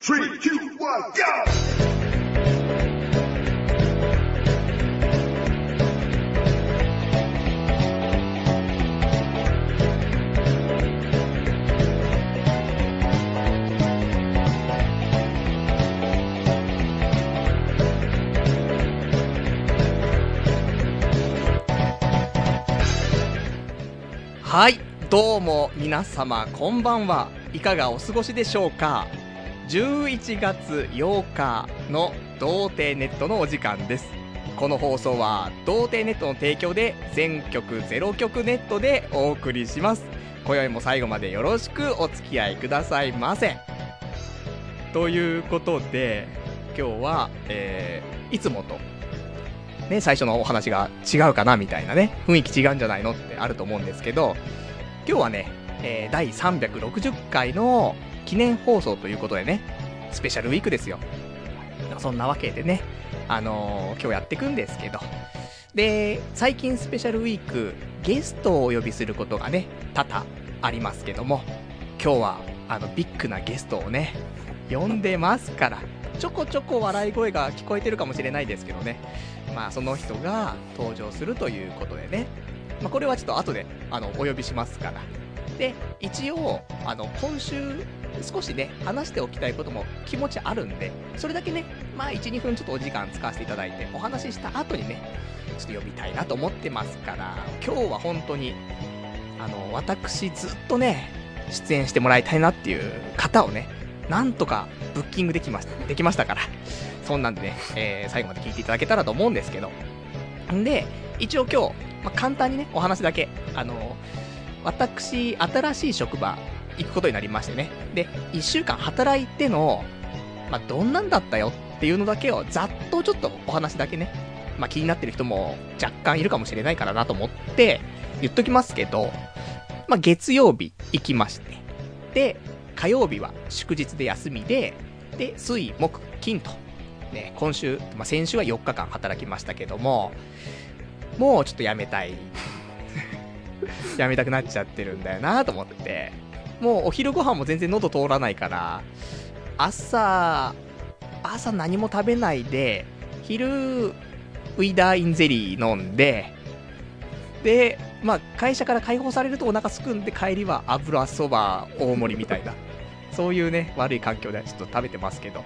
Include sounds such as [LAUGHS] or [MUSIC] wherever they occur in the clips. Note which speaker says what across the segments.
Speaker 1: Three, two, one, go!
Speaker 2: はいどうも皆様こんばんはいかがお過ごしでしょうか11月8日の童貞ネットのお時間ですこの放送は童貞ネットの提供で全曲ゼロ曲ネットでお送りします今宵も最後までよろしくお付き合いくださいませということで今日は、えーいつもとね、最初のお話が違うかなみたいなね、雰囲気違うんじゃないのってあると思うんですけど、今日はね、えー第360回の記念放送ということでね、スペシャルウィークですよ。そんなわけでね、あのー今日やっていくんですけど、で、最近スペシャルウィーク、ゲストをお呼びすることがね、多々ありますけども、今日は、あの、ビッグなゲストをね、呼んでますから、ちょこちょこ笑い声が聞こえてるかもしれないですけどね、まあ、その人が登場するということでね、まあ、これはちょっと後であのお呼びしますから。で、一応、あの今週、少しね、話しておきたいことも気持ちあるんで、それだけね、まあ、1、2分ちょっとお時間使わせていただいて、お話しした後にね、ちょっと呼びたいなと思ってますから、今日は本当に、あの私、ずっとね、出演してもらいたいなっていう方をね、なんとかブッキングできましたできましたから。そんなんでね、えー最後まで聞いていただけたらと思うんですけど。んで、一応今日、まあ簡単にね、お話だけ、あの私、新しい職場行くことになりましてね。で、1週間働いての、まあ、どんなんだったよっていうのだけを、ざっとちょっとお話だけね、まあ、気になってる人も若干いるかもしれないからなと思って、言っときますけど、まあ、月曜日行きまして、で、火曜日は祝日で休みで、で、水、木、金と、ね、今週、まあ、先週は4日間働きましたけども、もうちょっとやめたい。 [LAUGHS] やめたくなっちゃってるんだよなと思って。もうお昼ご飯も全然喉通らないから、朝、朝何も食べないで、昼、ウィダーインゼリー飲んで、で、まあ、会社から解放されるとお腹すくんで帰りは油そば大盛りみたいな、そういうね、悪い環境でちょっと食べてますけど、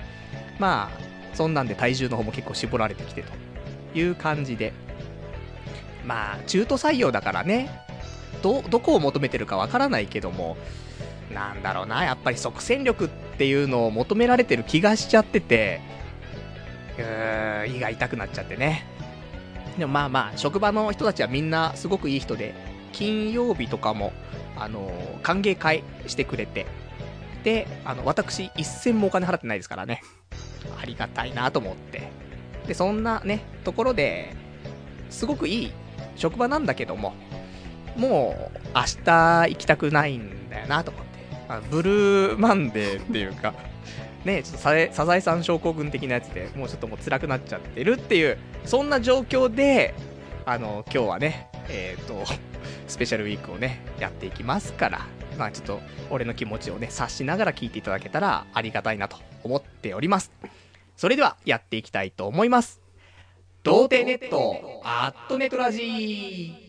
Speaker 2: まあ、そんなんで体重の方も結構絞られてきてという感じで。まあ、中途採用だからね、ど、どこを求めてるかわからないけども、なんだろうな、やっぱり即戦力っていうのを求められてる気がしちゃってて、うーん、胃が痛くなっちゃってね。でもまあまあ、職場の人たちはみんなすごくいい人で、金曜日とかも、あの歓迎会してくれて、で、あの、私、一銭もお金払ってないですからね。ありがたいなと思って。で、そんなね、ところで、すごくいい職場なんだけども、もう明日行きたくないんだよなと思って。あブルーマンデーっていうか、 [LAUGHS] ね、ちょっとサザエサザエさん症候群的なやつでもうちょっともう辛くなっちゃってるっていう、そんな状況で、あの、今日はね、えっ、と、スペシャルウィークをね、やっていきますから、まあちょっと俺の気持ちをね、察しながら聞いていただけたらありがたいなと思っております。それではやっていきたいと思います。童貞ネット、アットネトラジー。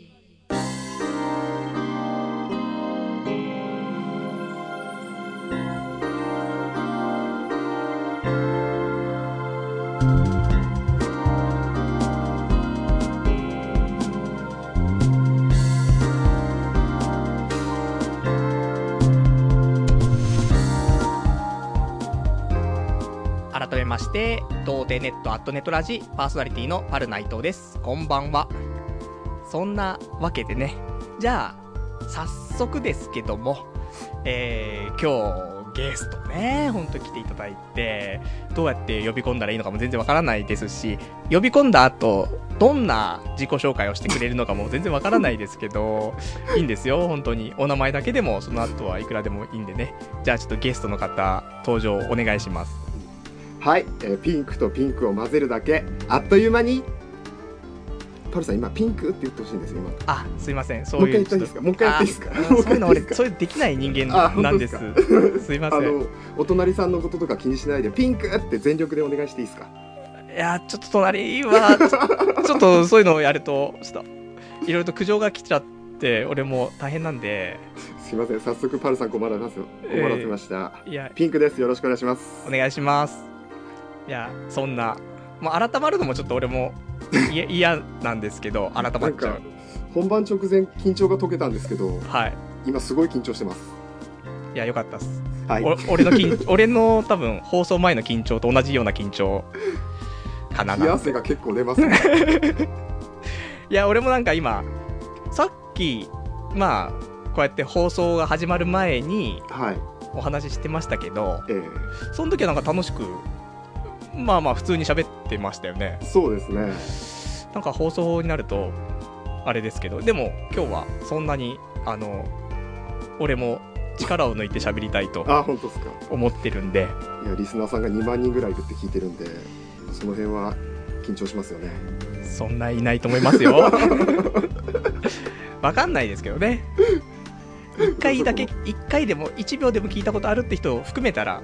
Speaker 2: 改めまして、童貞ネット、アットネトラジー、パーソナリティのパルナイトです。こんばんは。そんなわけでね、じゃあ、早速ですけども、えー、今日、ゲストね、ほんと来ていただいて、どうやって呼び込んだらいいのかも全然わからないですし、呼び込んだ後、どんな自己紹介をしてくれるのかも [LAUGHS] 全然わからないですけど、いいんですよ、本当に。お名前だけでも、その後はいくらでもいいんでね。じゃあちょっとゲストの方、登場お願いします。
Speaker 3: はい、えーピンクとピンクを混ぜるだけあっという間にパルさん今ピンクって言ってほしいんですよ今
Speaker 2: あすいませんそ
Speaker 3: もう
Speaker 2: う
Speaker 3: 一
Speaker 2: いう
Speaker 3: 回言っていいですかもう一回言っていいですか
Speaker 2: あそういうの
Speaker 3: もう
Speaker 2: 俺
Speaker 3: 一回言っていいですか
Speaker 2: そういうできない人間
Speaker 3: あ
Speaker 2: なん
Speaker 3: 本当
Speaker 2: で
Speaker 3: ですすか
Speaker 2: すいませ
Speaker 3: あ
Speaker 2: ん
Speaker 3: のお隣さんのこととか気にしないでピンクって全力でお願いしていいですか
Speaker 2: いやちょっと隣はちょっとそういうのをやるとちょっといろいろと苦情が来ちゃって俺も大変なんです
Speaker 3: いません早速パルさん困らせ困らせました、
Speaker 2: いや
Speaker 3: ピンクですよろしくお願いします
Speaker 2: お願いしますいやそんなもう改まるのもちょっと俺もいや嫌なんですけ
Speaker 3: [LAUGHS]
Speaker 2: ど改まっちゃ
Speaker 3: なん
Speaker 2: う
Speaker 3: か本番直前緊張が解けたんですけど
Speaker 2: はい
Speaker 3: 今すごい緊張してます
Speaker 2: いやよかったっす、
Speaker 3: はい
Speaker 2: お俺の緊 [LAUGHS] 俺の多分放送前の緊張と同じような緊張かな
Speaker 3: 冷や
Speaker 2: なんて
Speaker 3: 汗が結構出ますね [LAUGHS]
Speaker 2: いや俺もなんか今さっきまあこうやって放送が始まる前に
Speaker 3: はい
Speaker 2: お話ししてましたけど
Speaker 3: ええ
Speaker 2: その時はなんか楽しくまあまあ普通に喋ってましたよね
Speaker 3: そうですね
Speaker 2: なんか放送になるとあれですけどでも今日はそんなにあの俺も力を抜いて喋りたいと
Speaker 3: あ本当ですか
Speaker 2: 思ってるんで
Speaker 3: いやリスナーさんが2万人ぐらいいるって聞いてるんでその辺は緊張しますよね
Speaker 2: そんないないと思いますよわかんないですけどね1回だけ1回でも1秒でも聞いたことあるって人を含めたら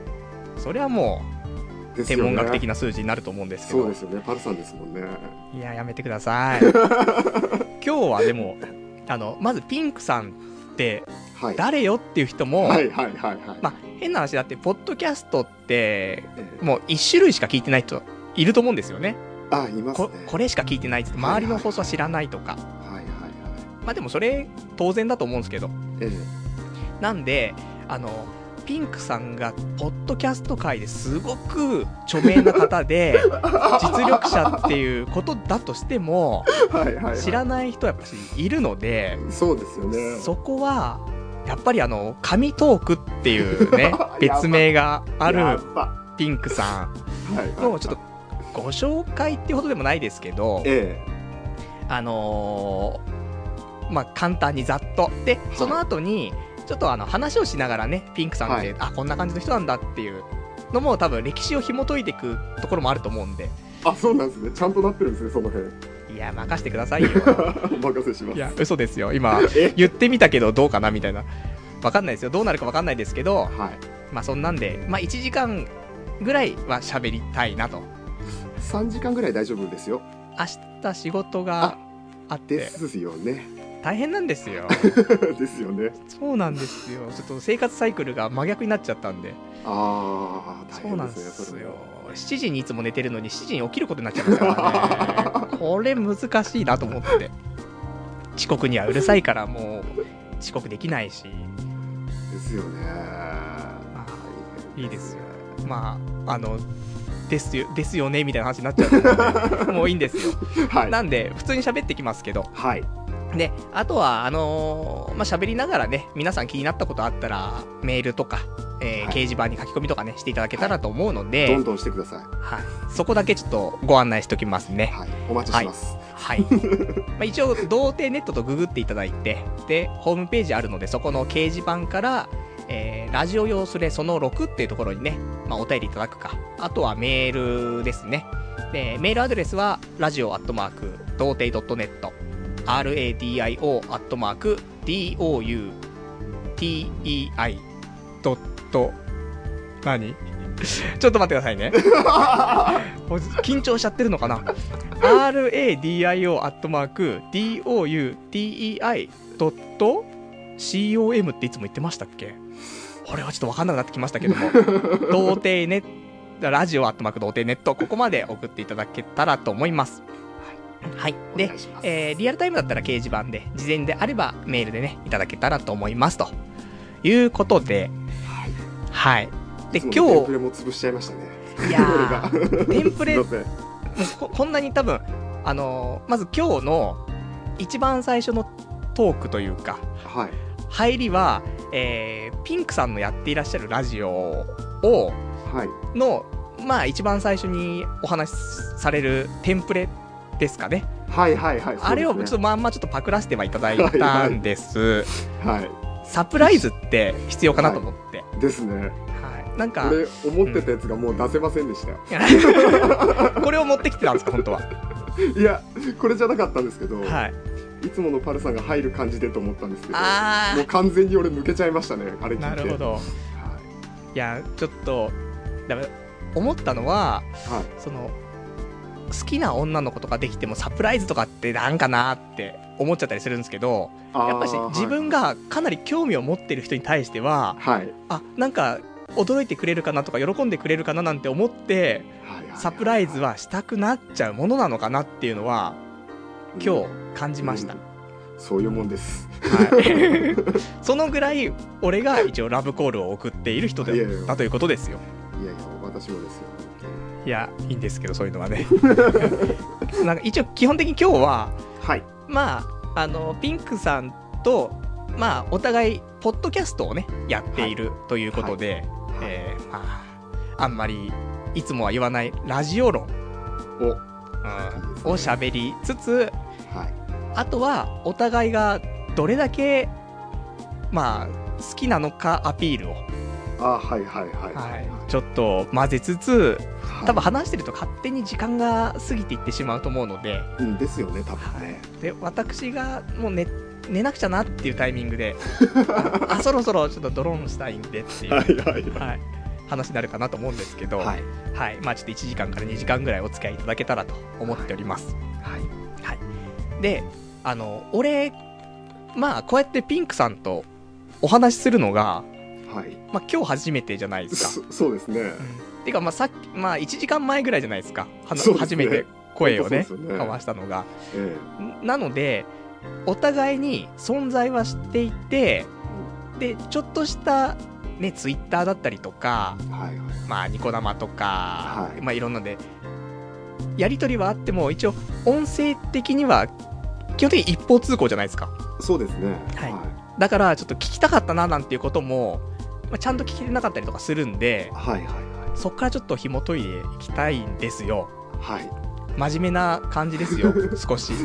Speaker 2: それはも
Speaker 3: で
Speaker 2: う
Speaker 3: す
Speaker 2: 天
Speaker 3: よね
Speaker 2: 文学的な数字になると思うんですけ
Speaker 3: そう
Speaker 2: ど
Speaker 3: ですよねパルさんですもんね
Speaker 2: いややめてくださ
Speaker 3: [LAUGHS]
Speaker 2: い今日はでもあのまずピンクさんって
Speaker 3: はい
Speaker 2: 誰よっていう人も、
Speaker 3: はいはいはいはい、
Speaker 2: まあ、変な話だって、ポッドキャストって、
Speaker 3: ええ
Speaker 2: もう一種類しか聞いてない人いると思うんですよね。
Speaker 3: あいますね
Speaker 2: ここれしか聞いてないっつって、周りの放送は知らないとか。
Speaker 3: はいはいはい
Speaker 2: まあでもそれ、当然だと思うんですけど。
Speaker 3: ええ
Speaker 2: なんで、あの、ピンクさんが、ポッドキャスト界ですごく著名な方
Speaker 3: [LAUGHS]
Speaker 2: で、実力者っていうことだとしても、
Speaker 3: はいはい、はい、
Speaker 2: 知らない人はやっぱりいるので、
Speaker 3: そうですよね
Speaker 2: そこは、やっぱりあの、神トークっていうね
Speaker 3: [LAUGHS] やば、
Speaker 2: 別名があ
Speaker 3: やっ
Speaker 2: る
Speaker 3: ぱ
Speaker 2: ピンクさん。
Speaker 3: はいはい
Speaker 2: のちょっとご紹介ってほどでもないですけど、
Speaker 3: え
Speaker 2: あのーまあ簡単にざっとで
Speaker 3: い
Speaker 2: その後にちょっとあの話をしながらねピンクさんって、
Speaker 3: はい
Speaker 2: あこんな感じの人なんだっていうのも多分歴史を紐解いていくところもあると思うんで
Speaker 3: えあそうなんですねちゃんとなってるんですねその辺 [LAUGHS]
Speaker 2: いや任してくださいよ
Speaker 3: お任せし
Speaker 2: [LAUGHS]
Speaker 3: ま
Speaker 2: い
Speaker 3: す
Speaker 2: や嘘ですよ [LAUGHS] 今
Speaker 3: え
Speaker 2: 言ってみたけどどうかなみたいなわかんないですよどうなるかわかんないですけど
Speaker 3: はい
Speaker 2: まあそんなんでまあ1時間ぐらいは喋りたいなと
Speaker 3: 3時間ぐらい大丈夫ですよ
Speaker 2: 明日仕事があって
Speaker 3: ですよね [LAUGHS]
Speaker 2: 大変なんですよ
Speaker 3: ですよね
Speaker 2: そうなんですよちょっと生活サイクルが真逆になっちゃったんで
Speaker 3: ああ大
Speaker 2: そう
Speaker 3: 変
Speaker 2: な
Speaker 3: で
Speaker 2: んです
Speaker 3: ね
Speaker 2: す
Speaker 3: それ
Speaker 2: よ
Speaker 3: は
Speaker 2: 7時にいつも寝てるのに7時に起きることになっちゃいますから [LAUGHS] ねこれ難しいなと思って遅刻にはうるさいからもう遅刻できないし
Speaker 3: ですよね
Speaker 2: あいいですよまああのですよですよねみたいな話になっちゃうのでもういいんですよ
Speaker 3: はい
Speaker 2: なんで普通に喋ってきますけど
Speaker 3: はい
Speaker 2: であとはあのーまあ喋りながらね皆さん気になったことあったらメールとか、えー
Speaker 3: はい
Speaker 2: 掲示板に書き込みとかねしていただけたらと思うので、
Speaker 3: どんどんしてください
Speaker 2: はい、そこだけちょっとご案内しておきますね
Speaker 3: はいお待ちしてます
Speaker 2: はい、まあ、一応童貞ネットとググっていただいてでホームページあるのでそこの掲示板から、えーラジオ用スレその6っていうところにね、まあ、お便りいただくかあとはメールですねでメールアドレスはラジオアットマーク童貞 .net radio アットマーク doutei ドット何ちょっと待ってくださいねもう緊張しちゃってるのかな RADIO アットマーク DOUTEI ドット COM っていつも言ってましたっけ俺はちょっと分かんなくなってきましたけども童貞ネットラジオアットマーク童貞ネットここまで送っていただけたらと思いますはい、
Speaker 3: お
Speaker 2: で
Speaker 3: 願いします
Speaker 2: えーリアルタイムだったら掲示板で事前であればメールでねいただけたらと思いますということで
Speaker 3: はい
Speaker 2: はいで
Speaker 3: いつも
Speaker 2: 今日
Speaker 3: のテンプレも潰しちゃいましたね
Speaker 2: いやーテンプレ
Speaker 3: [LAUGHS] す
Speaker 2: も
Speaker 3: いません
Speaker 2: うここんなに多分あのーまず今日の一番最初のトークというか
Speaker 3: はい
Speaker 2: 入りは、えーピンクさんのやっていらっしゃるラジオを
Speaker 3: はい
Speaker 2: のまあ一番最初にお話しされるテンプレですかね
Speaker 3: はいはいはい
Speaker 2: あれをちょっ
Speaker 3: そ
Speaker 2: と
Speaker 3: う
Speaker 2: まんまちょっとパクらせてはいただいたんです、
Speaker 3: ですねは
Speaker 2: サプライズって必要かなと思って、はい
Speaker 3: ですね
Speaker 2: いなんか
Speaker 3: これ思ってたやつがもう出せませんでした
Speaker 2: [LAUGHS] これを持ってきてたんですか本当は
Speaker 3: いやこれじゃなかったんですけど、
Speaker 2: はい
Speaker 3: い、つものパルさんが入る感じでと思ったんですけど
Speaker 2: あー
Speaker 3: もう完全に俺抜けちゃいましたねあれ聞いて
Speaker 2: なるほど
Speaker 3: はい、
Speaker 2: やちょっとだめ思ったのはい
Speaker 3: はい、
Speaker 2: その好きな女の子とかできてもサプライズとかってなんかなって思っちゃったりするんですけど
Speaker 3: あー
Speaker 2: やっぱし自分がかなり興味を持ってる人に対しては
Speaker 3: はい、はい
Speaker 2: あなんか驚いてくれるかなとか喜んでくれるかななんて思って
Speaker 3: はいはい
Speaker 2: サプライズはしたくなっちゃうものなのかなっていうのは今日感じました、
Speaker 3: うんそういうもんです [LAUGHS]
Speaker 2: はい、そのぐらい俺が一応ラブコールを送っている人
Speaker 3: いやい
Speaker 2: だ
Speaker 3: や
Speaker 2: だということですよ
Speaker 3: いやいや私もですよ
Speaker 2: いやいいんですけどそういうのは
Speaker 3: [LAUGHS]
Speaker 2: ねなんか一応基本的に今日は
Speaker 3: はい
Speaker 2: まああのピンクさんとまあお互いポッドキャストをねやっているということで、えーまああんまりいつもは言わないラジオ論、
Speaker 3: お
Speaker 2: うん、を喋りつつ
Speaker 3: はい
Speaker 2: あとはお互いがどれだけまあ好きなのかアピールを、
Speaker 3: あはいはいはい
Speaker 2: ちょっと混ぜつつ
Speaker 3: はい
Speaker 2: 多分話してると勝手に時間が過ぎていってしまうと思うので、
Speaker 3: うんですよね多分ね、
Speaker 2: で私がもう寝寝なくちゃなっていうタイミング
Speaker 3: [LAUGHS]
Speaker 2: であそろそろちょっとドローンしたいんでっていう、
Speaker 3: はいはいは
Speaker 2: はい話になるかなと思うんですけど、
Speaker 3: いはい
Speaker 2: はいまあ、ちょっと1時間から2時間ぐらいお付き合いいただけたらと思っております。
Speaker 3: はい
Speaker 2: であの俺まあこうやってピンクさんとお話しするのが、
Speaker 3: はい
Speaker 2: まあ、今日初めてじゃないですか。
Speaker 3: そそうですね
Speaker 2: てかまあさっき、まあ、1時間前ぐらいじゃないですかはな
Speaker 3: そうです
Speaker 2: 初
Speaker 3: ね
Speaker 2: めて声をね
Speaker 3: 本当そうですよね
Speaker 2: 交わしたのが。
Speaker 3: え
Speaker 2: なのでお互いに存在は知っていてでちょっとしたねツイッターだったりとか
Speaker 3: えはいはい
Speaker 2: まあニコ生とか、
Speaker 3: はい
Speaker 2: い、まあいろんなのでやり取りはあっても一応音声的には基本的に一方通行じゃないですか
Speaker 3: そうですね
Speaker 2: はいだからちょっと聞きたかったななんていうことも、まあ、ちゃんと聞けてなかったりとかするんで
Speaker 3: はいはい
Speaker 2: そっからちょっと紐解いていきたいんですよ
Speaker 3: はいは
Speaker 2: 真面目な感じです
Speaker 3: [LAUGHS]
Speaker 2: よ少し
Speaker 3: い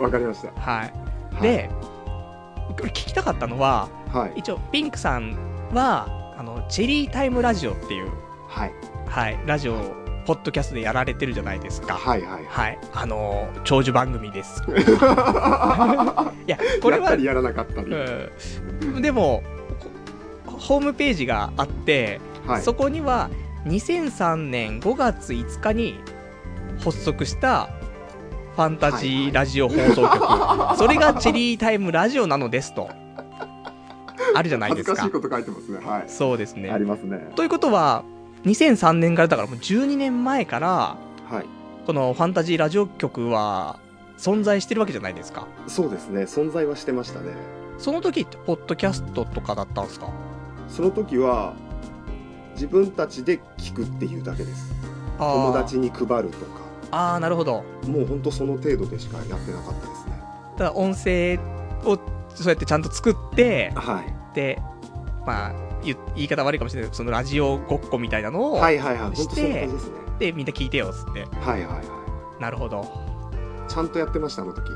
Speaker 3: わかりました
Speaker 2: はい
Speaker 3: はい
Speaker 2: でこれ聞きたかったのは
Speaker 3: はい
Speaker 2: 一応ピンクさんはあのチェリータイムラジオっていう、
Speaker 3: はい
Speaker 2: はい、ラジオをポッドキャストでやられてるじゃないですか。
Speaker 3: はいはいは
Speaker 2: はい、あのー長寿番組
Speaker 3: [LAUGHS]
Speaker 2: です。いや [LAUGHS]
Speaker 3: い
Speaker 2: これ
Speaker 3: やっ
Speaker 2: は
Speaker 3: たり、やらなかったり
Speaker 2: うん、でもこホームページがあって、
Speaker 3: はい
Speaker 2: そこには2003年5月5日に発足したファンタジーラジオ放送局、
Speaker 3: [LAUGHS]
Speaker 2: それがチェリータイムラジオなのですとあるじゃないで
Speaker 3: 恥ず
Speaker 2: す
Speaker 3: かし
Speaker 2: か
Speaker 3: い。こと書いてますねはい
Speaker 2: そうですね
Speaker 3: ありますね
Speaker 2: ということは2003年からだからもう12年前から
Speaker 3: はい
Speaker 2: このファンタジーラジオ局は存在してるわけじゃないですか
Speaker 3: そうですね存在はしてましたね
Speaker 2: その時ってポッドキャストとかだったんですか
Speaker 3: その時は自分たちで聞くっていうだけです
Speaker 2: あー
Speaker 3: 友達に配るとか
Speaker 2: あーなるほど
Speaker 3: もうほんとその程度でしかやってなかったですね
Speaker 2: ただ音声をそうやってちゃんと作って
Speaker 3: はい
Speaker 2: でまあ言言い方悪いかもしれないけどそのラジオごっこみたいなのを、
Speaker 3: はいはいはい
Speaker 2: して
Speaker 3: ほんとそんな感じですね
Speaker 2: でみんな聞いてよっつって
Speaker 3: はいはいは
Speaker 2: なるほど
Speaker 3: いちゃんとやってましたあの時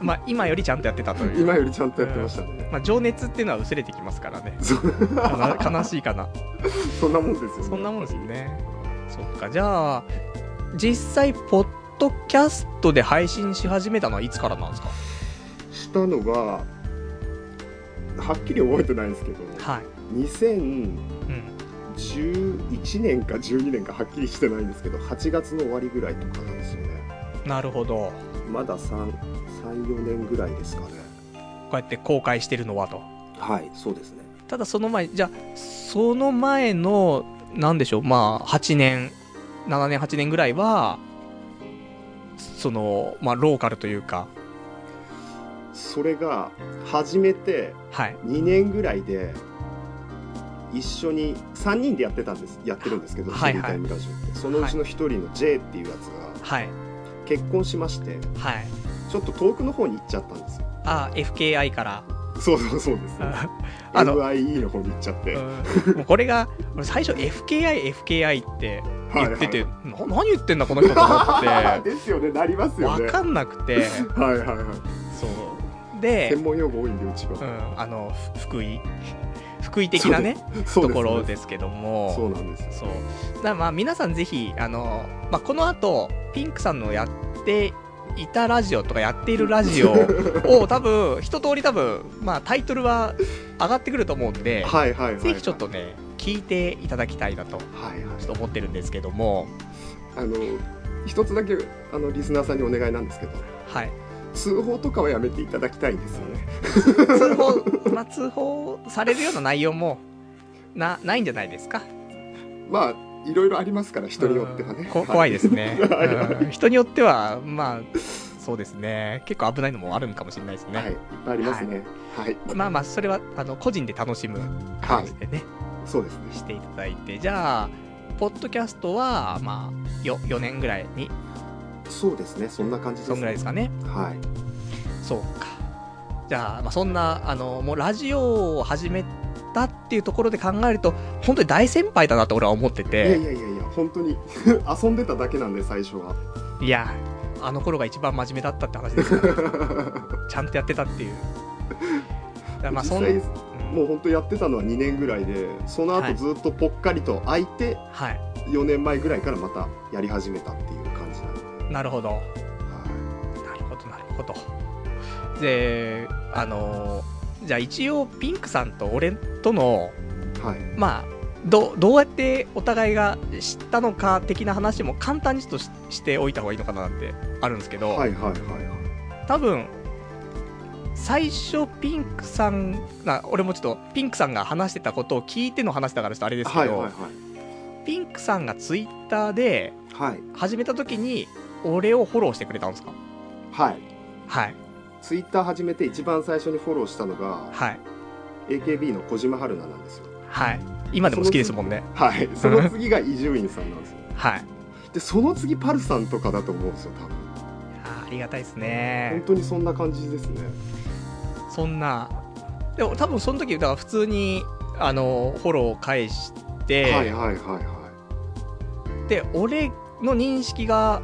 Speaker 2: まあ今よりちゃんとやってたと
Speaker 3: [LAUGHS]
Speaker 2: いう、
Speaker 3: 今よりちゃんとやってましたね
Speaker 2: まあ、情熱っていうのは薄れてきますからね
Speaker 3: そう
Speaker 2: かな悲しいかな
Speaker 3: そんなもんですよね
Speaker 2: そんなもんですよね。そっか、じゃあ、実際、ポッドキャストで配信し始めたのはいつからなんですか
Speaker 3: したのがはっきり覚えてないんですけど
Speaker 2: はい。
Speaker 3: 2011
Speaker 2: うん。
Speaker 3: 年か12年かはっきりしてないんですけど8月の終わりぐらいとかなんですよね
Speaker 2: なるほど。
Speaker 3: まだ34年ぐらいですかね
Speaker 2: こうやって公開してるのはと。
Speaker 3: はいそうですね
Speaker 2: ただ、その前、じゃあ、その前の、なんでしょう、まあ、8年、7年、8年ぐらいは、その、まあ、ローカルというか、
Speaker 3: それが始めて
Speaker 2: はい。
Speaker 3: 2年ぐらいで一緒に3人でやってたんですやってるんですけど「
Speaker 2: はいはい
Speaker 3: チェリータイムラジオ」ってそのうちの1人の J っていうやつが
Speaker 2: はい。
Speaker 3: 結婚しまして
Speaker 2: はい。
Speaker 3: ちょっと遠くの方に行っちゃったんですよ
Speaker 2: あ、FKI
Speaker 3: [LAUGHS]
Speaker 2: から。
Speaker 3: そうそうそうですね
Speaker 2: ああの、
Speaker 3: MIE の方に行っちゃって、
Speaker 2: うんもうこれが俺最初 FKI FKI って
Speaker 3: はい
Speaker 2: 言ってて、な何言ってんだこの人と思
Speaker 3: は
Speaker 2: っ
Speaker 3: い [LAUGHS] ですよねなります
Speaker 2: て
Speaker 3: よ
Speaker 2: 分
Speaker 3: ね
Speaker 2: かんなく
Speaker 3: [LAUGHS]
Speaker 2: て
Speaker 3: はいはいはい
Speaker 2: そうで
Speaker 3: 専、門用語多いんでうちは、
Speaker 2: うん、あのふ福井福福井的なね
Speaker 3: そう
Speaker 2: と
Speaker 3: です
Speaker 2: ころですけども
Speaker 3: そうなんです
Speaker 2: そ
Speaker 3: よ
Speaker 2: うだからまあ皆さんぜひあの、まあ、この後ピンクさんのやっていたラジオとかやっているラジオ
Speaker 3: [LAUGHS]
Speaker 2: を多分一通り多分まあタイトルは上がってくると思うんで、
Speaker 3: はいはいはいはい
Speaker 2: ぜひちょっとね聞いていただきたいなとちょ
Speaker 3: はいはい
Speaker 2: っと思ってるんですけども
Speaker 3: あの一つだけあのリスナーさんにお願いなんですけど
Speaker 2: はい
Speaker 3: 通報とかはやめていただきたいんですよね
Speaker 2: 通報、まあ、通報されるような内容もなないんじゃないですか
Speaker 3: まあいろいろありますから人によってはね
Speaker 2: うんこ怖いですね、
Speaker 3: [LAUGHS] はいはい
Speaker 2: うん人によってはまあそうですね結構危ないのもあるんかもしれないですね、
Speaker 3: はいいっぱいありますねはい
Speaker 2: まあまあそれはあの個人で楽しむ
Speaker 3: は
Speaker 2: 感じ
Speaker 3: い
Speaker 2: でね、
Speaker 3: そうですね
Speaker 2: していただいてじゃあポッドキャストはまあよ4年ぐらいに
Speaker 3: そうですねそんな感じです
Speaker 2: そんぐらいですかね
Speaker 3: はい
Speaker 2: そうかじゃあ,、まあそんなあのもうラジオを始めたっていうところで考えると本当に大先輩だなと俺は思って
Speaker 3: いやい
Speaker 2: て
Speaker 3: やいやいや本当に [LAUGHS] 遊んでただけなんで最初は
Speaker 2: いやあの頃が一番真面目だったって話ですよちゃんとやってたって
Speaker 3: [LAUGHS]
Speaker 2: いうだ [LAUGHS] からまあ
Speaker 3: 実
Speaker 2: そん
Speaker 3: 際
Speaker 2: うん
Speaker 3: もう本当やってたのは2年ぐらいでその
Speaker 2: は
Speaker 3: 後
Speaker 2: い
Speaker 3: ずっとぽっかりと空いて
Speaker 2: はい
Speaker 3: 4年前ぐらいからまたやり始めたっていう感じなんで、
Speaker 2: なるほど
Speaker 3: は
Speaker 2: なるほどなるほど。であのじゃあ一応ピンクさんと俺との
Speaker 3: い、はい、
Speaker 2: まあどどうやってお互いが知ったのか的な話も簡単にちょっとししておいた方がいいのかなってあるんですけど、
Speaker 3: はいはいはいはい
Speaker 2: 多分最初ピンクさんな俺もちょっとピンクさんが話してたことを聞いての話だからちょっとあれですけ
Speaker 3: はい
Speaker 2: ど、
Speaker 3: はいはい
Speaker 2: ピンクさんがツイッターで
Speaker 3: はい
Speaker 2: 始めた時に俺をフォローしてくれたんですか
Speaker 3: はい
Speaker 2: はい
Speaker 3: ツイッター始めて一番最初にフォローしたのが
Speaker 2: はい
Speaker 3: AKB の小島春菜なんですよ
Speaker 2: はい今でも好きですもんね
Speaker 3: はいその次が伊集院さんなんですよ
Speaker 2: はい
Speaker 3: でその次パルさんとかだと思うんですよ多分
Speaker 2: あーありがたいです
Speaker 3: 本
Speaker 2: ね
Speaker 3: 当にそんな感じですね
Speaker 2: そんなでも多分その時だから普通にあのフォローを返して、
Speaker 3: はいはいはいは
Speaker 2: で俺の認識が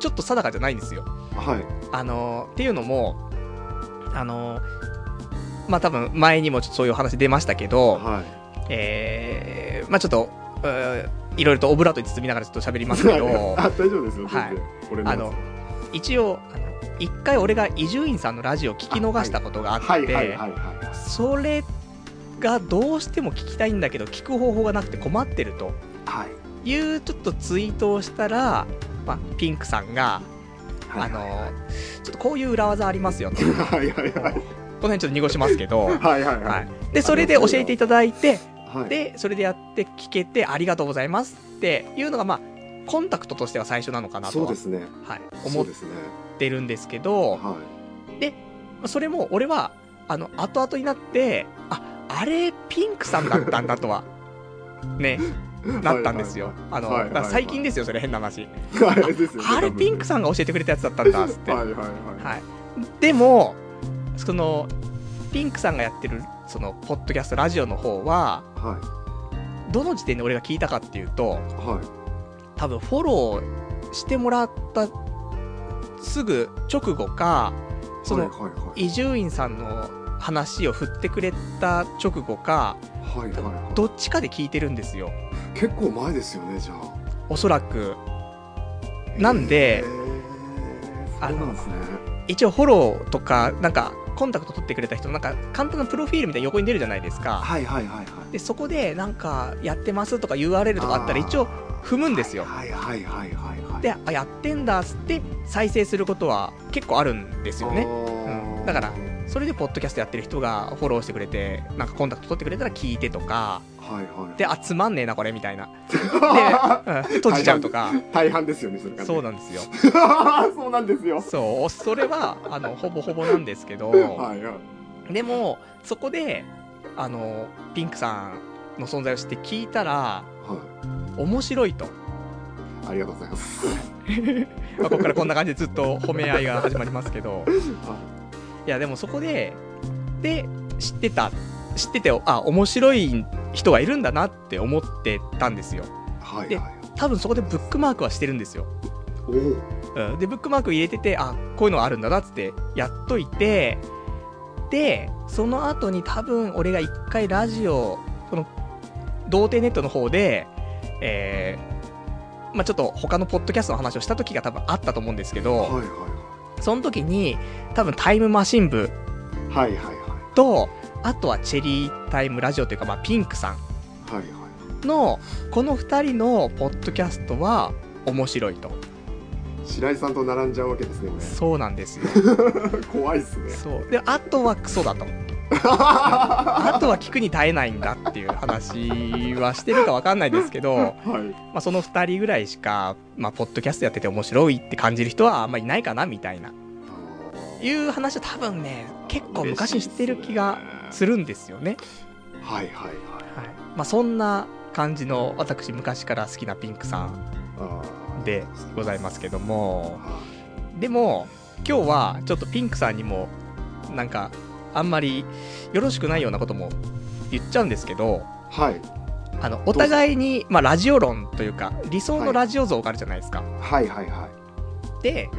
Speaker 2: ちょっと定かじゃないんですよ
Speaker 3: いはい
Speaker 2: あのっていうのもあのまあ多分前にもちょっとそういうお話出ましたけど、
Speaker 3: は
Speaker 2: えーまあちょっとうーいろいろとオブラートに包みながらちょっと喋ります [LAUGHS] けど
Speaker 3: い [LAUGHS] あ大丈夫ですよ全
Speaker 2: はい
Speaker 3: 然俺
Speaker 2: あの一応あの一回俺が伊集院さんのラジオを聞き逃したことがあって
Speaker 3: はいはいはいは
Speaker 2: それがどうしても聞きたいんだけど聞く方法がなくて困ってると
Speaker 3: いはい
Speaker 2: いうちょっとツイートをしたら、まあ、ピンクさんが、
Speaker 3: は
Speaker 2: あ
Speaker 3: い
Speaker 2: のちょっとこういう裏技ありますよ
Speaker 3: [LAUGHS]
Speaker 2: とこ
Speaker 3: はいはいはいはい
Speaker 2: の辺ちょっと濁しますけ
Speaker 3: [LAUGHS]
Speaker 2: ど、は
Speaker 3: はいはいはい
Speaker 2: い、でそれで教えていただいて
Speaker 3: はい
Speaker 2: でそれでやって聞けてありがとうございますっていうのがまあコンタクトとしては最初なのかなと
Speaker 3: そう
Speaker 2: は
Speaker 3: で、すね
Speaker 2: はい、
Speaker 3: そ
Speaker 2: 思
Speaker 3: う
Speaker 2: っ
Speaker 3: ですね
Speaker 2: てるんですけど
Speaker 3: は
Speaker 2: それも俺はあの後々になってああれピンクさんだったんだと
Speaker 3: [LAUGHS]
Speaker 2: はね
Speaker 3: い
Speaker 2: なったんですよ。あの、
Speaker 3: はいはいはい
Speaker 2: だから最近ですよ、それ変な話。
Speaker 3: はいはいですよね
Speaker 2: あれ、ピンクさんが教えてくれたやつだったんだ、つって。
Speaker 3: は
Speaker 2: はい。
Speaker 3: はいはい
Speaker 2: でも、その、ピンクさんがやってる、その、ポッドキャスト、ラジオの方は、
Speaker 3: いはい
Speaker 2: どの時点で俺が聞いたかっていうと、
Speaker 3: はい
Speaker 2: 多分フォローしてもらったすぐ直後か、その、
Speaker 3: はいはいはい
Speaker 2: 伊集院さんの話を振ってくれた直後か、
Speaker 3: はいはいはい
Speaker 2: どっちかで聞いてるんですよ。
Speaker 3: 結構前ですよねじゃあ
Speaker 2: おそらく。なんで
Speaker 3: へーそうなんですね
Speaker 2: 一応フォローとかなんかコンタクト取ってくれた人のなんか簡単なプロフィールみたいに横に出るじゃないですか
Speaker 3: はいはいはいはい
Speaker 2: でそこでなんかやってますとか URL とかあったら
Speaker 3: あー
Speaker 2: 一応踏むんですよ
Speaker 3: はいはいはいはいはい
Speaker 2: であやってんだっつって再生することは結構あるんですよねうんだから
Speaker 3: はい
Speaker 2: それでポッドキャストやってる人がフォローしてくれてなんかコンタクト取ってくれたら聞いてとか
Speaker 3: はい
Speaker 2: であつまんねえなこれみたいなで、うん閉じちゃうとか
Speaker 3: 大半ですよねそれからね
Speaker 2: そうなんですよ
Speaker 3: [LAUGHS] そうなんですよ
Speaker 2: そうそれはあのほぼほぼなんですけど
Speaker 3: [LAUGHS] はいはい
Speaker 2: でもそこであのピンクさんの存在を知って聞いたら
Speaker 3: は
Speaker 2: 面白いと、
Speaker 3: いありがとうございます
Speaker 2: まあ、ここからこんな感じでずっと褒め合いが始まりますけ
Speaker 3: [LAUGHS]
Speaker 2: どいやでもそこでで知ってた知っててあ面白い人がいるんだなって思ってたんですよ
Speaker 3: はいはい
Speaker 2: で
Speaker 3: はい
Speaker 2: 多分そこでブックマークはしてるんですよ、
Speaker 3: おお
Speaker 2: うん、でブックマーク入れててあこういうのがあるんだなっつってやっといてでその後に多分俺が一回ラジオ童貞ネットの方で、えーまあ、ちょっと他のポッドキャストの話をした時が多分あったと思うんですけど、
Speaker 3: はいはい
Speaker 2: その時に多分タイムマシン部
Speaker 3: はいはいはいは
Speaker 2: とあとはチェリータイムラジオというか、まあ、ピンクさ
Speaker 3: いはいはい
Speaker 2: んのこの2人のポッドキャストは面白いと
Speaker 3: 白井さんと並んじゃうわけですね
Speaker 2: そうなんですよ
Speaker 3: 俺怖いっすね
Speaker 2: そうであとはクソ [LAUGHS] だとあとは聞くに耐えないんだっていう話はしてるかわかんないですけど、
Speaker 3: はい
Speaker 2: まあ、その2人ぐらいしか、まあ、ポッドキャストやってて面白いって感じる人はあんまりいないかなみたいないう話を多分ね結構昔に知ってる気がす
Speaker 3: る
Speaker 2: るんですよね。
Speaker 3: はいはいはい
Speaker 2: はいまあ、そんな感じの私昔から好きなピンクさん
Speaker 3: あー
Speaker 2: でございますけども
Speaker 3: は
Speaker 2: でも今日はちょっとピンクさんにもなんかあんまりよろしくないようなことも言っちゃうんですけど
Speaker 3: はい
Speaker 2: あのお互いに、まあ、ラジオ論というか理想のラジオ像があるじゃないですか。
Speaker 3: はいはいは
Speaker 2: で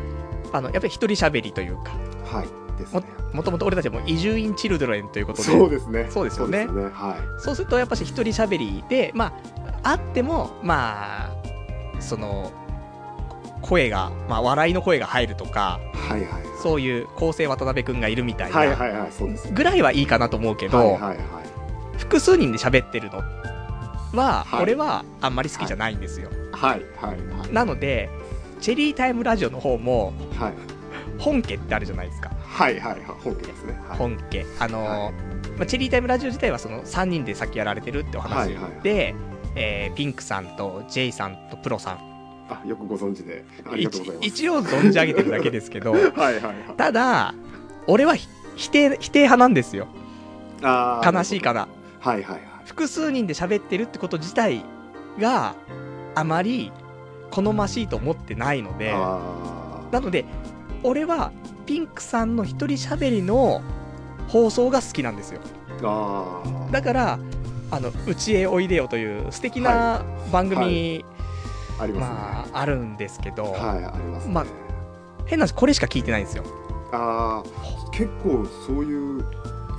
Speaker 2: あのやっぱり一人喋りというか
Speaker 3: いはいですね
Speaker 2: もともと俺たちも伊集院チルドレンということで
Speaker 3: そうですね
Speaker 2: そうですよね
Speaker 3: は
Speaker 2: そうするとやっぱし一人喋りでまああってもまあその声が、まあ、笑いの声が入るとか
Speaker 3: いはいはい
Speaker 2: そういう構成渡辺君がいるみたい
Speaker 3: はいはい
Speaker 2: な
Speaker 3: はいはいそうです
Speaker 2: ぐらいはいいかなと思うけど、
Speaker 3: はいはいはい
Speaker 2: 複数人で喋ってるのは、
Speaker 3: はい
Speaker 2: 俺はあんまり好きじゃないんですよ、
Speaker 3: はいはいはい
Speaker 2: なのでチェリータイムラジオの方も
Speaker 3: はい
Speaker 2: 本家ってあるじゃないですか
Speaker 3: はいはいはい本家ですねはい
Speaker 2: 本家あのー
Speaker 3: はい
Speaker 2: まあ、チェリータイムラジオ自体はその3人でさっきやられてるってお話で、
Speaker 3: はいはい
Speaker 2: えーピンクさんとジェイさんとプロさん
Speaker 3: あよくご存知でありがとうございます
Speaker 2: 一一応存じ上げてるだけですけど
Speaker 3: はいはいはい
Speaker 2: ただ俺はひ否定否定派なんですよ
Speaker 3: あー
Speaker 2: 悲しいかな
Speaker 3: はいはいはい
Speaker 2: 複数人で喋ってるってこと自体があまり好ましいと思ってないので
Speaker 3: あー
Speaker 2: なので俺はピンクさんの一人喋りの放送が好きなんですよ
Speaker 3: あー
Speaker 2: だから「あのうちへおいでよ」という素敵な番組、
Speaker 3: はありますね
Speaker 2: まああるんですけど、
Speaker 3: はいありますね、
Speaker 2: まあ変な話これしか聞いてないんですよ
Speaker 3: あー結構そういう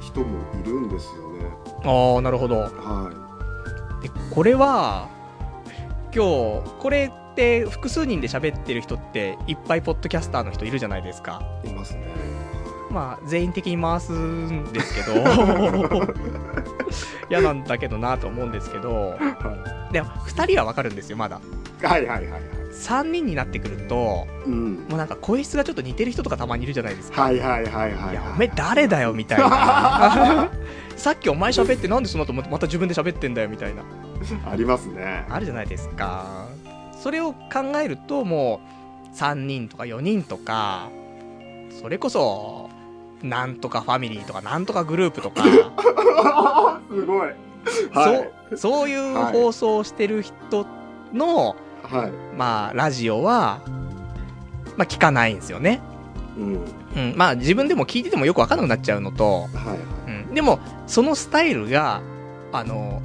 Speaker 3: 人もいるんですよね
Speaker 2: ああなるほど
Speaker 3: は
Speaker 2: でこれは今日これって複数人で喋ってる人っていっぱいポッドキャスターの人いるじゃないですか
Speaker 3: いいますね
Speaker 2: まあ全員的に回すんですけど
Speaker 3: [LAUGHS]
Speaker 2: 嫌なんだけどなと思うんですけど
Speaker 3: は
Speaker 2: でも2人はわかるんですよまだ
Speaker 3: いはいはいはいはい
Speaker 2: 3人になってくると
Speaker 3: うん
Speaker 2: もうなんか声質がちょっと似てる人とかたまにいるじゃないですか。
Speaker 3: はいはいはいはい
Speaker 2: い
Speaker 3: はい
Speaker 2: や、おめえ誰だよみたいな。 [LAUGHS] さっきお前喋ってなんでその後また自分で喋ってんだよみたいな。
Speaker 3: ありますね [LAUGHS]
Speaker 2: あるじゃないですか。それを考えるともう3人とか4人とか、それこそ、なんとかファミリーとかなんとかグループとか、
Speaker 3: すごいはい
Speaker 2: そうそういう
Speaker 3: はい
Speaker 2: 放送をしてる人の、
Speaker 3: はい
Speaker 2: まあラジオは、まあ聞かないんですよね。
Speaker 3: うんはい
Speaker 2: うん、まあ自分でも聞いててもよくわかんなくなっちゃうのと、
Speaker 3: はい
Speaker 2: うん、でもそのスタイルがあの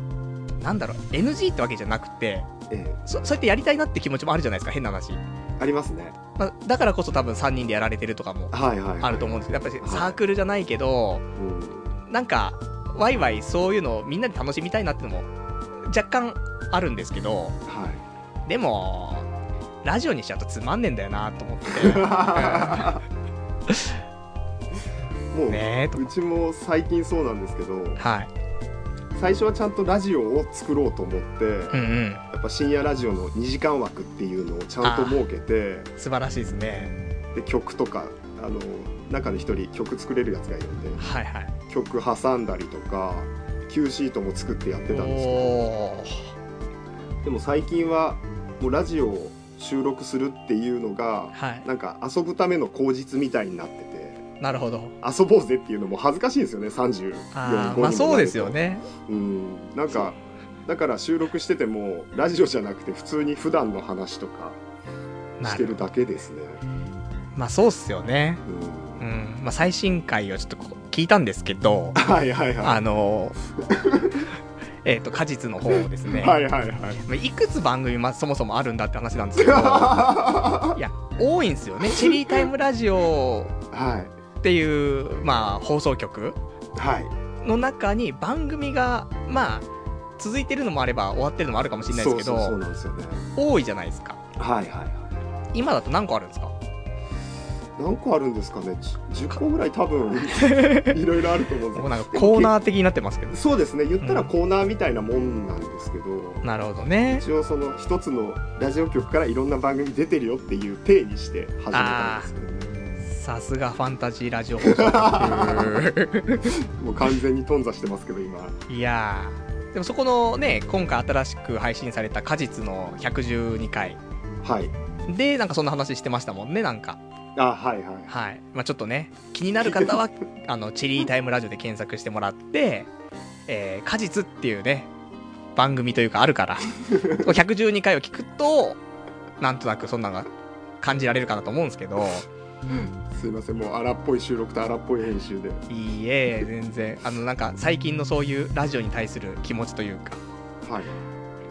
Speaker 2: なんだろう NG ってわけじゃなくて
Speaker 3: ええ
Speaker 2: そそうやってやりたいなって気持ちもあるじゃないですか変な話、
Speaker 3: ありますね
Speaker 2: まあ、だからこそ多分3人でやられてるとかも
Speaker 3: はいはいはい
Speaker 2: あると思うんですけどやっぱりサークルじゃないけど
Speaker 3: うん
Speaker 2: なんかワイワイそういうのをみんなで楽しみたいなってのも若干あるんですけど
Speaker 3: は
Speaker 2: でもラジオにしちゃうとつまんねえんだよなと思って
Speaker 3: [LAUGHS] いもう、
Speaker 2: ねえと
Speaker 3: うちも最近そうなんですけど
Speaker 2: はい
Speaker 3: 最初はちゃんとラジオを作ろうと思って、
Speaker 2: うんうん
Speaker 3: やっぱ深夜ラジオの2時間枠っていうのをちゃんと設けて
Speaker 2: 素晴らしいですね
Speaker 3: で曲とかあの中で一人曲作れるやつがいるんで
Speaker 2: はいはい
Speaker 3: 曲挟んだりとか Q シートも作ってやってたんですけ
Speaker 2: おー
Speaker 3: どでも最近はもうラジオを収録するっていうのが
Speaker 2: はい
Speaker 3: なんか遊ぶための口実みたいになってて
Speaker 2: なるほど
Speaker 3: 遊ぼうぜっていうのも恥ずかしいんですよね34
Speaker 2: あー
Speaker 3: 5
Speaker 2: まあそうですよね
Speaker 3: うんなんかだから収録しててもラジオじゃなくて普通に普段の話とか
Speaker 2: な
Speaker 3: してるだけですね。
Speaker 2: まあそうっすよね
Speaker 3: うん
Speaker 2: うんまあ最新回をちょっとこう聞いたんですけど
Speaker 3: はいはいは
Speaker 2: あの [LAUGHS] えっと果実の方をです
Speaker 3: い。
Speaker 2: ね、
Speaker 3: はいいはいはい。
Speaker 2: まあ、いくつ番組、まあ、そもそもあるんだって話なんです
Speaker 3: [LAUGHS]
Speaker 2: けどいや多いんですよね「チェリータイムラジオ」
Speaker 3: はい。
Speaker 2: って
Speaker 3: [LAUGHS]
Speaker 2: いう、まあ、放送局
Speaker 3: はい。
Speaker 2: の中に番組がまあ続いてるのもあれば終わってるのもあるかもしれないで
Speaker 3: そ
Speaker 2: す
Speaker 3: う
Speaker 2: け
Speaker 3: そうそう
Speaker 2: ど
Speaker 3: なんですよね
Speaker 2: 多いじゃないですか
Speaker 3: はいはいは
Speaker 2: 今だと何個あるんですか
Speaker 3: い何個あるんですかねじ10個ぐらい多 [LAUGHS] 分いろいろあると思うんで
Speaker 2: も
Speaker 3: すよ
Speaker 2: うなんかコーナー的になってますけど
Speaker 3: そうですね言ったらコーナーみたいなもんなんですけど、
Speaker 2: なるほどね
Speaker 3: 一応その一つのラジオ局からいろんな番組出てるよっていう体にして始めたんですけどね
Speaker 2: さすがファンタジーラジオ放送
Speaker 3: [LAUGHS]
Speaker 2: 局
Speaker 3: もう完全に頓挫してますけど今
Speaker 2: いやーでもそこのね今回新しく配信された果実の112回
Speaker 3: はい
Speaker 2: でなんかそんな話してましたもんねなんか
Speaker 3: あはいはいは
Speaker 2: はい、まあ、ちょっとね気になる方はあのチリータイムラジオで検索してもらって「えー果実」っていうね番組というかあるから112回を聞くとなんとなくそんなのが感じられるかなと思うんですけど
Speaker 3: いすいませんもう荒っぽい収録と荒っぽい編集で
Speaker 2: いいえ全然あのなんか最近のそういうラジオに対する気持ちというか
Speaker 3: はい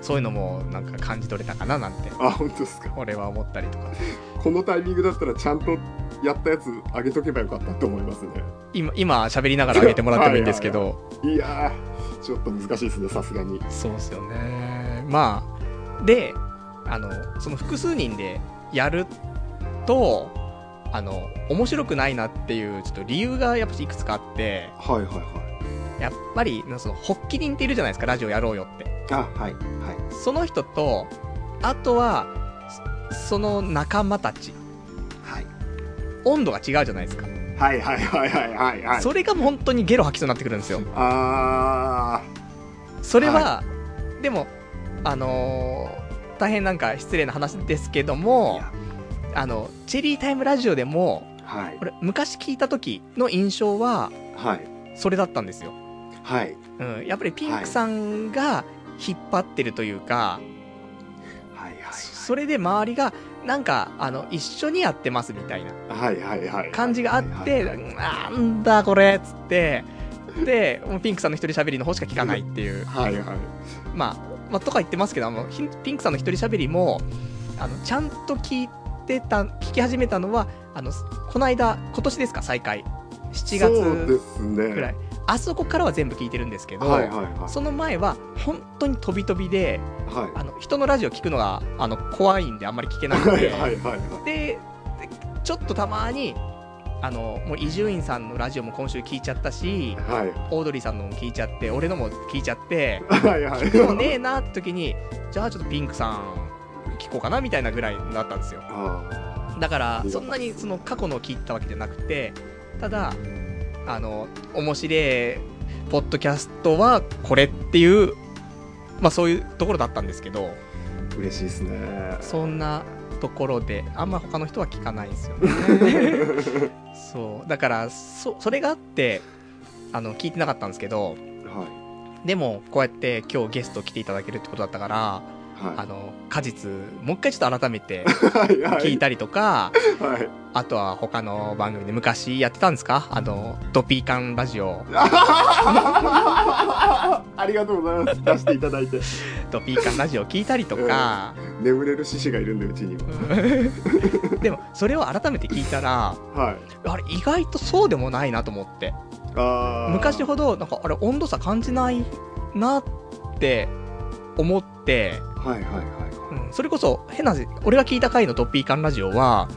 Speaker 2: そういうのもなんか感じ取れたかななんて
Speaker 3: あ本当ですか
Speaker 2: 俺は思ったりとか
Speaker 3: このタイミングだったらちゃんとやったやつ上げとけばよかったって思いますね
Speaker 2: 今今喋りながら上げてもらってもいいんですけど。
Speaker 3: いやーちょっと難しいですねさすがに
Speaker 2: そうですよね。まあ、で、あの、その複数人でやると、あの、面白くないなっていう、ちょっと理由がやっぱいくつかあって、
Speaker 3: はいはいは
Speaker 2: やっぱり、その、発起人っているじゃないですか、ラジオやろうよって。
Speaker 3: いあはいは
Speaker 2: その人と、あとは、そその仲間たち、
Speaker 3: い
Speaker 2: 温度が違うじゃないですか。
Speaker 3: はいはいはいはいはいはい
Speaker 2: それがもう本当にゲロ吐きそうになってくるんですよ。
Speaker 3: あ
Speaker 2: それは、でも、あのー大変なんか失礼な話ですけど
Speaker 3: ーい
Speaker 2: も
Speaker 3: や、
Speaker 2: あの、チェリータイムラジオでも、
Speaker 3: はい
Speaker 2: 俺、昔聞いた時の印象は、
Speaker 3: はい
Speaker 2: それだったんですよ。
Speaker 3: はい
Speaker 2: うん、やっぱりピンクさんが引っ張ってるというか、
Speaker 3: はいはい
Speaker 2: それで周りが、なんか、あの、一緒にやってますみたいな
Speaker 3: はいはいはい
Speaker 2: 感じがあっ
Speaker 3: はい
Speaker 2: て、
Speaker 3: はいはい
Speaker 2: なんだこれっつって、で、もうピンクさんの一人喋りの方しか聞かないっていう。
Speaker 3: はいはい
Speaker 2: まあ、まあ、とか言ってますけど、あのひピンクさんの一人喋りも、あの、ちゃんと聞いてた、聞き始めたのは、あの、この間、今年ですか、再開。7
Speaker 3: そうで
Speaker 2: 月
Speaker 3: すね
Speaker 2: くらい。あそこからは全部聞いてるんですけど、
Speaker 3: はいはいはい
Speaker 2: その前は、本当に飛び飛びで、
Speaker 3: はい
Speaker 2: あの、人のラジオ聞くのが、あの、怖いんで、あんまり聞けなく
Speaker 3: は
Speaker 2: て、
Speaker 3: いはいはいは
Speaker 2: で、でちょっとたまに、あの、もう伊集院さんのラジオも今週聞いちゃったし、
Speaker 3: いはい
Speaker 2: オードリーさんのも聞いちゃって、俺のも聞いちゃって、
Speaker 3: はいはい
Speaker 2: 聞くもねえなって時にじゃあちょっとピンクさん聞こうかなみたいなぐらいになったんですよ
Speaker 3: あ
Speaker 2: だからそんなにその過去のを聞いたわけじゃなくてただあの面白いポッドキャストはこれっていうまあそういうところだったんですけど
Speaker 3: ー嬉しいですね
Speaker 2: そんなところであんま他の人は聞かないんですよねそうだからそそれがあってあの聞いてなかったんですけど
Speaker 3: は
Speaker 2: でもこうやって今日ゲスト来ていただけるってことだったから
Speaker 3: い
Speaker 2: あ
Speaker 3: は
Speaker 2: の、果実、もう一回ちょっと改めて
Speaker 3: い [LAUGHS] はい
Speaker 2: 聞いたりとか、
Speaker 3: はい [LAUGHS]
Speaker 2: あとは他の番組で昔やってたんですかあの、ドピーカンラジオ。
Speaker 3: ありがとうございます出していただいて
Speaker 2: ドピーカンラジオ聞いたりとか、
Speaker 3: 眠れる獅子がいるんでうちには
Speaker 2: うん [LAUGHS] でも、それを改めて聞いたら、
Speaker 3: はい
Speaker 2: あれ、意外とそうでもないなと思って。
Speaker 3: あー
Speaker 2: 昔ほど、なんか、あれ、温度差感じないなって思って、
Speaker 3: はいはいはいは
Speaker 2: うんそれこそ、変な話、俺が聞いた回のドピーカンラジオは、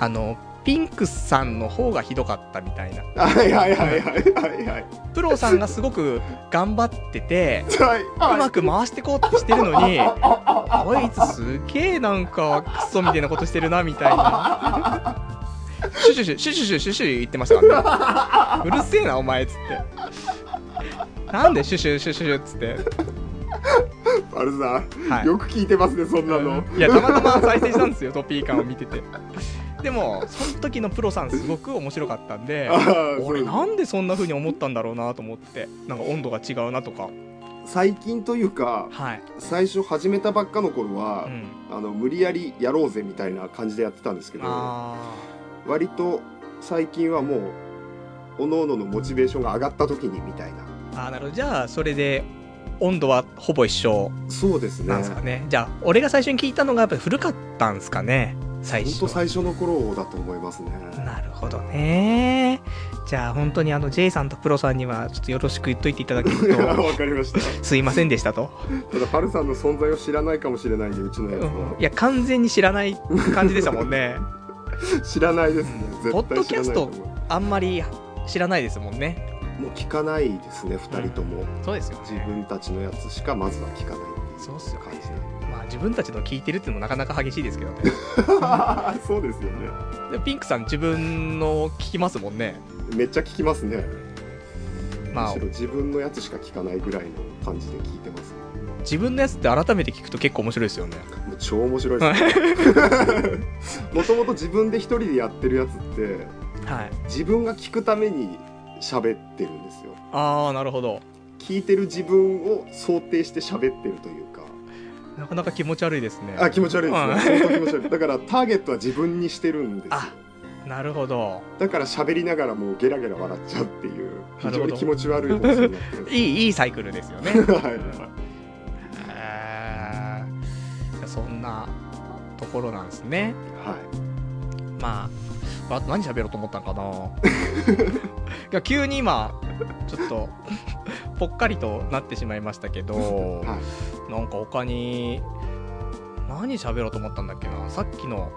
Speaker 2: あの、ピンクさんの方がひどかったみたいな。
Speaker 3: いはいはいはいはいはい
Speaker 2: プロさんがすごく頑張ってて、
Speaker 3: はいう
Speaker 2: まく回してこうとしてるのに、こいつすげえなんかクソみたいなことしてるなみたいな。シュシュシュシュシュシュシュシュ言ってましたからね。うるせえなお前っつって。なんでシュシュシュシュシュっつって。
Speaker 3: あるさ
Speaker 2: はい。
Speaker 3: よく聞いてますねそんなの
Speaker 2: うんいやたまたま再生したんですよトピー感を見てて。でもその時のプロさんすごく面白かったんで。俺
Speaker 3: ん
Speaker 2: なんでそんな風に思ったんだろうなと思ってなんか温度が違うなとか
Speaker 3: 最近というか
Speaker 2: はい、
Speaker 3: 最初始めたばっかの頃
Speaker 2: う
Speaker 3: は、
Speaker 2: ん、
Speaker 3: あの無理やりやろうぜみたいな感じでやってたんですけど
Speaker 2: あ
Speaker 3: 割と最近はもうおのののモチベーションが上がった時にみたいな
Speaker 2: ーあーなるほどじゃあそれで温度はほぼ一緒
Speaker 3: そうですね
Speaker 2: なんですかねじゃあ俺が最初に聞いたのがやっぱり古かったんですかね最
Speaker 3: 本
Speaker 2: 初
Speaker 3: 当最初の頃だと思いますね。
Speaker 2: なるほどねじゃあ本当にあの J さんとプロさんにはちょっとよろしく言っといていただけ
Speaker 3: [LAUGHS] い
Speaker 2: る
Speaker 3: や
Speaker 2: と
Speaker 3: わかりました。
Speaker 2: すいませんでしたと、
Speaker 3: ただパルさんの存在を知らないかもしれないんでうちのやつ
Speaker 2: うん
Speaker 3: はい
Speaker 2: や完全に知らない感じでしたもんね
Speaker 3: 知らないですね。絶対知らない
Speaker 2: ポッドキャス
Speaker 3: と
Speaker 2: ト
Speaker 3: 思う
Speaker 2: あんまり知らないですもんね
Speaker 3: もう聞かないですね二人とも、
Speaker 2: そうですよ
Speaker 3: 自
Speaker 2: ね
Speaker 3: 分たちのやつしかまずは聞かないっていう
Speaker 2: そうっすよね
Speaker 3: 感じ
Speaker 2: まあ自分たちの聞いてるっていうのもなかなか激しいですけどね
Speaker 3: で [LAUGHS] そうですよね。
Speaker 2: でピンクさん自分の聞きますもんね
Speaker 3: めっちゃ聞きますね。む
Speaker 2: まあ
Speaker 3: しろ自分のやつしか聞かないぐらいの感じで聞いてます。
Speaker 2: 自分のやつって改めて聞くと結構面白いですよね
Speaker 3: もう超面白いです [LAUGHS] ね。もともと自分で一人でやってるやつって
Speaker 2: はい
Speaker 3: 自分が聞くために喋ってるんですよ。
Speaker 2: ああなるほど
Speaker 3: 聞いてる自分を想定して喋ってるというか。
Speaker 2: なかなか気持ち悪いですね
Speaker 3: あ気持ち悪いですね。相当気持ち悪い。だからターゲットは自分にしてるんですよ。
Speaker 2: あなるほど
Speaker 3: だから喋りながらもうゲラゲラ笑っちゃうっていう非常に気持ち悪い放送
Speaker 2: [LAUGHS]
Speaker 3: になってる
Speaker 2: いいいいサイクルですよ
Speaker 3: [LAUGHS]
Speaker 2: ね
Speaker 3: は
Speaker 2: へーそんなところなんですね
Speaker 3: い、は
Speaker 2: まああと何喋ろうと思ったんか
Speaker 3: [LAUGHS]
Speaker 2: ないや急に今ちょっとぽっかりとなってしまいましたけど、
Speaker 3: は
Speaker 2: なんか他に何喋ろうと思ったんだっけなさっきの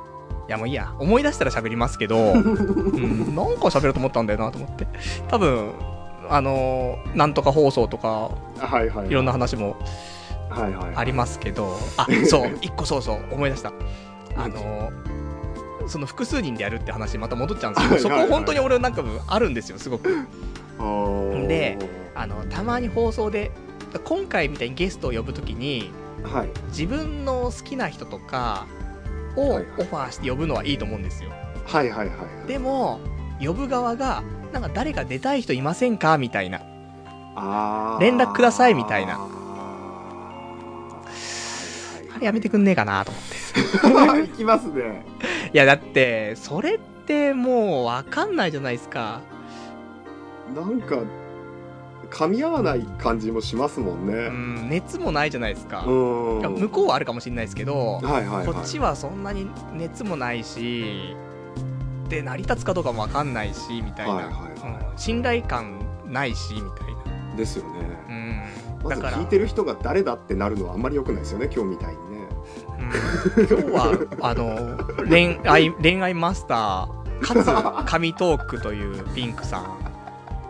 Speaker 2: いやもういいや思い出したら喋りますけ
Speaker 3: [LAUGHS]
Speaker 2: ど、うん、なんか喋ろうと思ったんだよなと思って多分あのなんとか放送とか
Speaker 3: い、はいはい
Speaker 2: いろんな話も
Speaker 3: はいはい
Speaker 2: ありますけどあそう
Speaker 3: [LAUGHS]
Speaker 2: 一個そうそう思い出したあのその複数人でやるって話また戻っちゃうんですけどそこ
Speaker 3: はいはいはい
Speaker 2: 本当に俺なんかあるんですよすごく
Speaker 3: あー
Speaker 2: であのたまに放送で今回みたいにゲストを呼ぶときに
Speaker 3: はい
Speaker 2: 自分の好きな人とかをオ
Speaker 3: はい
Speaker 2: フ
Speaker 3: はい
Speaker 2: ァーして呼ぶのはいいと思うんですよ
Speaker 3: はいはいはいはい
Speaker 2: でも呼ぶ側がなんか誰か出たい人いませんかみたいな
Speaker 3: あー
Speaker 2: 連絡くださいみたいな
Speaker 3: あー
Speaker 2: あれやめてくんねえかなと思って
Speaker 3: はいいきますね
Speaker 2: いやだってそれってもうわかんないじゃないですか
Speaker 3: なんか噛み合わない感じもしますもん
Speaker 2: う
Speaker 3: ね
Speaker 2: ん、熱もないじゃないですか
Speaker 3: う。ん
Speaker 2: いや向こうはあるかもしれないですけど、
Speaker 3: はいはいはい
Speaker 2: こっちはそんなに熱もないし、で、成り立つかどうかもわかんないし、みたいな。
Speaker 3: はいはいは
Speaker 2: うん信頼感ないし、みたい
Speaker 3: ですよね
Speaker 2: な。うん。
Speaker 3: ま
Speaker 2: だ
Speaker 3: ず
Speaker 2: から、
Speaker 3: 聞いてる人が誰だってなるのはあんまり良くないですよね今日みたいにね
Speaker 2: うん今日は、あの、恋愛、恋愛マスター、かつ、神トークというピンクさん、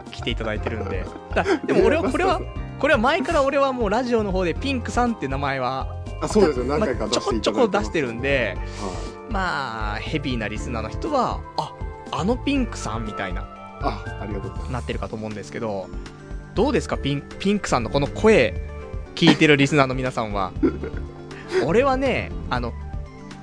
Speaker 2: 来ていただいてるんで。だでも俺は、これは、これは前から俺はもうラジオの方でピンクさんって名前は、
Speaker 3: あそうですよ何
Speaker 2: ま
Speaker 3: 回か出
Speaker 2: ちょ
Speaker 3: して
Speaker 2: こ
Speaker 3: い
Speaker 2: ち
Speaker 3: た
Speaker 2: ょ
Speaker 3: だい
Speaker 2: こ
Speaker 3: てま
Speaker 2: 出
Speaker 3: す
Speaker 2: してるんで、
Speaker 3: はい
Speaker 2: まあヘビーなリスナーの人はああのピンクさんみたいな
Speaker 3: あ、ありがとうございま
Speaker 2: なってるかと思うんですけどどうですかピンピンクさんのこの声聞いてるリスナーの皆さん
Speaker 3: [LAUGHS]
Speaker 2: は俺はねあの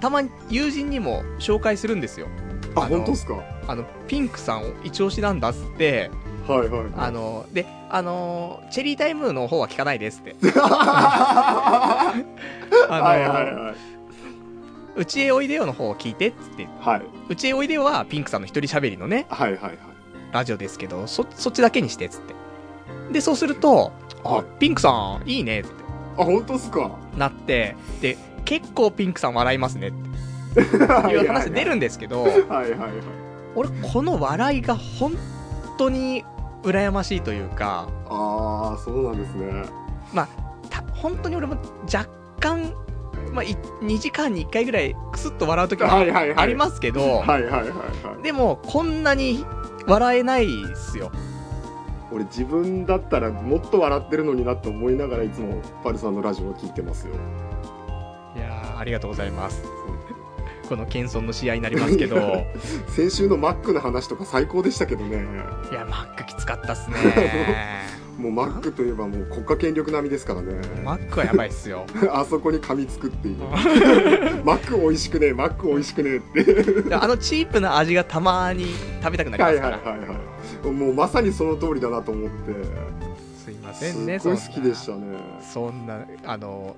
Speaker 2: たまに友人にも紹介するんですよ
Speaker 3: す。
Speaker 2: あ
Speaker 3: あ、
Speaker 2: の
Speaker 3: 本当ですか。は
Speaker 2: あのピンクさんを一押しなんだっつって
Speaker 3: いはいはい。
Speaker 2: あのであのチェリータイムの方は聞かないですって
Speaker 3: [LAUGHS]
Speaker 2: あの、
Speaker 3: はいはいはい。
Speaker 2: うちへおいでよの方を聞いてっつって
Speaker 3: はい。
Speaker 2: うちへおいでよはピンクさんの一人喋りのね
Speaker 3: はいはいはい。
Speaker 2: ラジオですけど、そ、そっちだけにして、つって。で、そうすると、
Speaker 3: は
Speaker 2: あ
Speaker 3: い、
Speaker 2: ピンクさん、いいね、つって
Speaker 3: あ、本当ですか。
Speaker 2: なって、で、結構ピンクさん笑いますね、って
Speaker 3: い
Speaker 2: いう話出るんですけど、
Speaker 3: はいはいはい。
Speaker 2: 俺、この笑いが本当に羨ましいというか、
Speaker 3: ああ、そうなんですね。
Speaker 2: た本当に俺も若干、まあ、い2時間に1回ぐらいクスッと笑う時
Speaker 3: は
Speaker 2: はい
Speaker 3: はいはい。
Speaker 2: ありますすけど、
Speaker 3: はいはいはいはい。
Speaker 2: でも、こんなに笑えないっすよ。
Speaker 3: 俺自分だったらもっと笑ってるのになって思いながらいつもパルさんのラジオを聞いてますよ。
Speaker 2: いやーありがとうございます。この謙遜の試合になりますけ
Speaker 3: [LAUGHS]
Speaker 2: ど。
Speaker 3: 先週のマックの話とか最高でしたけどね。
Speaker 2: いや、マックきつかったっすね。
Speaker 3: もうマックといえばもう国家権力並みですからね。
Speaker 2: マックはやばいっすよ。
Speaker 3: あそこに噛みつ
Speaker 2: [LAUGHS]
Speaker 3: くっていう。マック美味しくねえ、マック美味しくねえって。
Speaker 2: であのチープな味がたまに食べたくなりま
Speaker 3: はい
Speaker 2: す
Speaker 3: は
Speaker 2: か
Speaker 3: い
Speaker 2: ら。
Speaker 3: はいはい。もうまさにその通りだなと思って。
Speaker 2: すいますせ
Speaker 3: っ
Speaker 2: ん
Speaker 3: ごい
Speaker 2: ね。
Speaker 3: 好
Speaker 2: そんな
Speaker 3: きでしたね。
Speaker 2: そんな、あの、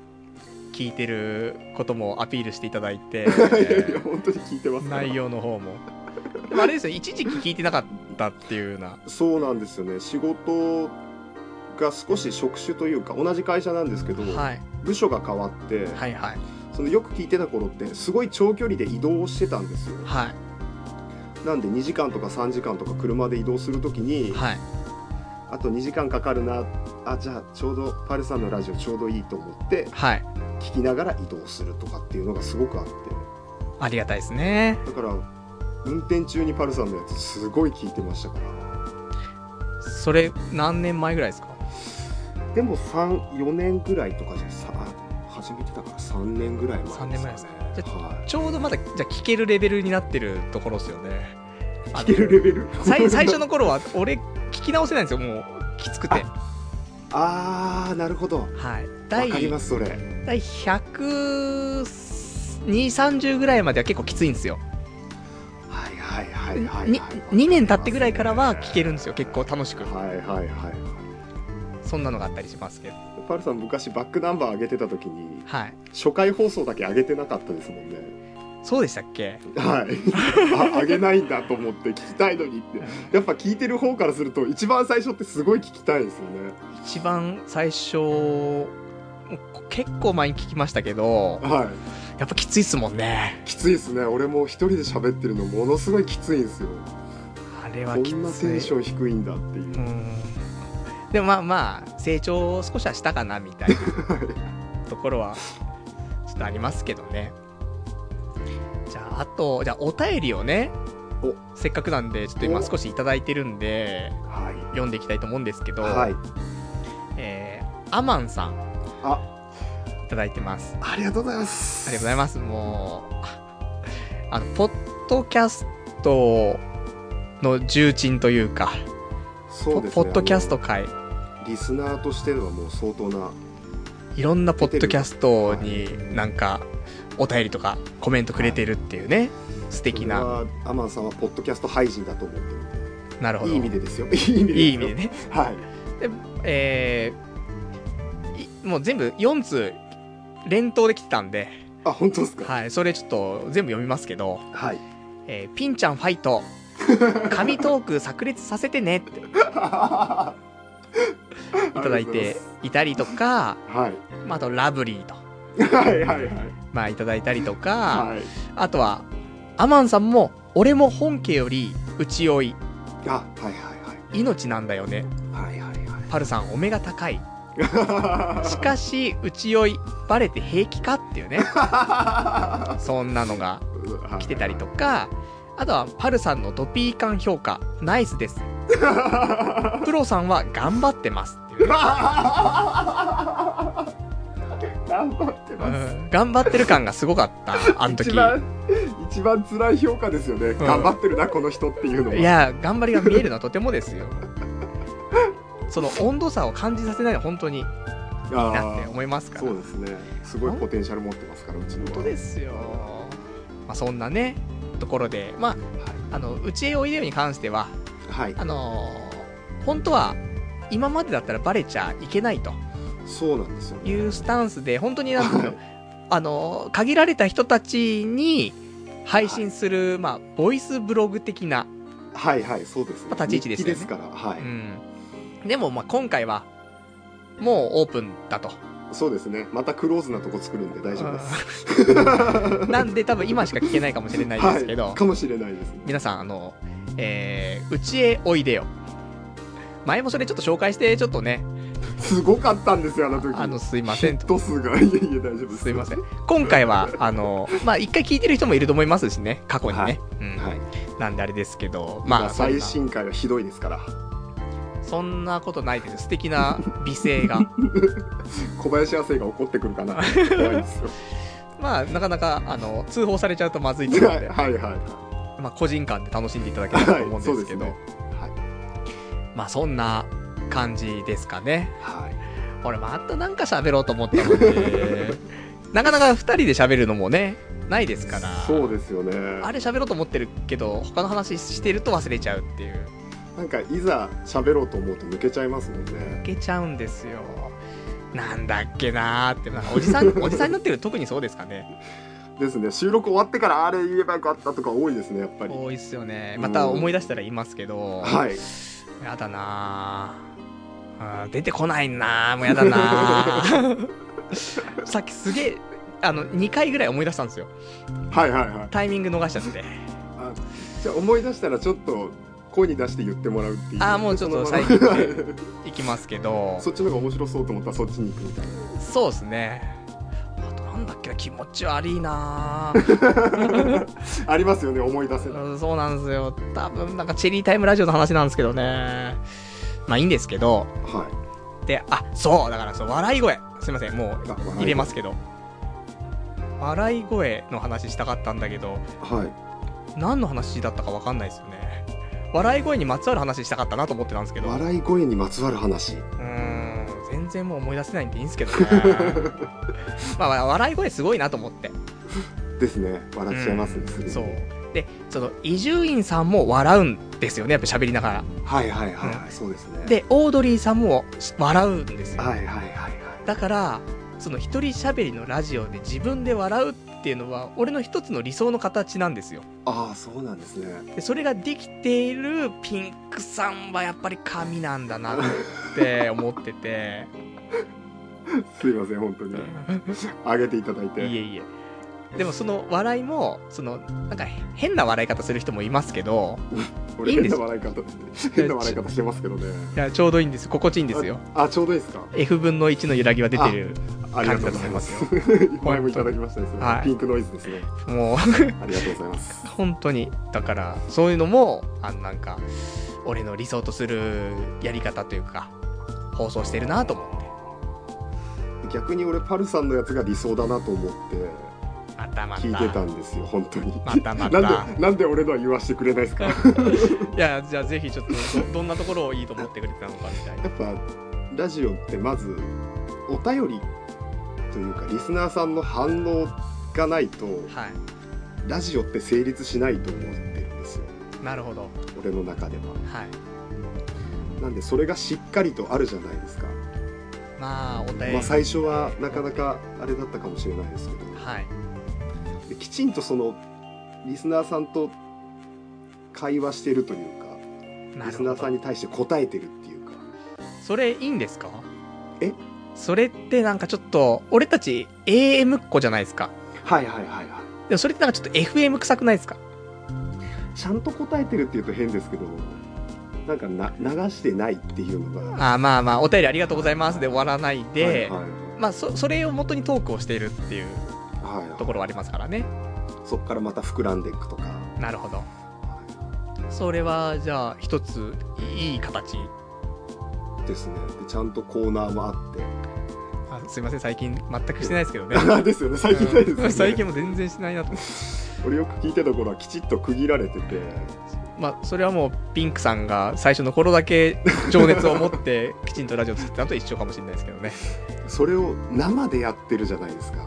Speaker 2: 聞いてることもアピールしていただいて、
Speaker 3: いやいや、本当に聞いてますから
Speaker 2: 内容の方も。でもあれですよ、一時期聞いてなかったっていうような。
Speaker 3: そうなんですよね。仕事が少し職種というか、同じ会社なんですけど、
Speaker 2: はい、
Speaker 3: 部署が変わって、
Speaker 2: はい、はい。
Speaker 3: そそのよく聞いてた頃ってすごい長距離で移動をしてたんですよ
Speaker 2: は
Speaker 3: なんで2時間とか3時間とか車で移動する時
Speaker 2: い
Speaker 3: に
Speaker 2: はい
Speaker 3: あと2時間かかるなあじゃあちょうどパルさんのラジオちょうどいいと思って
Speaker 2: はい
Speaker 3: 聞きながら移動するとかっていうのがすごくあって
Speaker 2: ありがたいですね
Speaker 3: だから運転中にパルさんのやつすごい聞いてましたから
Speaker 2: それ何年前ぐらいですか
Speaker 3: でも34年ぐらいとかじゃさ始めてたから3年ぐらい前
Speaker 2: 3年前ですねじゃあ
Speaker 3: は
Speaker 2: ちょうどまだじゃあ聞けるレベルになってるところですよね
Speaker 3: い聞けるレベル
Speaker 2: あの最最初の頃は俺聞き直せないんですよもうきつくては
Speaker 3: [LAUGHS] ああなるほどわ
Speaker 2: い
Speaker 3: か
Speaker 2: 第
Speaker 3: りますそれ
Speaker 2: 第12030ぐらいまでは結構きついんですよ
Speaker 3: はいはいはいはい
Speaker 2: に
Speaker 3: はい
Speaker 2: 2年経ってぐらいからは聞けるんですよ結構楽しく
Speaker 3: はいはいはい
Speaker 2: そんなのがあったりしますけど
Speaker 3: パルさん昔バックナンバー上げてた時に
Speaker 2: はい
Speaker 3: 初回放送だけ上げてなかったですもんね
Speaker 2: そうでしたっけ
Speaker 3: は
Speaker 2: [LAUGHS]
Speaker 3: いあ上げないんだと思って聞きたいのにってやっぱ聞いてる方からすると一番最初ってすごい聞きたいですよね
Speaker 2: 一番最初もう結構前に聞きましたけど
Speaker 3: は
Speaker 2: やっぱきついっすもんね
Speaker 3: いきついですね俺も一人で喋ってるのものすごいきついんですよ
Speaker 2: あれ
Speaker 3: こ
Speaker 2: はき
Speaker 3: んな
Speaker 2: つ
Speaker 3: テン
Speaker 2: い
Speaker 3: ション低いんだっていう、
Speaker 2: うんでもまあまあ成長を少しはしたかなみたいなところはちょっとありますけどねじゃああとじゃあお便りをね
Speaker 3: お
Speaker 2: せっかくなんでちょっと今少し頂いただいてるんで
Speaker 3: は
Speaker 2: 読んでいきたいと思うんですけ
Speaker 3: い
Speaker 2: ど、
Speaker 3: はい
Speaker 2: えーアマンさん
Speaker 3: あ
Speaker 2: いただいてます
Speaker 3: ありがとうございます
Speaker 2: ありがとうございますもうああのポッドキャストの重鎮というか
Speaker 3: そうです
Speaker 2: ポ
Speaker 3: ね
Speaker 2: ッドキャスト界
Speaker 3: あのリスナーとしてはもう相当ない
Speaker 2: ろんなポッドキャストになんかお便りとかコメントくれてるっていうね素敵
Speaker 3: そ
Speaker 2: な
Speaker 3: れはアマンさんはポッドキャスト廃人だと思ってるんで
Speaker 2: なるほど
Speaker 3: いい意味でですよいい意味で
Speaker 2: いい意味で
Speaker 3: ね
Speaker 2: ね
Speaker 3: はい
Speaker 2: えーいもう全部4通連投で来てたんで、
Speaker 3: あ本当ですか
Speaker 2: はい、それちょっと全部読みますけど、
Speaker 3: はい
Speaker 2: えーピンちゃんファイト神トーク炸裂させてねっていただいていたりとか、
Speaker 3: はい
Speaker 2: まあ、あとラブリーと、
Speaker 3: はいはいはい
Speaker 2: まあ、いただいたりとか、
Speaker 3: はい
Speaker 2: あとはアマンさんも俺も本家より内追い
Speaker 3: あはいはい
Speaker 2: 命なんだよね
Speaker 3: はいはいはいは
Speaker 2: パルさんお目が高い
Speaker 3: い
Speaker 2: しかし内追いバレて平気かっていう
Speaker 3: [LAUGHS]
Speaker 2: ねそんなのが [LAUGHS] 来てた
Speaker 3: [LAUGHS]
Speaker 2: りとかあとはパルさんのドピー感評価ナイス
Speaker 3: [LAUGHS]
Speaker 2: ですプロさんは頑張って
Speaker 3: [LAUGHS]
Speaker 2: ますっていうね、
Speaker 3: 頑張ってます
Speaker 2: うん頑張ってる感がすごかったあの時
Speaker 3: 一
Speaker 2: い
Speaker 3: 番一番辛い評価ですよね、頑張ってるなこの人っていうのは
Speaker 2: や頑張りが見えるのはとてもですよその温度差を感じさせないのは本当にいいなって
Speaker 3: あ
Speaker 2: 思います
Speaker 3: ー
Speaker 2: から
Speaker 3: そうですねすごいポテンシャル持ってますからうちのは
Speaker 2: 本当ですよ、まあ、そんなねところでまああのうちへおいでよに関しては
Speaker 3: はい、は
Speaker 2: あのー本当は今までだったらバレちゃいけないと
Speaker 3: い、そうなんですよね
Speaker 2: いうスタンスで本当になんていうの
Speaker 3: は [LAUGHS] い
Speaker 2: あのー限られた人たちに配信する、まあ、ボイスブログ的な、
Speaker 3: はいはいそうです、ね
Speaker 2: まあ立ち位置ですよね
Speaker 3: 日記からは
Speaker 2: う
Speaker 3: い、
Speaker 2: ん、でもまあ今回はもうオープンだと
Speaker 3: そうですねまたクローズなとこ作るんで大丈夫です
Speaker 2: うん [LAUGHS] なんで多分今しか聞けないかもしれないですけど、
Speaker 3: はい、かもしれないですね
Speaker 2: 皆さん、あの、えー、うちへおいでよ。前もそれちょっと紹介して、ちょっとね、
Speaker 3: すごかったんですよあの時
Speaker 2: あの、すいません
Speaker 3: ヒッ
Speaker 2: と。
Speaker 3: ト数がいえいえ大丈夫です
Speaker 2: すいません。今回は、あの、まあ、一回聞いてる人もいると思いますしね、過去にね。
Speaker 3: はい
Speaker 2: うん、
Speaker 3: はい
Speaker 2: なんであれですけど、
Speaker 3: ま
Speaker 2: ま
Speaker 3: あ
Speaker 2: あ、
Speaker 3: 最新回はひどいですから
Speaker 2: そんなそんなことないですよ。素敵な美声が。
Speaker 3: [LAUGHS] 小林亜生が怒ってく
Speaker 2: [LAUGHS]
Speaker 3: るかな怖いですよ
Speaker 2: まあ、なかなか、あの、通報されちゃうとまずいと思う
Speaker 3: は
Speaker 2: の
Speaker 3: い
Speaker 2: で、
Speaker 3: はいはい
Speaker 2: まあ、個人間で楽しんでいただければと思う
Speaker 3: は
Speaker 2: ん
Speaker 3: いそ
Speaker 2: で
Speaker 3: う
Speaker 2: すけ
Speaker 3: です
Speaker 2: ど、
Speaker 3: ねはい
Speaker 2: まあ、そんな感じですかね。
Speaker 3: はい
Speaker 2: 俺またなんか喋ろうと思ったのに
Speaker 3: [LAUGHS]
Speaker 2: なかなか2人で喋るのもねないですから
Speaker 3: そうですよね
Speaker 2: あれ喋ろうと思ってるけど他の話してると忘れちゃうっていう
Speaker 3: なんかいざ喋ろうと思うと抜けちゃいますもんね
Speaker 2: いけちゃうんですよなんだっけなーってなんかおじさん [LAUGHS] おじさんになってると特にそうですかね
Speaker 3: ですね収録終わってからあれ言えばよかったとか多いですねやっぱり
Speaker 2: 多いっすよねまた思い出したら言いますけど
Speaker 3: はい
Speaker 2: やだな [LAUGHS] ーあー出てこないなーもうやだなーさっきすげえあの2回ぐらい思い出したんですよ
Speaker 3: はいはいはい
Speaker 2: タイミング逃しちゃって
Speaker 3: あじゃあ思い出したらちょっと声に出して言ってもらうっていう
Speaker 2: あーもうちょっと
Speaker 3: そのまま
Speaker 2: 最近いきますけど [LAUGHS]
Speaker 3: [LAUGHS] そっちの方が面白そうと思ったらそっちに行くみたいな
Speaker 2: そうですねあとなんだっけな気持ち悪いなぁ
Speaker 3: ありますよね思い出せない、
Speaker 2: うんそうなんですよ多分なんかチェリータイムラジオの話なんですけどねまあいいんですけど
Speaker 3: は
Speaker 2: であそうだからそう笑い声すいませんも
Speaker 3: いあ
Speaker 2: う入れますけど笑い声の話したかったんだけど
Speaker 3: は
Speaker 2: 何の話だったかわかんないですよね笑い声にまつわる話したかったなと思ってたんですけ
Speaker 3: い
Speaker 2: どう
Speaker 3: 笑い声にまつわる話
Speaker 2: ーん全然もう思い出せないんでいいんですけ
Speaker 3: [LAUGHS]
Speaker 2: どねまあ笑い声すごいなと思って
Speaker 3: ですね笑っちゃいますね、すぐに
Speaker 2: そうでその伊集院さんも笑うんですよねやっぱ喋りなが
Speaker 3: はいはいはいはい、そうですね
Speaker 2: らでオードリーさんも笑うんですよ
Speaker 3: はいはいはいはい
Speaker 2: だからその一人喋りのラジオで自分で笑うっていうのは俺の一つの理想の形なんですよ
Speaker 3: ああそうなんですね
Speaker 2: でそれができているピンクさんはやっぱり神なんだなって思って
Speaker 3: [LAUGHS]
Speaker 2: て
Speaker 3: すいません本当に上げていただい
Speaker 2: いえ
Speaker 3: て
Speaker 2: いえでもその笑いもそのなんか変な笑い方する人もいますけど
Speaker 3: 俺
Speaker 2: いいんで
Speaker 3: 変
Speaker 2: す
Speaker 3: な笑い方変な笑い方してますけどね
Speaker 2: いやちょうどいいんです心地いいんですよ
Speaker 3: あちょうどいいですか
Speaker 2: F 分の1の揺らぎは出てる
Speaker 3: ありがとうございます
Speaker 2: 感
Speaker 3: 前もいただきましたですね、
Speaker 2: はい
Speaker 3: ピンクノイズですね
Speaker 2: もう
Speaker 3: ありがとうございます
Speaker 2: 本当にだからそういうのもあなんか俺の理想とするやり方というか放送してるなと思って
Speaker 3: 逆に俺パルさんのやつが理想だなと思って
Speaker 2: またまた
Speaker 3: 聞いてたんですよ本当に
Speaker 2: またまた
Speaker 3: なんでなんで俺のは言わせてくれないですか
Speaker 2: [LAUGHS] い
Speaker 3: や
Speaker 2: やじゃあぜひちょっとどどんなところをいいと思ってくれてたのかみたいな
Speaker 3: っぱラジオってまずお便りというかリスナーさんの反応がないと
Speaker 2: はい
Speaker 3: ラジオって成立しないと思ってるんですよ
Speaker 2: なるほど
Speaker 3: 俺の中では
Speaker 2: はい
Speaker 3: なんでそれがしっかりとあるじゃないですか、
Speaker 2: まあお便り、
Speaker 3: まあ、最初はなかなかあれだったかもしれないですけど
Speaker 2: はい
Speaker 3: できちんとそのリスナーさんと会話してるというか
Speaker 2: な
Speaker 3: リ
Speaker 2: る
Speaker 3: スナ
Speaker 2: ほ
Speaker 3: ーさん
Speaker 2: ど
Speaker 3: に対して答えてるっていうか
Speaker 2: それいいんですか
Speaker 3: え
Speaker 2: それってなんかちょっと俺たち AM っ子じゃないですか
Speaker 3: はいはいはいはい
Speaker 2: でもそれってなんかちょっと FM 臭くないですか
Speaker 3: ちゃんと答えてるっていうと変ですけどなんかな流してないっていうのが
Speaker 2: あーまあまあお便りありがとうございますで終わらないで、
Speaker 3: はいはい
Speaker 2: まあ、そそれを元にトークをしているっていう
Speaker 3: はいはい
Speaker 2: ところはありますからね
Speaker 3: そっからまた膨らんでいくとか、
Speaker 2: なるほど
Speaker 3: は
Speaker 2: それはじゃあ一ついい形
Speaker 3: いですねでちゃんとコーナーもあって
Speaker 2: あすいません最近全くしてないですけど
Speaker 3: [LAUGHS]
Speaker 2: ね
Speaker 3: ですよね最近ないですよね、
Speaker 2: うん [LAUGHS] 最近も全然しないなと思って
Speaker 3: 俺よく聞いてた頃はきちっと区切られてて
Speaker 2: まあそれはもうピンクさんが最初の頃だけ情熱を持
Speaker 3: [LAUGHS]
Speaker 2: ってきちんとラジオ作ってたのと一緒かもしれないですけどね
Speaker 3: それを生でやってるじゃないですか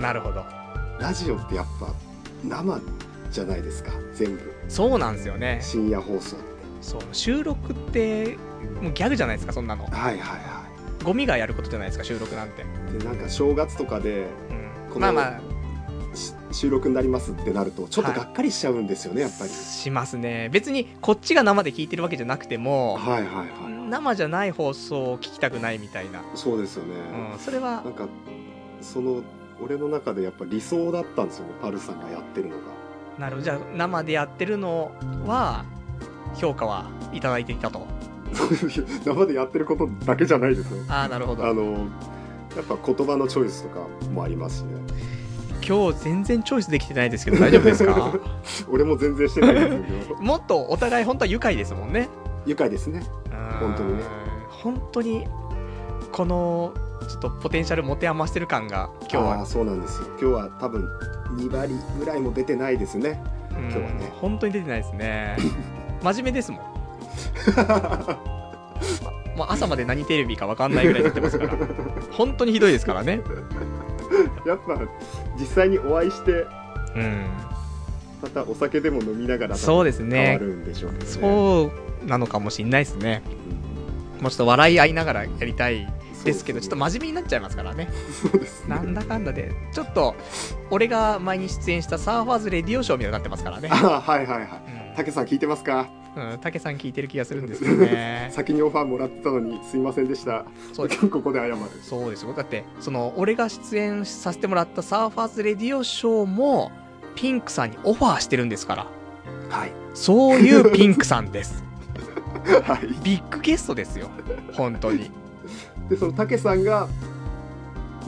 Speaker 2: なるほど
Speaker 3: ラジオってやっぱ生じゃないですか全部
Speaker 2: そうなんですよね
Speaker 3: 深夜放送って
Speaker 2: そう収録ってもうギャグじゃないですかそんなの
Speaker 3: はいはいは
Speaker 2: ゴミがやることじゃないですか収録なんて、
Speaker 3: いでなんか正月とかで
Speaker 2: う
Speaker 3: この
Speaker 2: ん、まあまあ
Speaker 3: し収録になりますってなるとちょっとがっかりしちゃうんですよね、やっぱり
Speaker 2: しますね別にこっちが生で聞いてるわけじゃなくても
Speaker 3: はいはいはい
Speaker 2: 生じゃない放送を聞きたくないみたいな、
Speaker 3: そうですよね、
Speaker 2: うん、それは
Speaker 3: なんかその俺の中でやっぱ理想だったんですよねパルさんがやってるのが [LAUGHS]
Speaker 2: なるほどじゃあ生でやってるのは評価はいただいていたと
Speaker 3: 生でやってることだけじゃないですよ
Speaker 2: ああなるほど
Speaker 3: あのやっぱ言葉のチョイスとかもありますしね
Speaker 2: 今日全然チョイスできてないですけど大丈夫です
Speaker 3: [LAUGHS]
Speaker 2: か
Speaker 3: 俺も全然してないですけど
Speaker 2: もっとお互い本当は愉快ですもんね
Speaker 3: 愉快ですね
Speaker 2: 本
Speaker 3: 当にね
Speaker 2: 本当にこのちょっとポテンシャル持て余してる感が今日
Speaker 3: あー
Speaker 2: は
Speaker 3: そうなんですよ今日は多分2割ぐらいも出てないですね
Speaker 2: 今
Speaker 3: 日はね
Speaker 2: 本当に出てないです [LAUGHS] ね真面目ですもん [LAUGHS] もう朝まで何テレビか分かんないぐらいやってますから本当にひどいですからね
Speaker 3: やっぱ実際にお会いして
Speaker 2: うん
Speaker 3: またお酒でも飲みながら
Speaker 2: そうです
Speaker 3: 変
Speaker 2: ね
Speaker 3: わるんでしょうけどね
Speaker 2: そうなのかもしんないですね
Speaker 3: うん
Speaker 2: もうちょっと笑い合いながらやりたい
Speaker 3: そう
Speaker 2: ですけどちょっと真面目になっちゃいますからね
Speaker 3: そうですね
Speaker 2: なんだかんだでちょっと俺が前に出演したサーファーズレディオショーみたいになってますからね
Speaker 3: あ、ーはいはいはい
Speaker 2: うん
Speaker 3: たけさん聞いてますか
Speaker 2: うん、竹さん聞いてる気がするんですよ [LAUGHS] ね。
Speaker 3: 先にオファーもらってたのにすいませんでした
Speaker 2: そうです
Speaker 3: ここで謝る
Speaker 2: そうですよ。だって、その、俺が出演させてもらったサーファーズレディオショーも、ピンクさんにオファーしてるんですから。
Speaker 3: はい
Speaker 2: そういうピンクさんです。
Speaker 3: はい
Speaker 2: ビッグゲストですよ。本当に。
Speaker 3: でその武さんが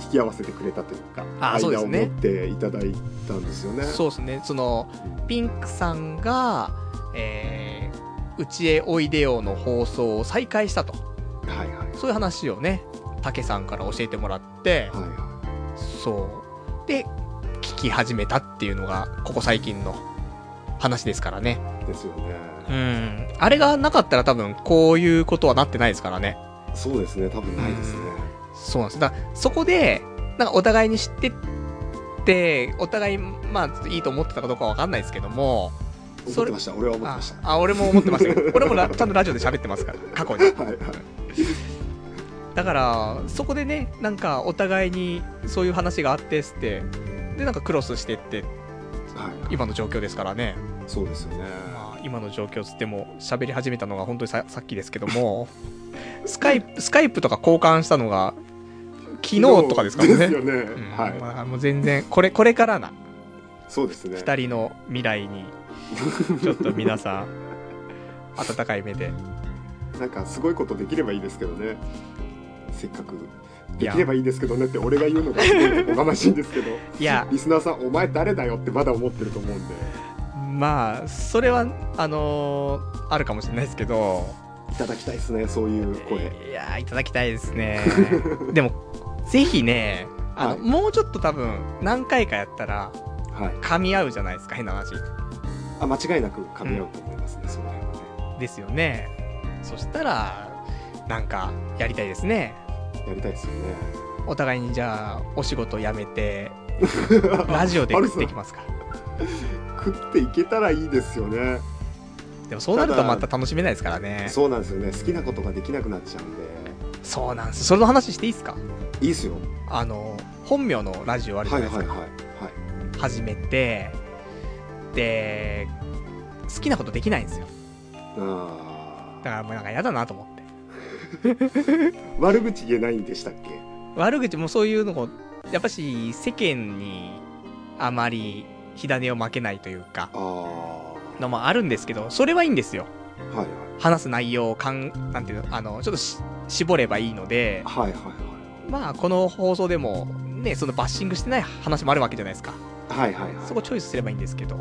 Speaker 3: 引き合わせてくれたというか
Speaker 2: あそうで
Speaker 3: 間
Speaker 2: す
Speaker 3: を
Speaker 2: ね
Speaker 3: 持っていただいたんですよね
Speaker 2: そうですね。その、ピンクさんが、えー、うちへおいでよの放送を再開したと。
Speaker 3: はいはい
Speaker 2: そういう話をね、竹さんから教えてもらって、
Speaker 3: はいは
Speaker 2: そう。で、聞き始めたっていうのが、ここ最近の話ですからね。
Speaker 3: いですよね
Speaker 2: うん。あれがなかったら多分、こういうことはなってないですからね。
Speaker 3: そうですね多分ないですね
Speaker 2: そうなんです。だからそこで、なんかお互いに知ってって、お互い、まあ、ちょっといいと思ってたかどうかはわかんないですけども、そ
Speaker 3: 思っ
Speaker 2: れ
Speaker 3: てました俺は思って
Speaker 2: あ
Speaker 3: ました
Speaker 2: あ、俺も思ってましたけど、俺もラちゃんとラジオで喋ってますから、過去に。
Speaker 3: はいはい
Speaker 2: だからそこでねなんかお互いにそういう話があってっつってでなんかクロスしてって
Speaker 3: はい
Speaker 2: 今の状況ですからね、
Speaker 3: そうですよね
Speaker 2: まあ、今の状況っつっても喋り始めたのが本当にささっきですけども [LAUGHS] スカイプスカイプとか交換したのが昨日とかですから
Speaker 3: です
Speaker 2: ね
Speaker 3: よね
Speaker 2: うん
Speaker 3: はい
Speaker 2: まあ、もう全然これこれからな
Speaker 3: そうですね
Speaker 2: 2人の未来にちょっと皆さん
Speaker 3: [LAUGHS]
Speaker 2: 温かい目で
Speaker 3: なんかすごいことできればいいですけどねせっかく
Speaker 2: い
Speaker 3: で
Speaker 2: や
Speaker 3: きればいいですけどねって俺が言うのがすごいおかましいんですけど
Speaker 2: いや
Speaker 3: リスナーさんお前誰だよってまだ思ってると思うんで
Speaker 2: まあそれはあのーあるかもしれないですけど
Speaker 3: いただきたいですねそういう声
Speaker 2: いやーいただきたいですねでもぜひねあの、
Speaker 3: はい
Speaker 2: もうちょっと多分何回かやったら
Speaker 3: はい
Speaker 2: 噛み合うじゃないですか変な話
Speaker 3: あ間違いなく噛み合うと思いますね、その辺はね
Speaker 2: ですよねそしたらなんかやりたいですね
Speaker 3: やりたいですよね
Speaker 2: お互いにじゃあお仕事辞め
Speaker 3: [LAUGHS]
Speaker 2: てラジオで
Speaker 3: ある
Speaker 2: 食ってきますか
Speaker 3: 食っていけたらいいですよね
Speaker 2: でもそうなると
Speaker 3: ただ
Speaker 2: また楽しめないですからねそ
Speaker 3: そうなんですよね好きなことができなくなっちゃうんで
Speaker 2: うなんですそれの話していいですか
Speaker 3: いいですよ
Speaker 2: あの本名のラジオあ
Speaker 3: は
Speaker 2: る
Speaker 3: い
Speaker 2: じゃ
Speaker 3: はい
Speaker 2: ないですか、
Speaker 3: はいはい
Speaker 2: 始めてで好きなことできないんですよ
Speaker 3: あ
Speaker 2: だからもうなんか嫌だなと思って
Speaker 3: ー悪口言えないんでしたっけ
Speaker 2: 悪口もそういうのもやっぱし世間にあまり火種を負けないというか
Speaker 3: ああは
Speaker 2: のもあるんですけどそれはいいんですよ
Speaker 3: いはい
Speaker 2: 話す内容をかんなんていうのあのちょっとし絞ればいいので
Speaker 3: はいはいはい
Speaker 2: まあこの放送でもねそのバッシングしてない話もあるわけじゃないですか
Speaker 3: はいはいはい
Speaker 2: そこチョイスすればいいんですけど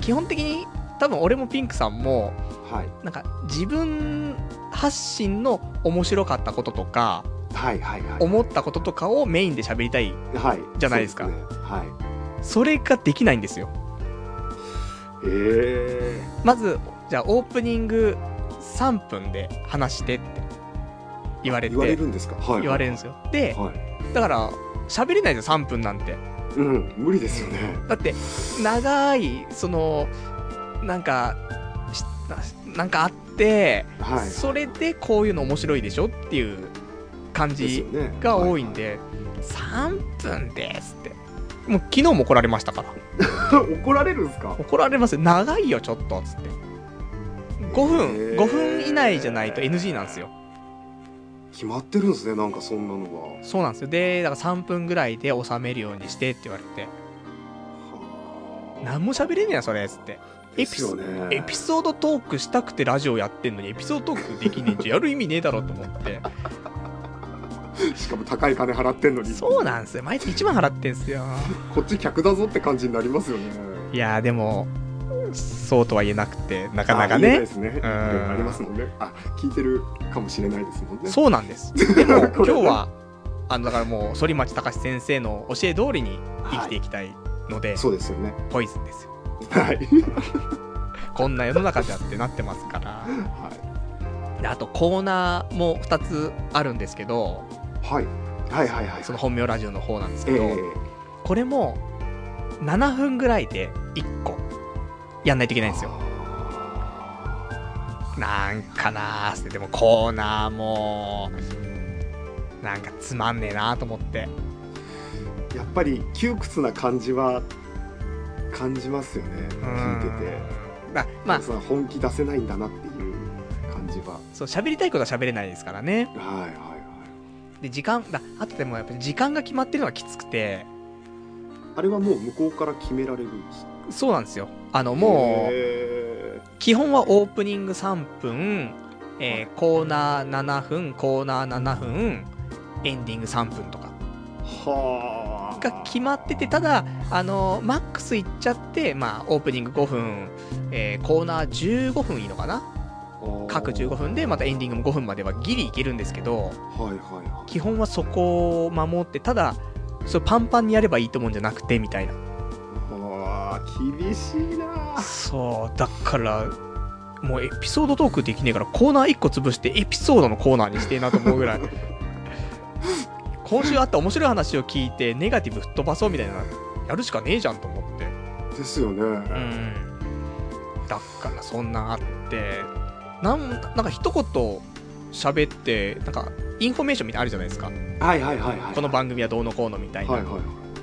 Speaker 2: 基本的に多分俺もピンクさんも
Speaker 3: はい
Speaker 2: なんか自分発信の面白かったこととか
Speaker 3: はいはいはい
Speaker 2: 思ったこととかをメインで喋りたい
Speaker 3: はい
Speaker 2: じゃないですか
Speaker 3: そうねはい
Speaker 2: それができないんですよ
Speaker 3: え
Speaker 2: まずじゃあオープニング3分で話してって言わ
Speaker 3: え
Speaker 2: れて
Speaker 3: 言われるんですかはい
Speaker 2: 言われるんですよで
Speaker 3: はい
Speaker 2: だから喋れないじゃん3分なんて
Speaker 3: うん無理ですよね
Speaker 2: だって長いそのなんかしななんかあって、
Speaker 3: はい
Speaker 2: それでこういうの面白いでしょっていう感じ
Speaker 3: ね
Speaker 2: が多いん
Speaker 3: は
Speaker 2: で3分ですってもう昨日も怒られましたから
Speaker 3: いはい [LAUGHS] 怒られるんですか
Speaker 2: 怒られますよ長いよちょっとつって5分、
Speaker 3: へー
Speaker 2: 5分以内じゃないと NG なんですよ
Speaker 3: 決まってるんですねなんかそんなのは
Speaker 2: そうなんですよでだから3分ぐらいで収めるようにしてって言われて
Speaker 3: はあ
Speaker 2: 何も喋れねえなそれっつってエピ
Speaker 3: ですよね
Speaker 2: エピソードトークしたくてラジオやってんのにエピソードトークできねえんじゃやる意味ねえだろと思って
Speaker 3: しかも高い金払ってんのに
Speaker 2: そうなんですよ毎月1万払ってんすよ
Speaker 3: こっち客だぞって感じになりますよね
Speaker 2: いやーでもそうとは言えなくてな
Speaker 3: な
Speaker 2: かなか
Speaker 3: 言えない
Speaker 2: ね
Speaker 3: ですね
Speaker 2: ん
Speaker 3: ありますもんねあ聞いてるかもしれないですもんね
Speaker 2: そうなんです。で [LAUGHS] も今
Speaker 3: こ
Speaker 2: 日
Speaker 3: れね
Speaker 2: はあのだからもう反町隆史先生の教え通りに生きていきたいので、
Speaker 3: そうですよね
Speaker 2: ポイズンですよ。
Speaker 3: はい
Speaker 2: こんな世の中じゃってなってますから。
Speaker 3: は
Speaker 2: であとコーナーも2つあるんですけど、
Speaker 3: いはいはいはいはい
Speaker 2: その本名ラジオの方なんです
Speaker 3: え
Speaker 2: けど、
Speaker 3: え
Speaker 2: これも7分ぐらいで1個やんないといけないんですよ。なんかなーってでもコーナーもなんかつまんねえなーと思って。
Speaker 3: やっぱり窮屈な感じは感じますよね聞いてて
Speaker 2: なまあ
Speaker 3: その本気出せないんだなっていう感じは
Speaker 2: そう喋りたいことは喋れないですからね
Speaker 3: はいはいはい
Speaker 2: で時間だあとでもやっぱり時間が決まってるのはきつくて
Speaker 3: あれはもう向こうから決められるんです
Speaker 2: そうなんですよあのもう
Speaker 3: へ
Speaker 2: 基本はオープニング3分、えーコーナー7分コーナー7分エンディング3分とか
Speaker 3: ーはあ
Speaker 2: が決まっててただあのマックスいっちゃって、まあ、オープニング5分、えーコーナー15分いいのかな各15分でまたエンディングも5分まではギリいけるんですけど
Speaker 3: はいはいはい
Speaker 2: 基本はそこを守ってただそれパンパンにやればいいと思うんじゃなくてみたいな
Speaker 3: あー厳しいなー
Speaker 2: そうだからもうエピソードトークできねえからコーナー1個潰してエピソードのコーナーにしてえなと思うぐらい [LAUGHS] 今週あった面白い話を聞いてネガティブ吹っ飛ばそうみたいなやるしかねえじゃんと思って
Speaker 3: ですよね、
Speaker 2: うんだからそんなんあってなんなんか一言喋ってなんかインフォメーションみたいなのあるじゃないですか
Speaker 3: はいはいはいはい
Speaker 2: この番組はどうのこうのみたいな、
Speaker 3: はいはい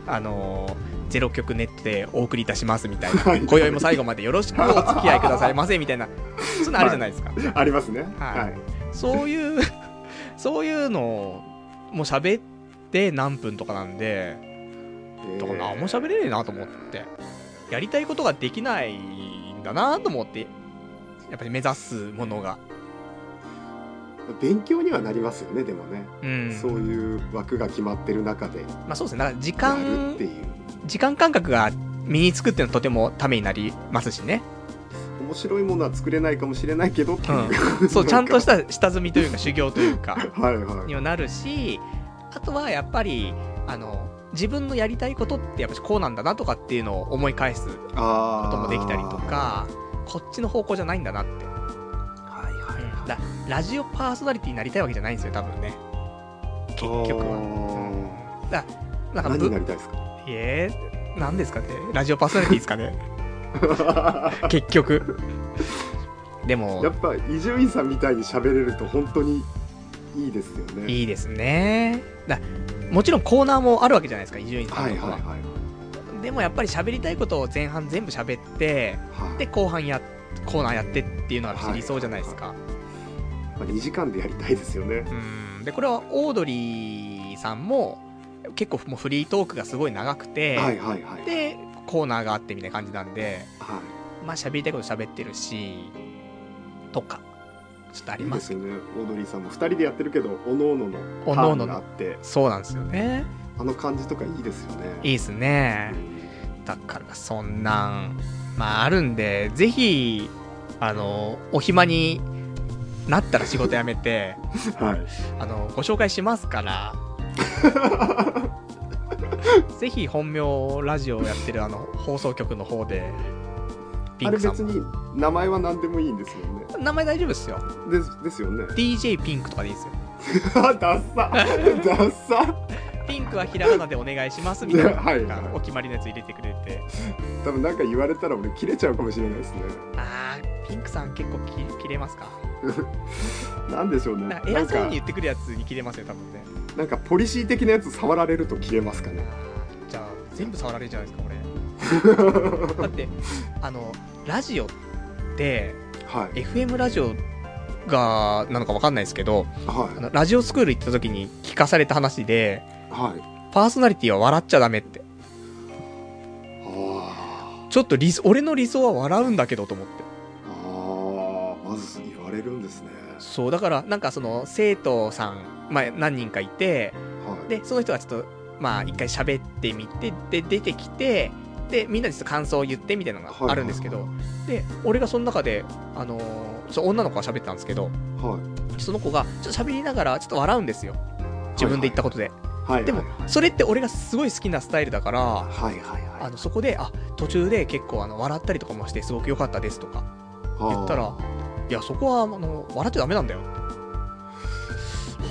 Speaker 2: あのーゼロ曲ネットでお送りいたしますみたいな
Speaker 3: はい
Speaker 2: 今宵も最後までよろしくお付き合いくださいませみたいなそんなのあるじゃないですか、
Speaker 3: ありますね
Speaker 2: はい
Speaker 3: はい
Speaker 2: そういうそういうのをもう喋って何分とかなんで
Speaker 3: え
Speaker 2: だ
Speaker 3: ー
Speaker 2: から何も喋れねえなと思ってやりたいことができないんだなと思ってやっぱり目指すものが
Speaker 3: 勉強にはなりますよねでもね、
Speaker 2: うん
Speaker 3: そういう枠が決まってる中でや
Speaker 2: まあそうですねだから時
Speaker 3: る
Speaker 2: 間
Speaker 3: っていう
Speaker 2: 時間感覚が身につくっていうのはとてもためになりますしね
Speaker 3: 面白いものは作れないかもしれないけどっていう、 [LAUGHS]
Speaker 2: そうちゃんとしたた下積みというか修行というか
Speaker 3: はいはい
Speaker 2: にはなるしあとはやっぱりあの自分のやりたいことってやっぱこうなんだなとかっていうのを思い返すこ
Speaker 3: あー
Speaker 2: ともできたりとかこっちの方向じゃないんだなって、
Speaker 3: はいはいはい
Speaker 2: だラジオパーソナリティになりたいわけじゃないんですよ多分ね結局は
Speaker 3: は
Speaker 2: なんか
Speaker 3: 何
Speaker 2: ぶ
Speaker 3: になりた
Speaker 2: [LAUGHS]
Speaker 3: いですか
Speaker 2: えー、何ですかねラジオパーソナリティですかね
Speaker 3: [LAUGHS]
Speaker 2: 結局でも
Speaker 3: やっぱ伊集院さんみたいに喋れると本当にいいですよね
Speaker 2: いいですねだもちろんコーナーもあるわけじゃないですか伊集院さ
Speaker 3: は
Speaker 2: ん
Speaker 3: い
Speaker 2: と
Speaker 3: はい
Speaker 2: か
Speaker 3: はいはい
Speaker 2: でもやっぱり喋りたいことを前半全部喋って
Speaker 3: はい
Speaker 2: で後半やコーナーやってっていうのは理想じゃないですか、
Speaker 3: まあ2時間でやりたいですよね
Speaker 2: うんでこれはオードリーさんも結構もうフリートークがすごい長くて、
Speaker 3: はいはいはいはい
Speaker 2: でコーナーがあってみたいな感じなんでまあ喋りたいこと喋ってるしとかちょっとあり
Speaker 3: いい
Speaker 2: ま
Speaker 3: ですすよねオードリーさんも2人でやってるけどおのおののタ
Speaker 2: おのお
Speaker 3: ーン
Speaker 2: のの
Speaker 3: があって
Speaker 2: そうなんですよね
Speaker 3: あの感じとかいいですよね
Speaker 2: いいですねだからそんなんまああるんでぜひあのお暇になったら仕事辞めて
Speaker 3: はい
Speaker 2: あのご紹介しますから
Speaker 3: [LAUGHS]
Speaker 2: ぜひ本名ラジオをやってるあの放送局の方でピ
Speaker 3: あ
Speaker 2: ン
Speaker 3: れ
Speaker 2: クさん
Speaker 3: 別
Speaker 2: も
Speaker 3: に名前は何でもいいんですよね
Speaker 2: 名前大丈夫ですよ
Speaker 3: ですですよね
Speaker 2: DJ ピンクとかでいいですよ
Speaker 3: あ [LAUGHS] ダッサ [LAUGHS] ダッサ
Speaker 2: ピンクはひらがなでお願いしますみたいな
Speaker 3: [LAUGHS] はい
Speaker 2: なんかお決まりのやつ入れてくれて
Speaker 3: 多分なんか言われたら俺切れちゃうかもしれないですね
Speaker 2: あーピンクさん結構き切れますか
Speaker 3: なんでしょうね
Speaker 2: なんか
Speaker 3: な
Speaker 2: 偉
Speaker 3: ん
Speaker 2: そう
Speaker 3: か
Speaker 2: に言ってくるやつに切れますよ多分ね
Speaker 3: なんかポリシー的なやつ触られると切れますかね
Speaker 2: じゃあ全部触られるじゃないですか
Speaker 3: [LAUGHS]
Speaker 2: 俺だってあのラジオって
Speaker 3: はい
Speaker 2: FM ラジオがなのか分かんないですけど
Speaker 3: は
Speaker 2: あのラジオスクール行った時に聞かされた話で
Speaker 3: いはい
Speaker 2: パーソナリティは笑っちゃダメって
Speaker 3: あ
Speaker 2: ちょっと理想俺の理想は笑うんだけどと思って
Speaker 3: ーあーまず言われるんですね
Speaker 2: そうだからなんかその生徒さん、まあ、何人かいて
Speaker 3: はい
Speaker 2: でその人がちょっとまあ一回喋ってみてで出てきてでみんなでちょっと感想を言ってみたいなのがあるんですけど、
Speaker 3: はいは
Speaker 2: で俺がその中で、あのーそう女の子が喋ってたんですけど
Speaker 3: はい
Speaker 2: その子がちょっと喋りながらちょっと笑うんですよ自分で言ったことで、
Speaker 3: はい
Speaker 2: でも
Speaker 3: はい
Speaker 2: それって俺がすごい好きなスタイルだから
Speaker 3: はいはいはい
Speaker 2: あのそこであ途中で結構あの笑ったりとかもしてすごく良かったですとか言ったら
Speaker 3: あー
Speaker 2: いやそこはあの笑っちゃダメなんだよって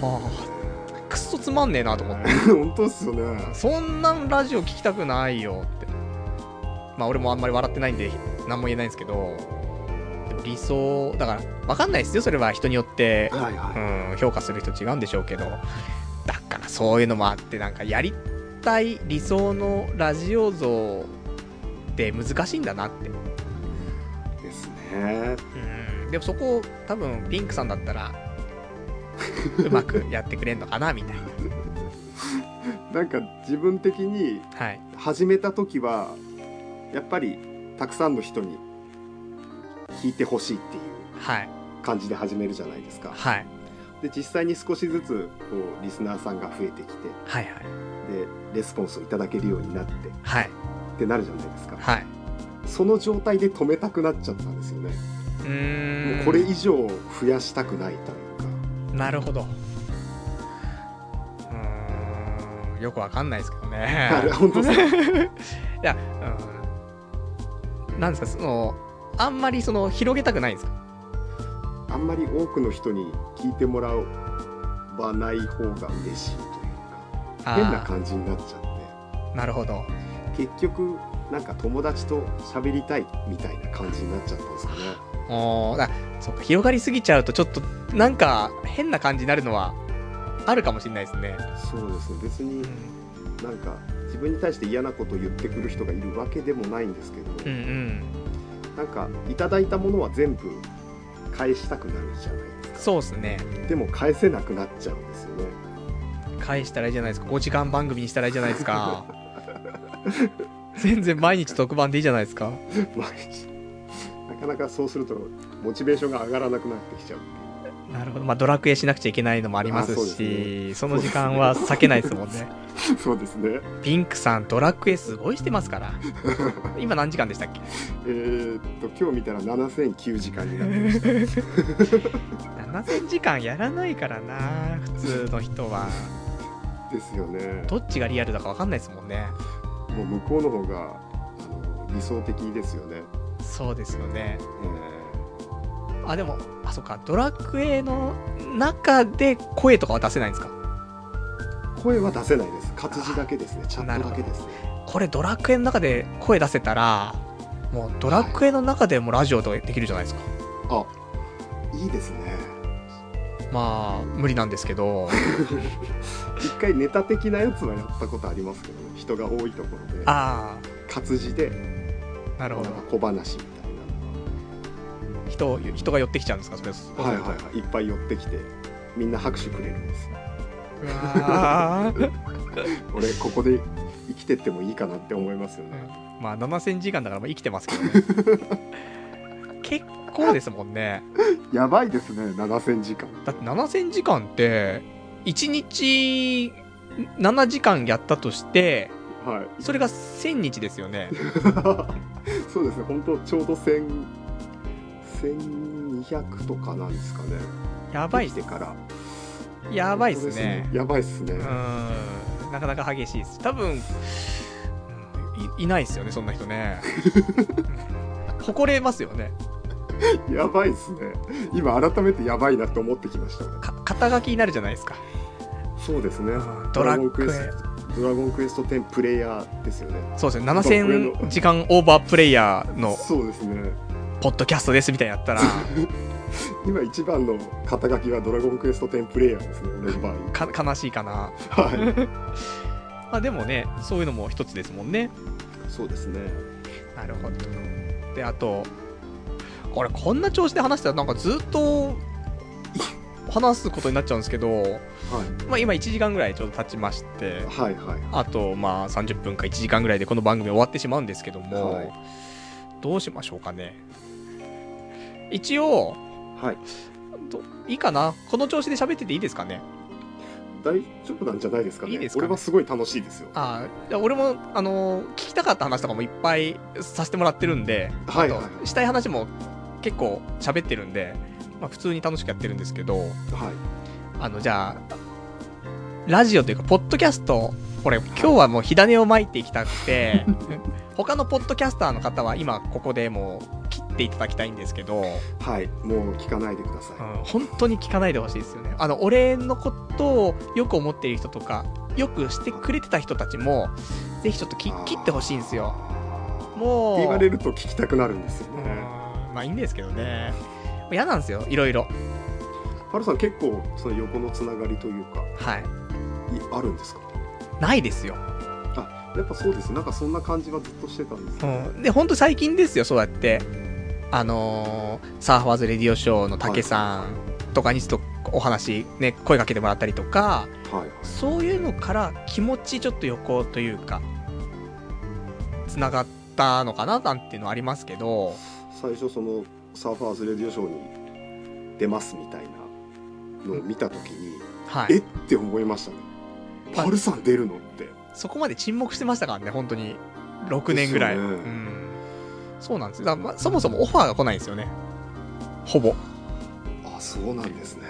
Speaker 2: はあくっそつまんねえなと思って
Speaker 3: 本当っすよね
Speaker 2: そんなんラジオ聞きたくないよってまあ俺もあんまり笑ってないんで何も言えないんですけどでも理想だから分かんないですよそれは人によって、
Speaker 3: はいは
Speaker 2: う
Speaker 3: い
Speaker 2: ん、評価する人違うんでしょうけどだからそういうのもあってなんかやりたい理想のラジオ像って難しいんだなって
Speaker 3: ですねね
Speaker 2: うんでもそこを多分ピンクさんだった
Speaker 3: [LAUGHS]
Speaker 2: らうまくやってくれんのかなみたいな
Speaker 3: なんか自分的に
Speaker 2: はい
Speaker 3: 始めた時はやっぱりたくさんの人に聞いてほしいっていう
Speaker 2: はい
Speaker 3: 感じで始めるじゃないですか
Speaker 2: はい
Speaker 3: で実際に少しずつこうリスナーさんが増えてきて
Speaker 2: はいはい
Speaker 3: でレスポンスをいただけるようになってっ
Speaker 2: はい
Speaker 3: てなるじゃないですか
Speaker 2: はい
Speaker 3: その状態で止めたくなっちゃったんですよね
Speaker 2: うー
Speaker 3: も
Speaker 2: ん
Speaker 3: うこれ以上増やしたくないというか
Speaker 2: なるほどうーんよくわかんないですけどね
Speaker 3: あ
Speaker 2: [LAUGHS]
Speaker 3: れ本当ですか
Speaker 2: いやうんなんですかそのあんまりその広げたくないんですか
Speaker 3: あんまり多くの人に聞いてもらわない方が嬉しいというか変な感じになっちゃって
Speaker 2: あーなるほど
Speaker 3: 結局なんか友達と喋りたいみたいな感じになっちゃったんですかね
Speaker 2: おーだそうか広がりすぎちゃうとちょっとなんか変な感じになるのはあるかもしれないですね、
Speaker 3: そうですね別になんか自分に対して嫌なことを言ってくる人がいるわけでもないんですけど、
Speaker 2: うんうん
Speaker 3: なんかいただいたものは全部返したくなるじゃないです
Speaker 2: そうですね
Speaker 3: かでも返せなくなっちゃうんですよ [LAUGHS] ね
Speaker 2: 返したらいいじゃないですか5時間番組にしたらいいじゃないですか
Speaker 3: [LAUGHS]
Speaker 2: 全然毎日特番でいいじゃないですか
Speaker 3: 毎日なかなかそうするとモチベーションが上がらなくなってきちゃうっていう
Speaker 2: なるほど、まあ、ドラクエしなくちゃいけないのもあります
Speaker 3: あそう
Speaker 2: しそ
Speaker 3: で
Speaker 2: の時間は避けないですもんね
Speaker 3: そうですね
Speaker 2: ピンクさんドラクエすごいしてますから今何時間でしたっ
Speaker 3: [LAUGHS]
Speaker 2: け [LAUGHS]
Speaker 3: えー、っと今日見たら7009時間になってました
Speaker 2: 7000時間やらないからな普通の人は
Speaker 3: ですよね
Speaker 2: どっちがリアルだか分かんないですもんね
Speaker 3: もう向こうの方があの理想的ですよね、
Speaker 2: そうですよね
Speaker 3: え
Speaker 2: あでもあそっかドラクエの中で声とかは出せないんですか
Speaker 3: ー声は出せないです活字だけですねチャットだけですね
Speaker 2: これドラクエの中で声出せたらもうドラクエの中でもラジオとかできるじゃないですか、
Speaker 3: あいいですね
Speaker 2: まあ無理なんですけど
Speaker 3: 一回ネタ的なやつはやったことありますけどね人が多いところで
Speaker 2: あ
Speaker 3: 活字で
Speaker 2: あなる
Speaker 3: なん
Speaker 2: ほ
Speaker 3: か
Speaker 2: ど
Speaker 3: 小話み
Speaker 2: 人人が寄ってきちゃうんですかそれ
Speaker 3: たいなはいはいはいいっぱい寄ってきてみんな拍手くれるんですよ
Speaker 2: うわー
Speaker 3: 俺ここで生きてってもいいかなって思いますよね
Speaker 2: まあ7000時間だからまあ生きてますけどね
Speaker 3: [LAUGHS]
Speaker 2: 結構ですもんね
Speaker 3: やばいですね7000時間
Speaker 2: だって7000時間って1日7時間やったとして
Speaker 3: はい
Speaker 2: それが1000日ですよね
Speaker 3: [LAUGHS] そうですね本当ちょうど1000 1200とかなんですかね
Speaker 2: やばい
Speaker 3: できてから
Speaker 2: やばいですね
Speaker 3: やばいっすね
Speaker 2: うーんなかなか激しいです多分うんいいないですよねそんな人ねうん誇れますよね
Speaker 3: [LAUGHS] やばいっすね今改めてやばいなって思ってきました俺
Speaker 2: か肩書きになるじゃないですか
Speaker 3: そうですね
Speaker 2: うんドラクエ
Speaker 3: ドラゴンクエスト10プレイヤーですよね
Speaker 2: そうですね7000時間オーバープレイヤーの
Speaker 3: そうですね
Speaker 2: ポッドキャストですみたいになったら
Speaker 3: 今一番の肩書きはドラゴンクエスト10プレイヤーですね
Speaker 2: [LAUGHS]
Speaker 3: 俺の場合
Speaker 2: か悲しいかな [LAUGHS]
Speaker 3: は
Speaker 2: まあでもねそういうのも一つですもんね
Speaker 3: いそうですね
Speaker 2: なるほどであとこれこんな調子で話したらなんかずっと話すことになっちゃうんですけど、
Speaker 3: は
Speaker 2: まあ、今1時間ぐらいちょうど経ちまして
Speaker 3: いはいはい
Speaker 2: あとまあ30分か1時間ぐらいでこの番組終わってしまうんですけども、
Speaker 3: はい
Speaker 2: どうしましょうかね一応
Speaker 3: はい
Speaker 2: どいいかなこの調子で喋ってていいですかね
Speaker 3: 大丈夫なんじゃないですかね
Speaker 2: いいですかね
Speaker 3: 俺はすごい楽しいですよ
Speaker 2: ああ俺もあの聞きたかった話とかもいっぱいさせてもらってるんで、
Speaker 3: はいはい
Speaker 2: あとしたい話も結構喋ってるんで、まあ、普通に楽しくやってるんですけど
Speaker 3: はい
Speaker 2: あのじゃあラジオというかポッドキャスト俺今日はもう火種をまいていきたく
Speaker 3: [LAUGHS]
Speaker 2: て他のポッドキャスターの方は今ここでもう切っていただきたいんですけど、
Speaker 3: はいもう聞かないでください、
Speaker 2: うん本当に聞かないでほしいですよねあの俺のことをよく思っている人とかよくしてくれてた人たちもぜひちょっとき切ってほしいんですよもう
Speaker 3: って言われると聞きたくなるんですよ
Speaker 2: うん
Speaker 3: ね
Speaker 2: まあいいんですけどね嫌なんですよいろいろ
Speaker 3: パルさん結構その横のつながりというか
Speaker 2: はい
Speaker 3: いあるんですか
Speaker 2: ないですよ、
Speaker 3: やっぱそうですなんかそんな感じはずっとしてたんです
Speaker 2: う
Speaker 3: よ
Speaker 2: ん、で本当最近ですよそうやってあのーサーファーズレディオショーの竹さんとかにちょっとお話、ね、声かけてもらったりとか、
Speaker 3: はい
Speaker 2: そういうのから気持ちちょっと横というか、つながったのかななんていうのはありますけど、
Speaker 3: 最初そのサーファーズレディオショーに出ますみたいなのを見た時に、
Speaker 2: は
Speaker 3: え
Speaker 2: い
Speaker 3: っ。て思いましたね
Speaker 2: はい
Speaker 3: パルさん出るのって
Speaker 2: そこまで沈黙してましたからね、本当に。6年ぐらい。
Speaker 3: ですよね
Speaker 2: うん。そうなんですよ。だからまあそもそもオファーが来ないんですよね。ほぼ。
Speaker 3: あそうなんですね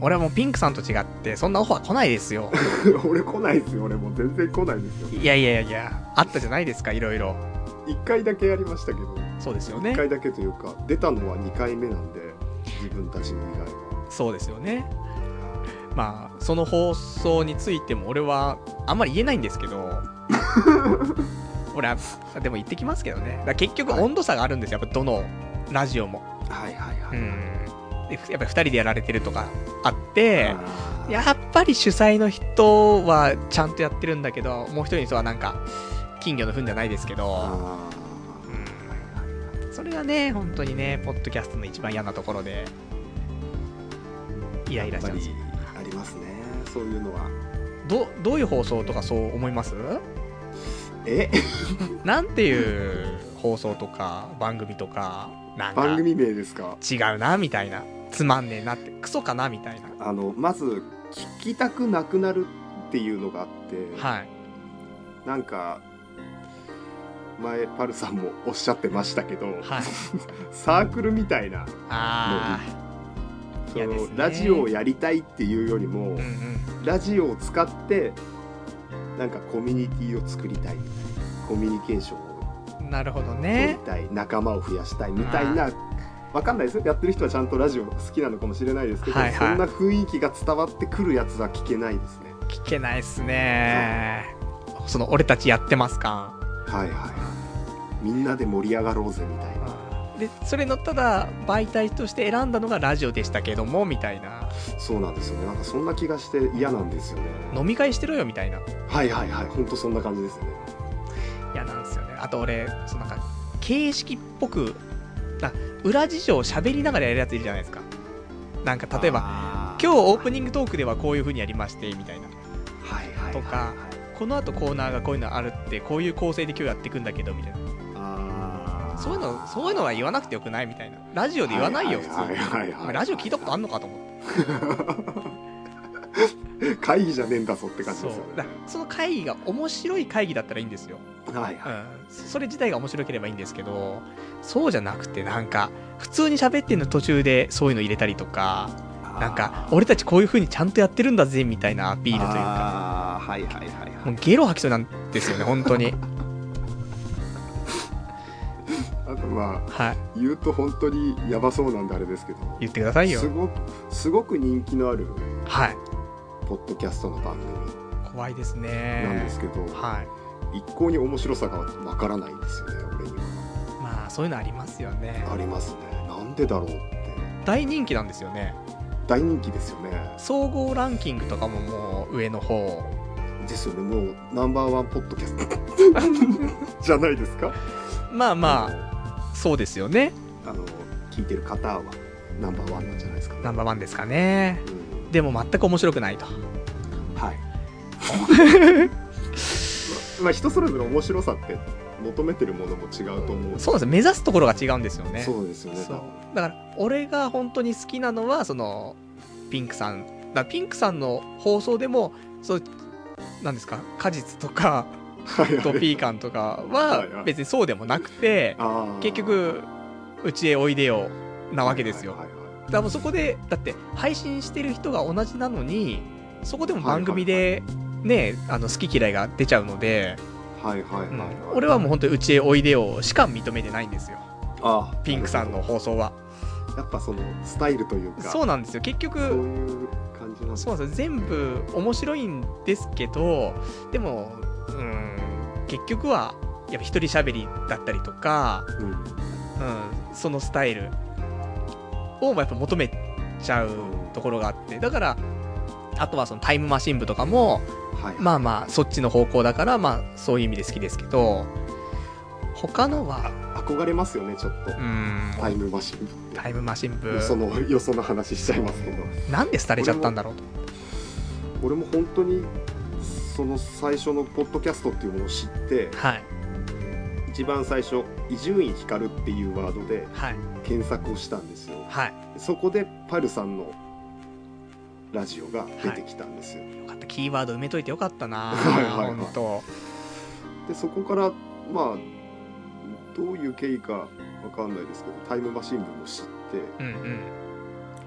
Speaker 2: 俺はもうピンクさんと違って、そんなオファー来ないです [LAUGHS] よ。
Speaker 3: [LAUGHS] 俺来ないですよ俺もう全然来ないですよ
Speaker 2: いやいやいやいや、あったじゃないですか、いろいろ。
Speaker 3: 一回だけやりましたけど
Speaker 2: そうですよ
Speaker 3: 一
Speaker 2: ね。
Speaker 3: 回だけというか出たのは2回目なんで自分たちの以外は
Speaker 2: そうですよね。まあ、その放送についても俺はあんまり言えないんですけ [LAUGHS] ど、俺は、でも言ってきますけどね。だから結局温度差があるんですよ、やっぱどのラジオも。
Speaker 3: はいはいは
Speaker 2: うん、でやっぱり2人でやられてるとかあって、
Speaker 3: あー
Speaker 2: やっぱり主催の人はちゃんとやってるんだけど、もう一人の人はなんか、金魚の糞じゃないですけど、
Speaker 3: あ
Speaker 2: うんそれがね、本当にね、ポッドキャストの一番嫌なところで、イ
Speaker 3: ー
Speaker 2: ライラ
Speaker 3: や
Speaker 2: しち
Speaker 3: っぱ
Speaker 2: ゃうん
Speaker 3: り
Speaker 2: ですよ。
Speaker 3: ありますねそういうのは
Speaker 2: どどういう放送とかそう思います
Speaker 3: え
Speaker 2: なんていう放送とか番組とか、なんか
Speaker 3: 番組名ですか
Speaker 2: 違うなみたいな、つまんねえなって、クソかなみたいな。
Speaker 3: あのまず聞きたくなくなるっていうのがあって、
Speaker 2: はい。
Speaker 3: なんか前パルさんもおっしゃってましたけど、
Speaker 2: はい。
Speaker 3: サークルみたいな
Speaker 2: ああ。
Speaker 3: そ
Speaker 2: 嫌
Speaker 3: の
Speaker 2: ですね
Speaker 3: ラジオをやりたいっていうより [LAUGHS] も、
Speaker 2: うんうん、
Speaker 3: ラジオを使ってなんかコミュニティを作りたいみたいなコミュニケーションを
Speaker 2: なるほど
Speaker 3: 取り
Speaker 2: ね。
Speaker 3: たい、仲間を増やしたいみたいなわかんないですよやってる人はちゃんとラジオ好きなのかもしれないですけど、
Speaker 2: はいはい
Speaker 3: そんな雰囲気が伝わってくるやつは聞けないですね。
Speaker 2: 聞けないっすね。その俺たちやってますか。
Speaker 3: はいはいはいみんなで盛り上がろうぜみたいな
Speaker 2: で、それのただ媒体として選んだのがラジオでしたけども、みたいな。
Speaker 3: そうなんですよねなんかそんな気がして嫌なんですよね
Speaker 2: 飲み会してろよ、みたいな。
Speaker 3: はいはいはいほんとそんな感じですね
Speaker 2: 嫌なんですよね。あと俺、そのなんか、形式っぽく、な裏事情を喋りながらやるやついるじゃないですか。なんか例えば、
Speaker 3: ば
Speaker 2: 今日オープニングトークではこういう風にやりまして、みたいな。
Speaker 3: はいはいはい
Speaker 2: とかこの後コーナーがこういうのあるって、こういう構成で今日やっていくんだけど、みたいな。
Speaker 3: あー
Speaker 2: そういうの、そういうのは言わなくてよくないみたいな。ラジオで言わないよ、普通。
Speaker 3: はいはいはいはい
Speaker 2: お前ラジオ聞いたことあんのかと思って。
Speaker 3: 会議じゃねえんだぞって感じ
Speaker 2: そう
Speaker 3: ですよ。
Speaker 2: だ
Speaker 3: ね
Speaker 2: からその会議が面白い会議だったらいいんですよ。
Speaker 3: はいは
Speaker 2: う
Speaker 3: い
Speaker 2: ん。それ自体が面白ければいいんですけど、そうじゃなくてなんか、普通に喋ってんの途中でそういうの入れたりとか、なんか、俺たちこういう風にちゃんとやってるんだぜ、みたいなアピールというか。
Speaker 3: かはいはいはいは
Speaker 2: もう
Speaker 3: い
Speaker 2: ゲロ吐きそうなんですよね、本当に。
Speaker 3: あとまあ
Speaker 2: はい。
Speaker 3: 言うと本当にやばそうなんであれですけど
Speaker 2: 言ってくださいよ
Speaker 3: す。ごくすごく人気のある
Speaker 2: はい。
Speaker 3: ポッドキャストの番組
Speaker 2: 怖いですね。
Speaker 3: なんですけど、
Speaker 2: はい。
Speaker 3: 一向に面白さがわからないんですよね俺には
Speaker 2: まあ、そういうのありますよね。
Speaker 3: ありますねなんでだろうって
Speaker 2: 大人気なんですよね。
Speaker 3: 大人気ですよね
Speaker 2: 総合ランキングとかももう上の方
Speaker 3: ですよねもうナンバーワンポッドキャスト
Speaker 2: [LAUGHS]
Speaker 3: じゃないですか
Speaker 2: まあまあそうですよね
Speaker 3: あの聞いてる方はナンバーワンなんじゃないですか、
Speaker 2: ナンバーワンですかね
Speaker 3: うん
Speaker 2: でも全く面白くないと
Speaker 3: はい [LAUGHS] ままあ人それぞれ面白さって求めてるものも違うと思
Speaker 2: そう
Speaker 3: う
Speaker 2: なんですよ目指すところが違うんですよね
Speaker 3: そうですよね
Speaker 2: そうだから俺が本当に好きなのはそのピンクさんだからピンクさんの放送でもそうなんですか果実と
Speaker 3: [LAUGHS]
Speaker 2: か
Speaker 3: 多分
Speaker 2: とピーカンとか
Speaker 3: はいは
Speaker 2: はい別にそうでもなくて
Speaker 3: あー
Speaker 2: 結局うちへおいでよなわけですよ
Speaker 3: はいはいはいはい
Speaker 2: だからもうそこでだって配信してる人が同じなのにそこでも番組でね、あの好き嫌いが出ちゃうので、
Speaker 3: はいはいはいはい、
Speaker 2: 俺はもう本当にうちへおいでよしか認めてないんですよ
Speaker 3: あー
Speaker 2: ピンクさんの放送は
Speaker 3: やっぱそのスタイルというか
Speaker 2: そうなんですよ結
Speaker 3: そう
Speaker 2: 局
Speaker 3: いう感じなんです
Speaker 2: そうなんですよ全部面白いんですけどでもうん結局はやっぱ一人喋りだったりとか、
Speaker 3: うん
Speaker 2: うん、そのスタイルをやっぱ求めちゃうところがあってだからあとはそのタイムマシン部とかも
Speaker 3: はい
Speaker 2: まあまあそっちの方向だからまあそういう意味で好きですけど他のは
Speaker 3: あ憧れますよねちょっと
Speaker 2: うーん
Speaker 3: タイムマシン
Speaker 2: タイムマシン部
Speaker 3: よそのよその話しちゃいますけど
Speaker 2: なんで廃れちゃったんだろうと
Speaker 3: 俺も本当にその最初のポッドキャストっていうものを知って
Speaker 2: はい
Speaker 3: 一番最初伊集院光っていうワードで
Speaker 2: はい
Speaker 3: 検索をしたんですよ
Speaker 2: はい
Speaker 3: そこでパルさんのラジオが出てきたんですよ、
Speaker 2: よかったキーワード埋めといてよかったな
Speaker 3: [LAUGHS] はいはいはい
Speaker 2: 本当
Speaker 3: でそこからまあどういう経緯かわかんないですけどタイムマシン部も知って
Speaker 2: うんうん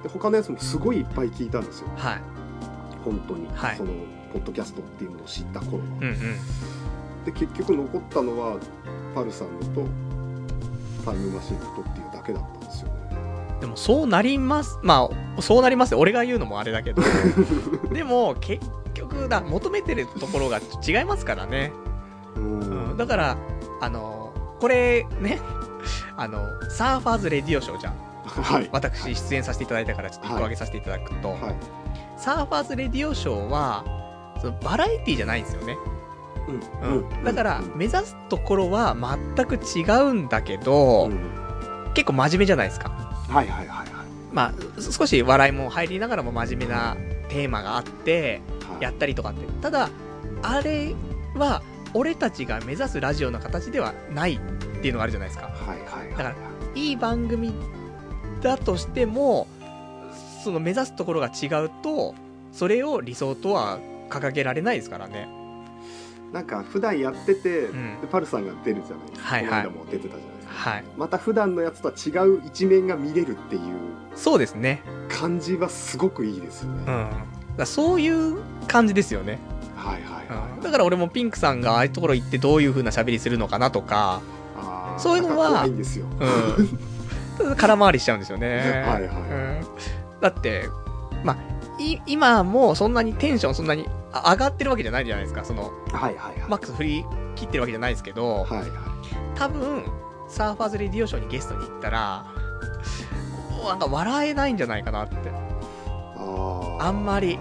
Speaker 3: で他のやつもすごいいっぱい聞いたんですよ
Speaker 2: はい
Speaker 3: 本当に、
Speaker 2: はい
Speaker 3: そのポッドキャストっていうのを知った頃は、
Speaker 2: うんうん
Speaker 3: で結局残ったのはパルさんのとタイムマシンのとっていうだけだったんですよね
Speaker 2: でもそうなりますまあそうなりますよ俺が言うのもあれだ
Speaker 3: [LAUGHS]
Speaker 2: けどでも結局だ求めてるところが違いますからね、
Speaker 3: うん
Speaker 2: うん、だからあのこれねあのサーファーズ・レディオショーじゃん
Speaker 3: はい
Speaker 2: 私出演させていただいたからちょっと1個
Speaker 3: はい
Speaker 2: 挙げさせていただくと、
Speaker 3: はい
Speaker 2: サーファーズ・レディオショーはそのバラエティじゃないんですよね、
Speaker 3: う
Speaker 2: うん
Speaker 3: んうん
Speaker 2: だから
Speaker 3: うん
Speaker 2: 目指すところは全く違うんだけど、
Speaker 3: うん
Speaker 2: 結構真面目じゃないですか
Speaker 3: はいはいはいは
Speaker 2: まあす少し笑いも入りながらも真面目なテーマがあって
Speaker 3: いはい
Speaker 2: やったりとかってただあれは俺たちが目指すラジオの形ではないっていうのがあるじゃないですか
Speaker 3: はいはいはい
Speaker 2: だからいい番組だとしてもその目指すところが違うとそれを理想とは掲げられないですからね
Speaker 3: なんか普段やってて、
Speaker 2: うん
Speaker 3: でパルさんが出るじゃないですか、
Speaker 2: はいはい
Speaker 3: この間も出てたじゃないですか
Speaker 2: はい
Speaker 3: また普段のやつとは違う一面が見れるっていう
Speaker 2: そうですね
Speaker 3: 感じはすごくいいですよね、
Speaker 2: うんだ
Speaker 3: は
Speaker 2: からそういう感じですよね、
Speaker 3: いはいはい、
Speaker 2: うん、だから俺もピンクさんがああいうところ行ってどういう風な喋りするのかなとか、
Speaker 3: あー
Speaker 2: そういうのは
Speaker 3: なんか怖いんですよ、
Speaker 2: うん、空回りしちゃうんですよね
Speaker 3: はいはい
Speaker 2: うん、だってまあい今もうそんなにテンションそんなにあ上がってるわけじゃないじゃないですかその
Speaker 3: はいはいはい、
Speaker 2: マックス振り切ってるわけじゃないですけど、
Speaker 3: はいはい
Speaker 2: 多分サーファーズ・レディオショーにゲストに行ったらこうなんか笑えないんじゃないかなって
Speaker 3: あー
Speaker 2: あんまり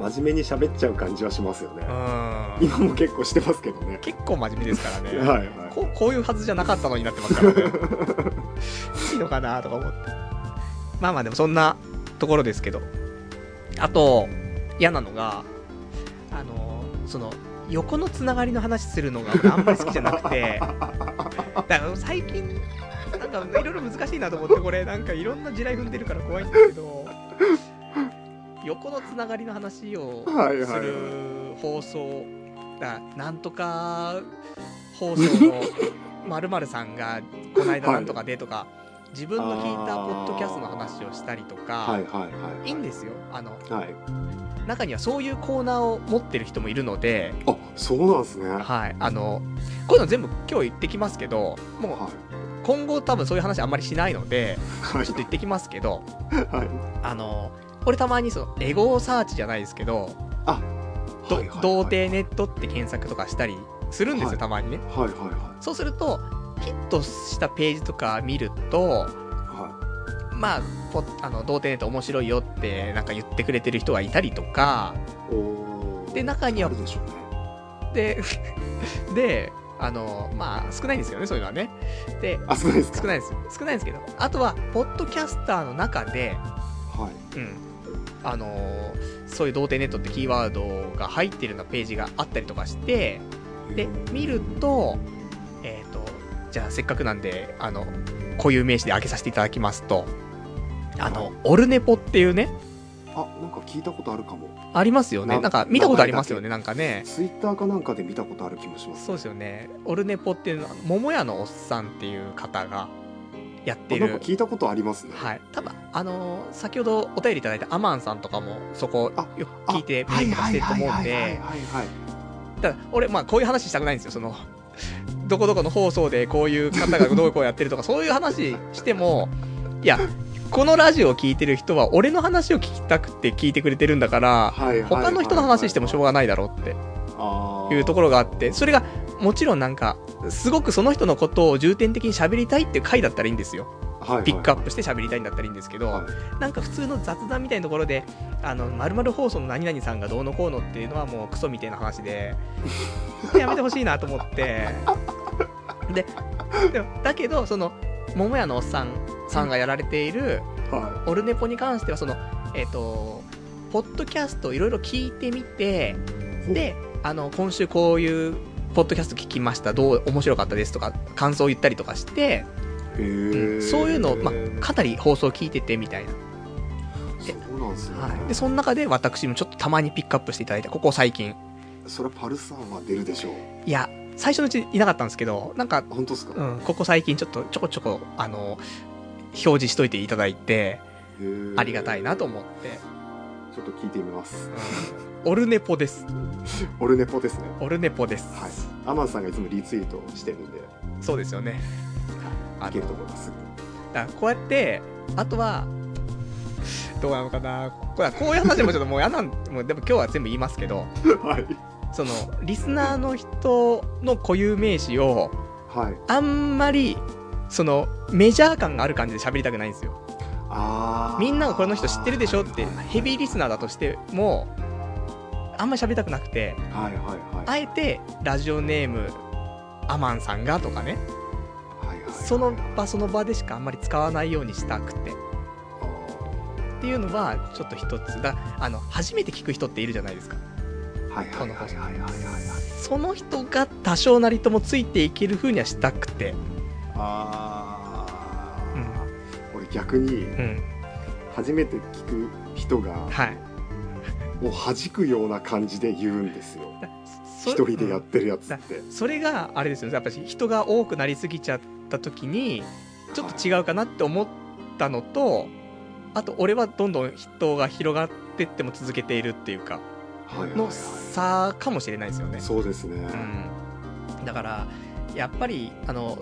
Speaker 3: 真面目に喋っちゃう感じはしますよね、
Speaker 2: うん
Speaker 3: [LAUGHS] 今も結構してますけどね
Speaker 2: 結構真面目ですからね、
Speaker 3: はいはい
Speaker 2: こうこういうはずじゃなかったのになってますから
Speaker 3: [LAUGHS]
Speaker 2: ねいいのかなとか思ってまあまあでもそんなところですけどあと嫌なのがあのその横のつながりの話するのが俺あんまり好きじゃなくてだから最近なんかいろいろ難しいなと思ってこれなんかいろんな地雷踏んでるから怖いんですけど横のつながりの話を
Speaker 3: はいはい
Speaker 2: す
Speaker 3: はい
Speaker 2: る放送だなんとか放送のまるまるさんがこの間なんとかでとか、自分の聞いたポッドキャストの話をしたりとか、
Speaker 3: はいはいはい
Speaker 2: い、いんですよあの
Speaker 3: はい
Speaker 2: 中にはそういうコーナーを持ってる人もいるので、
Speaker 3: あそうなんですねは
Speaker 2: はい、あのこういうの全部今日言ってきますけど
Speaker 3: い
Speaker 2: もう今後多分そういう話あんまりしないので
Speaker 3: はい
Speaker 2: ちょっと言ってきますけど
Speaker 3: はい
Speaker 2: あの俺たまにそのエゴサーチじゃないですけど「ど
Speaker 3: はいはいはい
Speaker 2: 童貞ネット」って検索とかしたりするんですよ、
Speaker 3: はい
Speaker 2: たまにね。
Speaker 3: はいはいは
Speaker 2: そうするとヒットしたページとか見ると
Speaker 3: いはい
Speaker 2: まあ、ポッあの童貞ネット面白いよってなんか言ってくれてる人がいたりとか
Speaker 3: おー
Speaker 2: で中には
Speaker 3: あるでしょうね
Speaker 2: で [LAUGHS] であのまあ少ないんですよねそういうのはねで
Speaker 3: あそうですか
Speaker 2: 少ないです少ないんですけどあとはポッドキャスターの中で、
Speaker 3: はい
Speaker 2: うん、あのそういう童貞ネットってキーワードが入ってるようなページがあったりとかしてで見るとえっ、とじゃあせっかくなんであのこういう名詞で開けさせていただきますとあのオルネポっていうね
Speaker 3: あなんか聞いたことあるかも
Speaker 2: ありますよね。
Speaker 3: な
Speaker 2: なんか見たことありますよね、なんかね。
Speaker 3: ツイッターかなんかで見たことある気もします
Speaker 2: そうですよね。オルネポっていうのは、桃屋のおっさんっていう方がやって
Speaker 3: あなんか
Speaker 2: る。
Speaker 3: 聞いたことありますね
Speaker 2: はい。多分あのー先ほどお便りいただいたアマンさんとかも、そこ
Speaker 3: あ、
Speaker 2: よく
Speaker 3: あ
Speaker 2: 聞いて、メイクしてると思うん
Speaker 3: はいはい
Speaker 2: で、
Speaker 3: はいはいはい
Speaker 2: ただ、俺、まあ、こういう話したくないんですよ、その。どこどこの放送でこういう方がどうこうやってるとかそういう話してもいやこのラジオを聞いてる人は俺の話を聞きたくて聞いてくれてるんだから
Speaker 3: はいはいはいはい
Speaker 2: 他の人の話してもしょうがないだろうって
Speaker 3: あー
Speaker 2: いうところがあってそれがもちろんなんかすごくその人のことを重点的に喋りたいっていう回だったらいいんですよ
Speaker 3: はいはい
Speaker 2: ピックアップして喋りたいんだったらいいんですけど、
Speaker 3: は
Speaker 2: なんか普通の雑談みたいなところで「あの〇〇放送の何々さんがどうのこうの」っていうのはもうクソみたいな話でやめてほしいなと思ってででもだけどその桃屋のおっさんさんがやられている
Speaker 3: は
Speaker 2: オルネポに関してはそのえっ、とポッドキャストいろいろ聞いてみて
Speaker 3: い。
Speaker 2: であの今週こういうポッドキャスト聞きましたどう面白かったですとか感想を言ったりとかして、
Speaker 3: へ
Speaker 2: う
Speaker 3: ー
Speaker 2: んそういうのを、まあ、かなり放送聞いててみたいな、
Speaker 3: そうなんですね。
Speaker 2: はい、でその中で私もちょっとたまにピックアップしていただいてここ最近
Speaker 3: それはパルサーは出るでしょう。
Speaker 2: いや最初のうちいなかったんですけどなんか、
Speaker 3: 本当ですか。
Speaker 2: う
Speaker 3: へ
Speaker 2: ん、ここ最近ちょっとちょこちょこあの表示しといていただいて
Speaker 3: ー
Speaker 2: ありがたいなと思って、
Speaker 3: ちょっと聞いてみます。
Speaker 2: オルネポです
Speaker 3: オルネポですね。
Speaker 2: オルネポです、
Speaker 3: はい。アマンさんがいつもリツイートしてるんで、
Speaker 2: そうですよねあ
Speaker 3: いけると思います。
Speaker 2: だからこうやってあとはどうなのかなこれこういう話もちょっともう嫌なんもうでも今日は全部言いますけど
Speaker 3: はい。
Speaker 2: そのリスナーの人の固有名詞を
Speaker 3: はい。
Speaker 2: あんまりそのメジャー感がある感じで喋りたくないんですよ
Speaker 3: あー
Speaker 2: みんながこの人知ってるでしょってヘビーリスナーだとしてもあんまり喋りたくなくて
Speaker 3: はいはいは
Speaker 2: あえてラジオネームアマンさんがとかね
Speaker 3: い。はいはい。
Speaker 2: その場その場でしかあんまり使わないようにしたくて
Speaker 3: あー
Speaker 2: っていうのはちょっと一つだあの初めて聞く人っているじゃないですか
Speaker 3: はいはいはいはいはいはいはい。
Speaker 2: その人が多少なりともついていける風にはしたくて
Speaker 3: あー俺逆に
Speaker 2: うん
Speaker 3: 初めて聞く人が
Speaker 2: はい
Speaker 3: もう弾くような感じで言うんですよ。
Speaker 2: そ
Speaker 3: 一人でやっ
Speaker 2: うん
Speaker 3: てるやつって。
Speaker 2: それがあれですよねやっぱり人が多くなりすぎちゃった時にちょっと違うかなって思ったのとあと俺はどんどん人が広がってっても続けているっていうか
Speaker 3: はいはいはい
Speaker 2: の差かもしれないですよね
Speaker 3: そうですね。
Speaker 2: うんだからやっぱりあの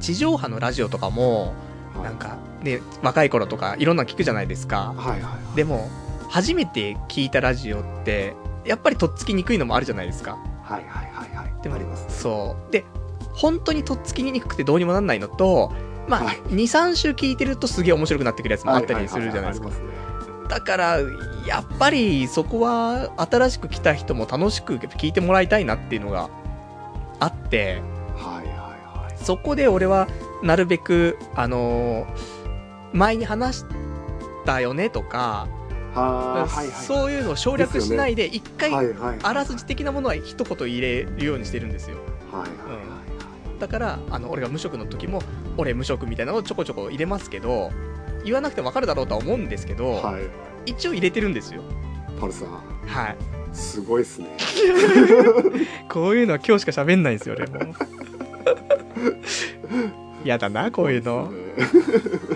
Speaker 2: 地上波のラジオとかも
Speaker 3: はい
Speaker 2: なんかね若い頃とかいろんなの聞くじゃないですか
Speaker 3: はいはいはい。
Speaker 2: でも初めて聞いたラジオってやっぱりとっつきにくいのもあるじゃないですか
Speaker 3: はいはいはいはい。
Speaker 2: でも
Speaker 3: あります。
Speaker 2: そうで本当にとっつきにくくてどうにもなんないのとまあ、
Speaker 3: はい
Speaker 2: 23週聞いてるとすげえ面白くなってくるやつもあったりするじゃないですか
Speaker 3: ははははありますね
Speaker 2: だからやっぱりそこは新しく来た人も楽しく聞いてもらいたいなっていうのがあって
Speaker 3: はいは
Speaker 2: そこで俺はなるべくあのー前に話したよねとか
Speaker 3: いはい。はーはいはい。
Speaker 2: そういうのを省略しないで一回、
Speaker 3: はいはい。
Speaker 2: あらすじ的なものは一言入れるようにしてるんですよ
Speaker 3: はいはい
Speaker 2: だからあの俺が無職の時も「俺無職」みたいなのをちょこちょこ入れますけど言わなくても分かるだろうとは思うんですけど、
Speaker 3: はいはい。は
Speaker 2: 一応入れてるんですよ
Speaker 3: い。パルさん、
Speaker 2: はい
Speaker 3: すごいですね。
Speaker 2: こういうのは今日しか喋んないんですよ俺
Speaker 3: [LAUGHS]
Speaker 2: もやだなこういうの
Speaker 3: そうですね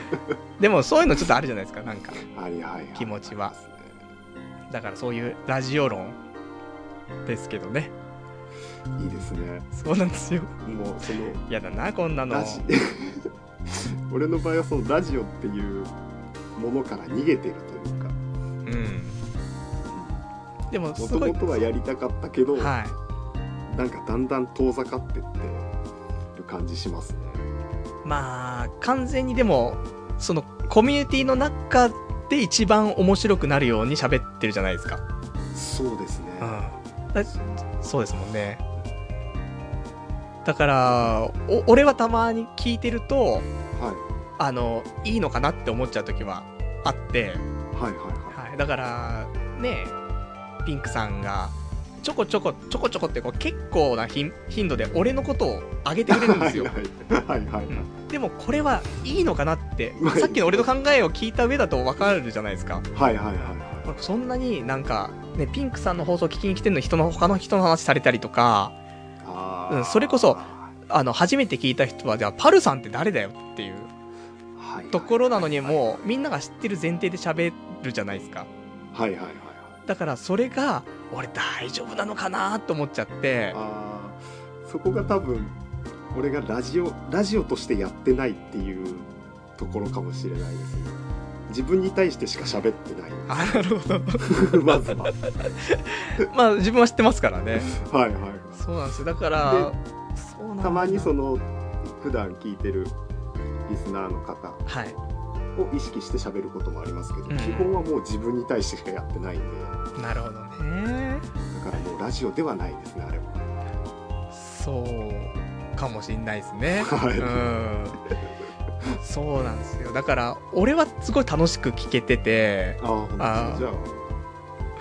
Speaker 2: でもそういうのちょっとあるじゃないですかなんか
Speaker 3: はいはいはい。
Speaker 2: 気持ちは
Speaker 3: ありますね
Speaker 2: だからそういうラジオ論ですけどね
Speaker 3: いいですね。
Speaker 2: そうなんですよ
Speaker 3: もうその
Speaker 2: やだなこんなの
Speaker 3: ラジ [LAUGHS] 俺の場合はそのラジオっていうものから逃げてるというか
Speaker 2: うんでもす
Speaker 3: もと
Speaker 2: ごい
Speaker 3: もとはやりたかったけど、
Speaker 2: はい
Speaker 3: なんかだんだん遠ざかってってる感じしますね
Speaker 2: まあ完全にでもそのコミュニティの中で一番面白くなるように喋ってるじゃないですか、
Speaker 3: そうですね、
Speaker 2: だそうですもんねだからお俺はたまに聞いてると
Speaker 3: は
Speaker 2: あのいいのかなって思っちゃう時はあって、
Speaker 3: い、はいはいは
Speaker 2: はい、だからねピンクさんがちょこちょこちょこちょこってこう結構な頻頻度で俺のことを上げてくれるん
Speaker 3: い [LAUGHS]
Speaker 2: ですよ
Speaker 3: はいはいはいはい
Speaker 2: うんでもこれはいいのかなって
Speaker 3: まあ
Speaker 2: さっきの俺の考えを聞いた上だと分かるじゃないですか
Speaker 3: はいはいはいはい
Speaker 2: そんなになんか、ね、ピンクさんの放送聞きに来てるのに人の他の人の話されたりとか
Speaker 3: あー
Speaker 2: うんそれこそ
Speaker 3: は
Speaker 2: あの初めて聞いた人はじゃあパルさんって誰だよっていう
Speaker 3: いはいはい
Speaker 2: ところなのにもうみんなが知ってる前提で喋るじゃないですか
Speaker 3: はいはいはいはい
Speaker 2: だからそれが俺大丈夫なのかなと思っちゃって
Speaker 3: あーそこが多分俺がラジオラジオとしてやってないっていうところかもしれないですね自分に対してしか喋って
Speaker 2: [LAUGHS]
Speaker 3: ない
Speaker 2: あなるほど
Speaker 3: まずははい
Speaker 2: まあ自分は知ってますからね
Speaker 3: はい
Speaker 2: そうなんですよだからそうなんだ
Speaker 3: たまにその普段聞いてるリスナーの方
Speaker 2: はい
Speaker 3: を意識して喋ることもありますけど、
Speaker 2: うん
Speaker 3: 基本はもう自分に対してしかやってないんでだか
Speaker 2: なるほどね
Speaker 3: らもうラジオではないですねあれは
Speaker 2: そうかもしんないですね。
Speaker 3: はい
Speaker 2: うん。そうなんですよ。だから、俺はすごい楽しく聞けてて、
Speaker 3: あ本当
Speaker 2: あー
Speaker 3: じゃあ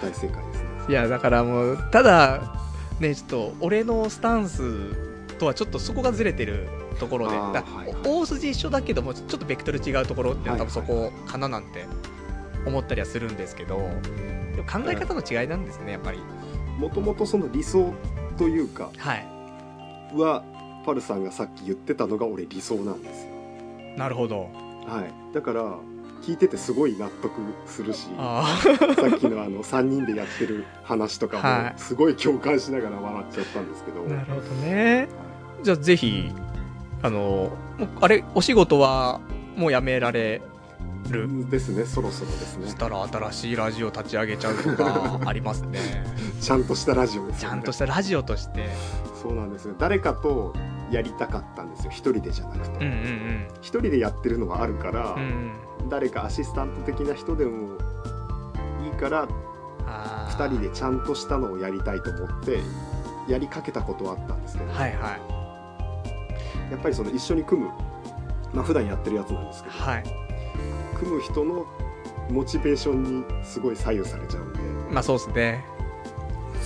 Speaker 3: 大正解ですね
Speaker 2: いや、だからもう、ただ、ね、ちょっと、俺のスタンスとはちょっとそこがずれてるところで、
Speaker 3: あー
Speaker 2: だ
Speaker 3: はいはい
Speaker 2: 大筋一緒だけども、ちょっとベクトル違うところっていうのは多分そこかななんて思ったりはするんですけど、でも考え方の違いなんですね、やっぱり。
Speaker 3: もともとその理想というか
Speaker 2: はい。
Speaker 3: はパルさんがさっき言ってたのが俺理想なんですよ
Speaker 2: なるほど。
Speaker 3: はいだから聞いててすごい納得するしさ
Speaker 2: あ
Speaker 3: っきのあの3人でやってる話と
Speaker 2: は
Speaker 3: か
Speaker 2: い
Speaker 3: もすごい共感しながら笑っちゃったんですけど、
Speaker 2: あ、 [LAUGHS] なるほどね。じゃあぜひ、あの、もうあれ、お仕事はもうやめられる、
Speaker 3: ですねそろそろですね
Speaker 2: したら新しいラジオ立ち上げちゃうとかあります [LAUGHS] ね。
Speaker 3: ちゃんとしたラジオです
Speaker 2: ち
Speaker 3: よ
Speaker 2: ゃ
Speaker 3: ね
Speaker 2: んとしたラジオとして。
Speaker 3: そうなんですよ誰かとやりたかったんですよ一人でじゃなく
Speaker 2: う
Speaker 3: て
Speaker 2: んうん
Speaker 3: 一人でやってるのはあるから
Speaker 2: うん。う、ん、
Speaker 3: 誰かアシスタント的な人でもいいから
Speaker 2: あー
Speaker 3: 2人でちゃんとしたのをやりたいと思ってやりかけたことはあったんですけど、
Speaker 2: はいはい。
Speaker 3: やっぱりその一緒に組むまあ普段やってるやつなんですけど
Speaker 2: はい。
Speaker 3: 組む人のモチベーションにすごい左右されちゃうんで
Speaker 2: まあそうですね。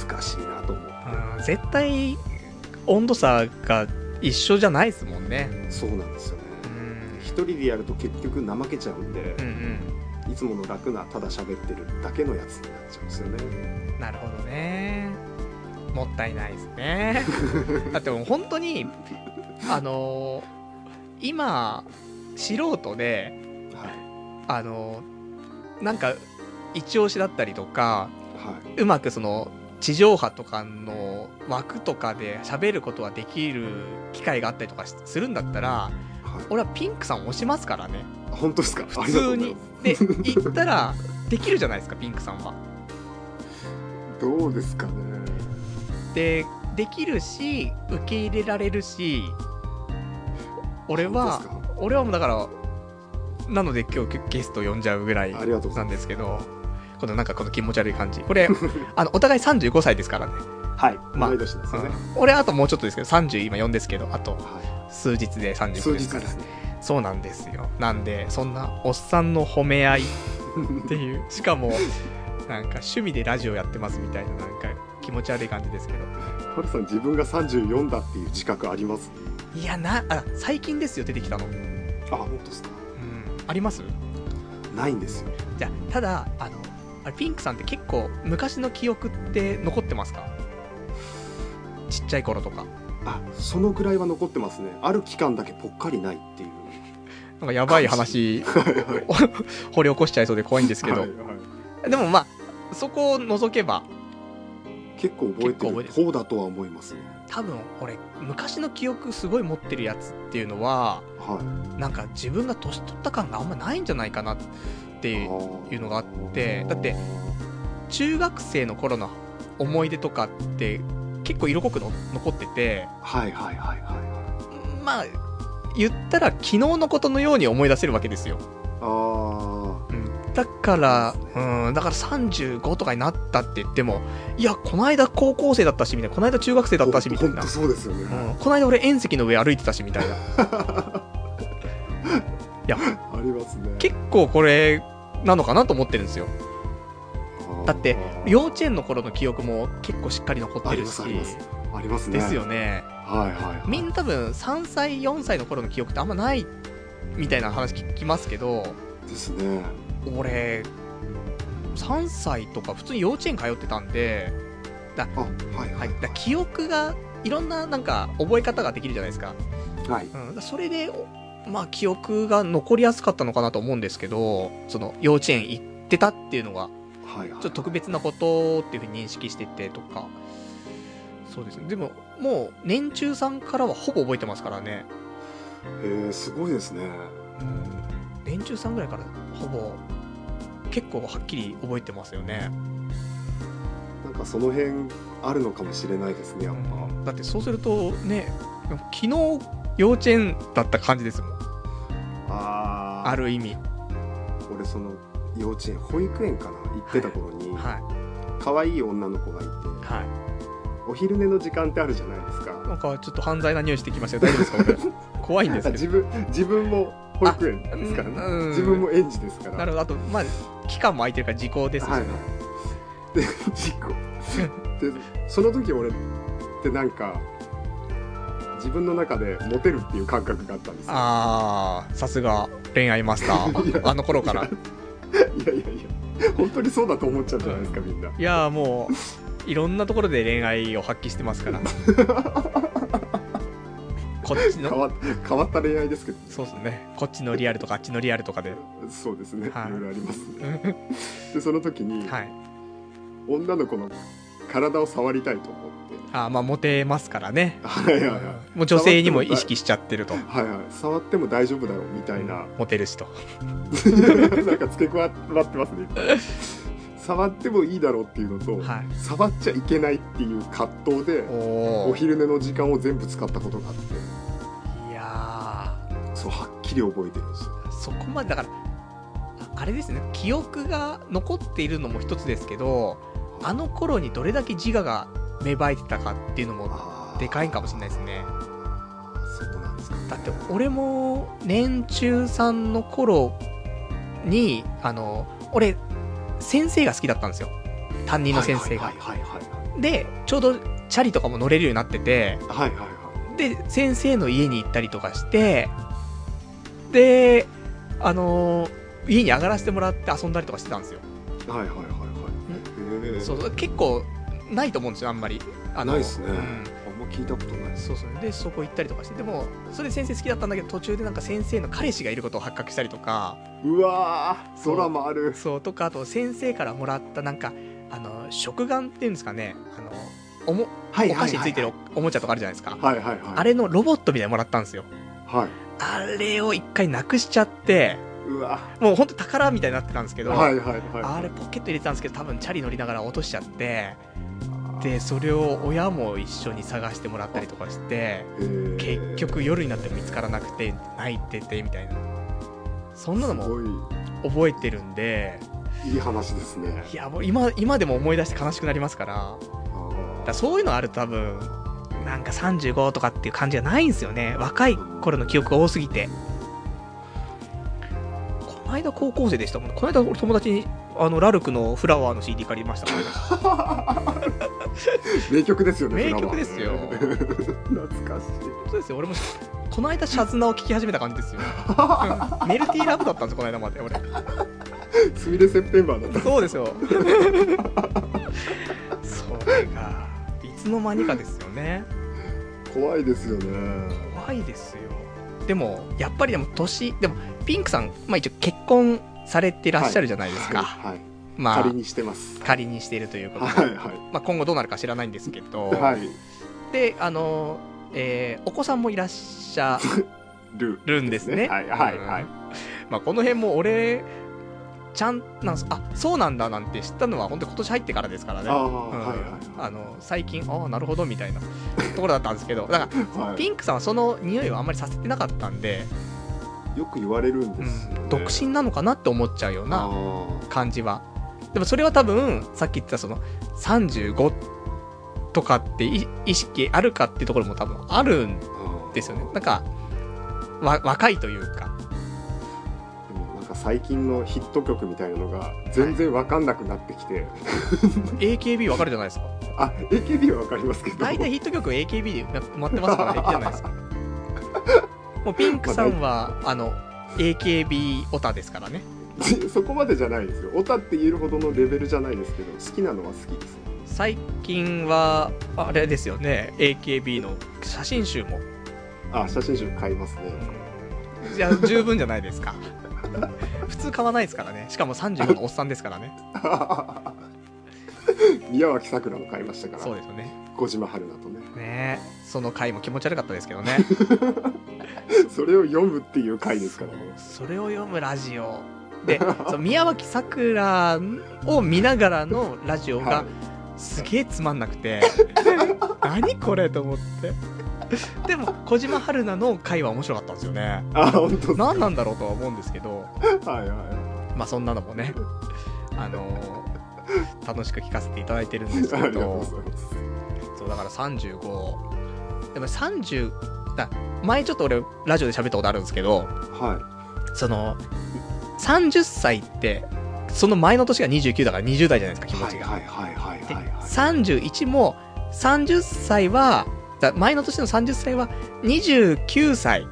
Speaker 3: 難しいなと思う
Speaker 2: うん絶対、温度差が一緒じゃないですもんね。
Speaker 3: そうなんですよね
Speaker 2: うん
Speaker 3: 1人でやると結局怠けちゃうんで
Speaker 2: う、ん
Speaker 3: いつもの楽なただ喋ってるだけのやつになっちゃうんですよね
Speaker 2: うん。なるほどね。もったいないですね。だってもう本当に、あのー今、素人で、
Speaker 3: はい
Speaker 2: あのーなんか、一押しだったりとか、
Speaker 3: は
Speaker 2: うまくその、地上波とかの枠とかで喋ることはできる機会があったりとかしするんだったら、
Speaker 3: い、はい、
Speaker 2: 俺はピンクさんを推しますからね。
Speaker 3: あ本当ですかあ
Speaker 2: 普通
Speaker 3: りがとうござい
Speaker 2: に
Speaker 3: ます。
Speaker 2: で、行ったら、できるじゃないですか、ピンクさんは。
Speaker 3: どうですかね
Speaker 2: でできるし受け入れられるし俺は
Speaker 3: 本当ですか
Speaker 2: 俺はもうだからなので今日ゲゲスト呼んじゃうぐらい
Speaker 3: ありがとうござ
Speaker 2: ないん
Speaker 3: ます
Speaker 2: ですけどこのなんかこの気持ち悪い感じこれあのお互い35歳ですからね、
Speaker 3: はい、
Speaker 2: まあ
Speaker 3: 同い年ですよね、
Speaker 2: 俺あともうちょっとですけど30今呼んですけどあと
Speaker 3: は
Speaker 2: 数日で
Speaker 3: い、
Speaker 2: 35
Speaker 3: 数
Speaker 2: で
Speaker 3: 日
Speaker 2: すから
Speaker 3: ですね
Speaker 2: そうなんですよなんでそんなおっさんの褒め合いって
Speaker 3: [LAUGHS]
Speaker 2: いうしかもなんか趣味でラジオやってますみたいななんか気持ち悪い感じですけど
Speaker 3: ハルさん自分が34だっていう自覚あります
Speaker 2: いやなあ最近ですよ出てきたの
Speaker 3: あ本当ですか
Speaker 2: うんあります
Speaker 3: ないんですよ
Speaker 2: じゃあただあのあれピンクさんって結構昔の記憶って残ってますかちっちゃい頃とか
Speaker 3: あそのぐらいは残ってますねある期間だけぽっかりないっていう
Speaker 2: なんかやばい話 [LAUGHS] 掘り起こしちゃいそうで怖いんですけど、
Speaker 3: はいはい
Speaker 2: でもまあそこを除けば
Speaker 3: 結構覚え
Speaker 2: 結構覚え
Speaker 3: て
Speaker 2: て
Speaker 3: る
Speaker 2: る
Speaker 3: 方だとは思いますね
Speaker 2: 多分俺昔の記憶すごい持ってるやつっていうのは
Speaker 3: は
Speaker 2: なんか自分が年取った感があんまないんじゃないかなって
Speaker 3: い
Speaker 2: いういうのがあってだって
Speaker 3: は
Speaker 2: 中学生の頃の思い出とかって結構色濃くの残ってて
Speaker 3: いはいはいはいはい
Speaker 2: まあ言ったら昨日のことのように思い出せるわけですよ、
Speaker 3: あ
Speaker 2: だから
Speaker 3: そうです
Speaker 2: うんだから35とかになったって言ってもいやこの間高校生だったしみたいなこの間中学生だ
Speaker 3: あ
Speaker 2: ったしみたいな、
Speaker 3: 本当そうですよね、
Speaker 2: うん、この間俺遠石の上歩いてたしみたいないや
Speaker 3: ありますね
Speaker 2: 結構これなのかなと思ってるんですよ
Speaker 3: あー
Speaker 2: だって幼稚園の頃の記憶も結構しっかり残ってるし
Speaker 3: ありますありますね
Speaker 2: ですよね
Speaker 3: はいはいはい
Speaker 2: みんな多分3歳4歳の頃の記憶ってあんまないみたいな話聞きますけど
Speaker 3: ですね
Speaker 2: 俺3歳とか普通に幼稚園通ってたんで、
Speaker 3: あはいは
Speaker 2: はいい、だから記憶がいろんななんか覚え方ができるじゃないですか,、
Speaker 3: はい
Speaker 2: うん、だからそれでおまあ記憶が残りやすかったのかなと思うんですけどその幼稚園行ってたっていうのが
Speaker 3: はいはい
Speaker 2: ちょっと特別なことっていうふうに認識しててとかそうですねでももう年中さんからはほぼ覚えてますからね
Speaker 3: えー、すごいですね
Speaker 2: 年中さんぐらいからほぼ結構はっきり覚えてますよね、
Speaker 3: なんかその辺あるのかもしれないですねやっぱ、
Speaker 2: だってそうするとね昨日幼稚園だった感じですもん
Speaker 3: あー
Speaker 2: ある意味
Speaker 3: 俺その幼稚園保育園かな行ってた頃に、
Speaker 2: は
Speaker 3: 可愛い女の子がいて
Speaker 2: いは
Speaker 3: お昼寝の時間ってあるじゃないですか
Speaker 2: なんかちょっと犯罪な匂いしてきましたよ大丈夫
Speaker 3: [LAUGHS]
Speaker 2: ですかこれ怖いんですけ
Speaker 3: 自分自分も保育園ですから
Speaker 2: あうんう
Speaker 3: ね
Speaker 2: ん
Speaker 3: 自分も園児ですか
Speaker 2: ど
Speaker 3: ら
Speaker 2: なるほどあとまあ期間も空いてるから時効ですよ
Speaker 3: はい
Speaker 2: ね、
Speaker 3: で事故でその時俺ってなんか自分の中でモテるっていう感覚があったんですよ
Speaker 2: ああさすが恋愛マスタ
Speaker 3: [LAUGHS]
Speaker 2: ーあの頃から
Speaker 3: いやいやいや本当にそうだと思っちゃうじゃないですかみんない
Speaker 2: やーもういろんなところで恋愛を発揮してますから
Speaker 3: [LAUGHS]
Speaker 2: こっち
Speaker 3: 変
Speaker 2: の
Speaker 3: わ変わった恋愛ですけど
Speaker 2: そうですねこっちのリアルとかあっちのリアルとかで
Speaker 3: そうですね、
Speaker 2: はい
Speaker 3: いろいろありますね
Speaker 2: は
Speaker 3: でその時
Speaker 2: い
Speaker 3: に、女の子の体を触りたいと思って
Speaker 2: あーまあモテますからね
Speaker 3: はいはいは
Speaker 2: もう女性にも意識しちゃってると
Speaker 3: いはいはい触っても大丈夫だろうみたいな、
Speaker 2: モテるしと
Speaker 3: [LAUGHS] なんか付け加わってますねいっぱい触ってもいいだろうっていうのと、
Speaker 2: はい
Speaker 3: 触っちゃいけないっていう葛藤で
Speaker 2: お
Speaker 3: お
Speaker 2: おい
Speaker 3: 昼寝の時間を全部使ったことがあって
Speaker 2: や
Speaker 3: そうはっきり覚えてるんですよ
Speaker 2: ーそこまでだからああれですね記憶が残っているのも一つですけどあの頃にどれだけ自我が芽生えてたかっていうのも
Speaker 3: あ
Speaker 2: でかいんかもしれないですね
Speaker 3: そうなんですか
Speaker 2: だって俺も年中さんの頃にあの俺先生が好きだったんですよ担任の先生が、
Speaker 3: はいはいはい
Speaker 2: でちょうどチャリとかも乗れるようになってて
Speaker 3: はいはいはい
Speaker 2: で先生の家に行ったりとかしてであの家に上がらせてもらって遊んだりとかしてたんですよ、
Speaker 3: はいはいはいはいはいへえ
Speaker 2: そう結構ないと思うんですよあんまりあの
Speaker 3: ないっすね、
Speaker 2: うん
Speaker 3: あんま聞いたことないです
Speaker 2: そうそうでそこ行ったりとかしてでもそれで先生好きだったんだけど途中でなんか先生の彼氏がいることを発覚したりとか
Speaker 3: うわー
Speaker 2: そう
Speaker 3: ドラマある
Speaker 2: そうとかあと先生からもらったなんかあの食玩っていうんですかねあのおも
Speaker 3: は
Speaker 2: お菓子についてる
Speaker 3: は
Speaker 2: おおもちゃとかあるじゃないですか、
Speaker 3: いはいはい
Speaker 2: あれのロボットみたいなのもらったんですよ
Speaker 3: はい
Speaker 2: あれを一回なくしちゃって
Speaker 3: うわ
Speaker 2: もうほんと宝みたいになってたんですけど、
Speaker 3: はいはいはい
Speaker 2: あれポケット入れてたんですけど多分チャリ乗りながら落としちゃってでそれを親も一緒に探してもらったりとかして
Speaker 3: へー
Speaker 2: 結局夜になっても見つからなくて泣いててみたいなそんなの
Speaker 3: す
Speaker 2: も
Speaker 3: ごい
Speaker 2: 覚えてるんで
Speaker 3: いい話ですね
Speaker 2: いやもう今今でも思い出して悲しくなりますから
Speaker 3: あ
Speaker 2: だから
Speaker 3: ー
Speaker 2: そういうのあると多分なんか35とかっていう感じがないんですよね若い頃の記憶が多すぎてこの間高校生でしたもんこの間俺友達にあのラルクの「フラワー」の CD 借りましたからね
Speaker 3: 名曲ですよね
Speaker 2: 名
Speaker 3: フラワ
Speaker 2: 曲
Speaker 3: ー
Speaker 2: ですよ
Speaker 3: 懐かしい
Speaker 2: 本当ですよ俺もこの間シャズナを聴き始めた感じですよ [LAUGHS] うんメルティーラブだったんですこの間まで俺
Speaker 3: すみれセプテンバーだった
Speaker 2: そうですよそれがいつの間にかですよね
Speaker 3: 怖いですよね
Speaker 2: 怖いですよでもやっぱりでも年でもピンクさん、まあ、一応結婚されてらっしゃるじゃないですか、
Speaker 3: はい、はい
Speaker 2: まあ
Speaker 3: 仮にしてます
Speaker 2: 仮にしているということで、
Speaker 3: はいは
Speaker 2: まあ、今後どうなるか知らないんですけど、
Speaker 3: いはい
Speaker 2: であの、えーお子さんもいらっしゃ
Speaker 3: ル
Speaker 2: るんですね
Speaker 3: はいはいはい
Speaker 2: うんまあ、この辺も俺ちゃんなんすあそうなんだなんて知ったのは本当今年入ってからですからね
Speaker 3: ああ、
Speaker 2: うん
Speaker 3: はい
Speaker 2: あの最近ああなるほどみたいなところだったんですけどだか
Speaker 3: はい
Speaker 2: ら
Speaker 3: は
Speaker 2: ピンクさんはその匂いをあんまりさせてなかったんで、
Speaker 3: いよく言われるん
Speaker 2: う
Speaker 3: ですよね、
Speaker 2: ん、独身なのかなって思っちゃうよう
Speaker 3: あ
Speaker 2: な感じはでもそれは多分さっき言ってたその35とかってい意識あるかっていうところも多分あるん
Speaker 3: ー
Speaker 2: ですよねなんかわ若いというか
Speaker 3: でもなんか最近のヒット曲みたいなのが全然わかんなくなってきて、
Speaker 2: AKB わかるじゃないですか [LAUGHS]
Speaker 3: あ AKB はわかりますけど
Speaker 2: 大体ヒット曲 AKB で埋まってますから平気じゃないですか [LAUGHS] もうピンクさんはあの AKB オタですからね
Speaker 3: [LAUGHS] そこまでじゃないですよオタって言えるほどのレベルじゃないですけど好きなのは好きです
Speaker 2: 最近はあれですよね AKB の写真集も
Speaker 3: あ写真集買いますね [LAUGHS]
Speaker 2: いや十分じゃないですか普通買わないですからねしかも35のおっさんですからね
Speaker 3: 宮脇さくらも買いましたか
Speaker 2: そう
Speaker 3: ら
Speaker 2: ですよね
Speaker 3: 小島春菜とね
Speaker 2: ねえその回も気持ち悪かったですけどね
Speaker 3: それを読むっていう回ですからね
Speaker 2: それを読むラジオでその宮脇さくらを見ながらのラジオが
Speaker 3: は
Speaker 2: すげえつまんなくて何これと思ってでも小島春菜の回は面白かったんですよね
Speaker 3: い、あ本当
Speaker 2: 何なんだろうとは思うんですけど
Speaker 3: はいは
Speaker 2: まあそんなのもね、あのー楽しく聞かせていただいてるんです
Speaker 3: [LAUGHS] いあ
Speaker 2: け
Speaker 3: りがとうご
Speaker 2: ど
Speaker 3: ざいます
Speaker 2: そうだから35でも30だ前ちょっと俺ラジオで喋ったことあるんですけど
Speaker 3: は
Speaker 2: その30歳ってその前の年が29だから20代じゃないですか
Speaker 3: い
Speaker 2: 気持ちが、
Speaker 3: はいはいはいはいはい
Speaker 2: で
Speaker 3: はい
Speaker 2: 31も30歳はだ前の年の30歳は29歳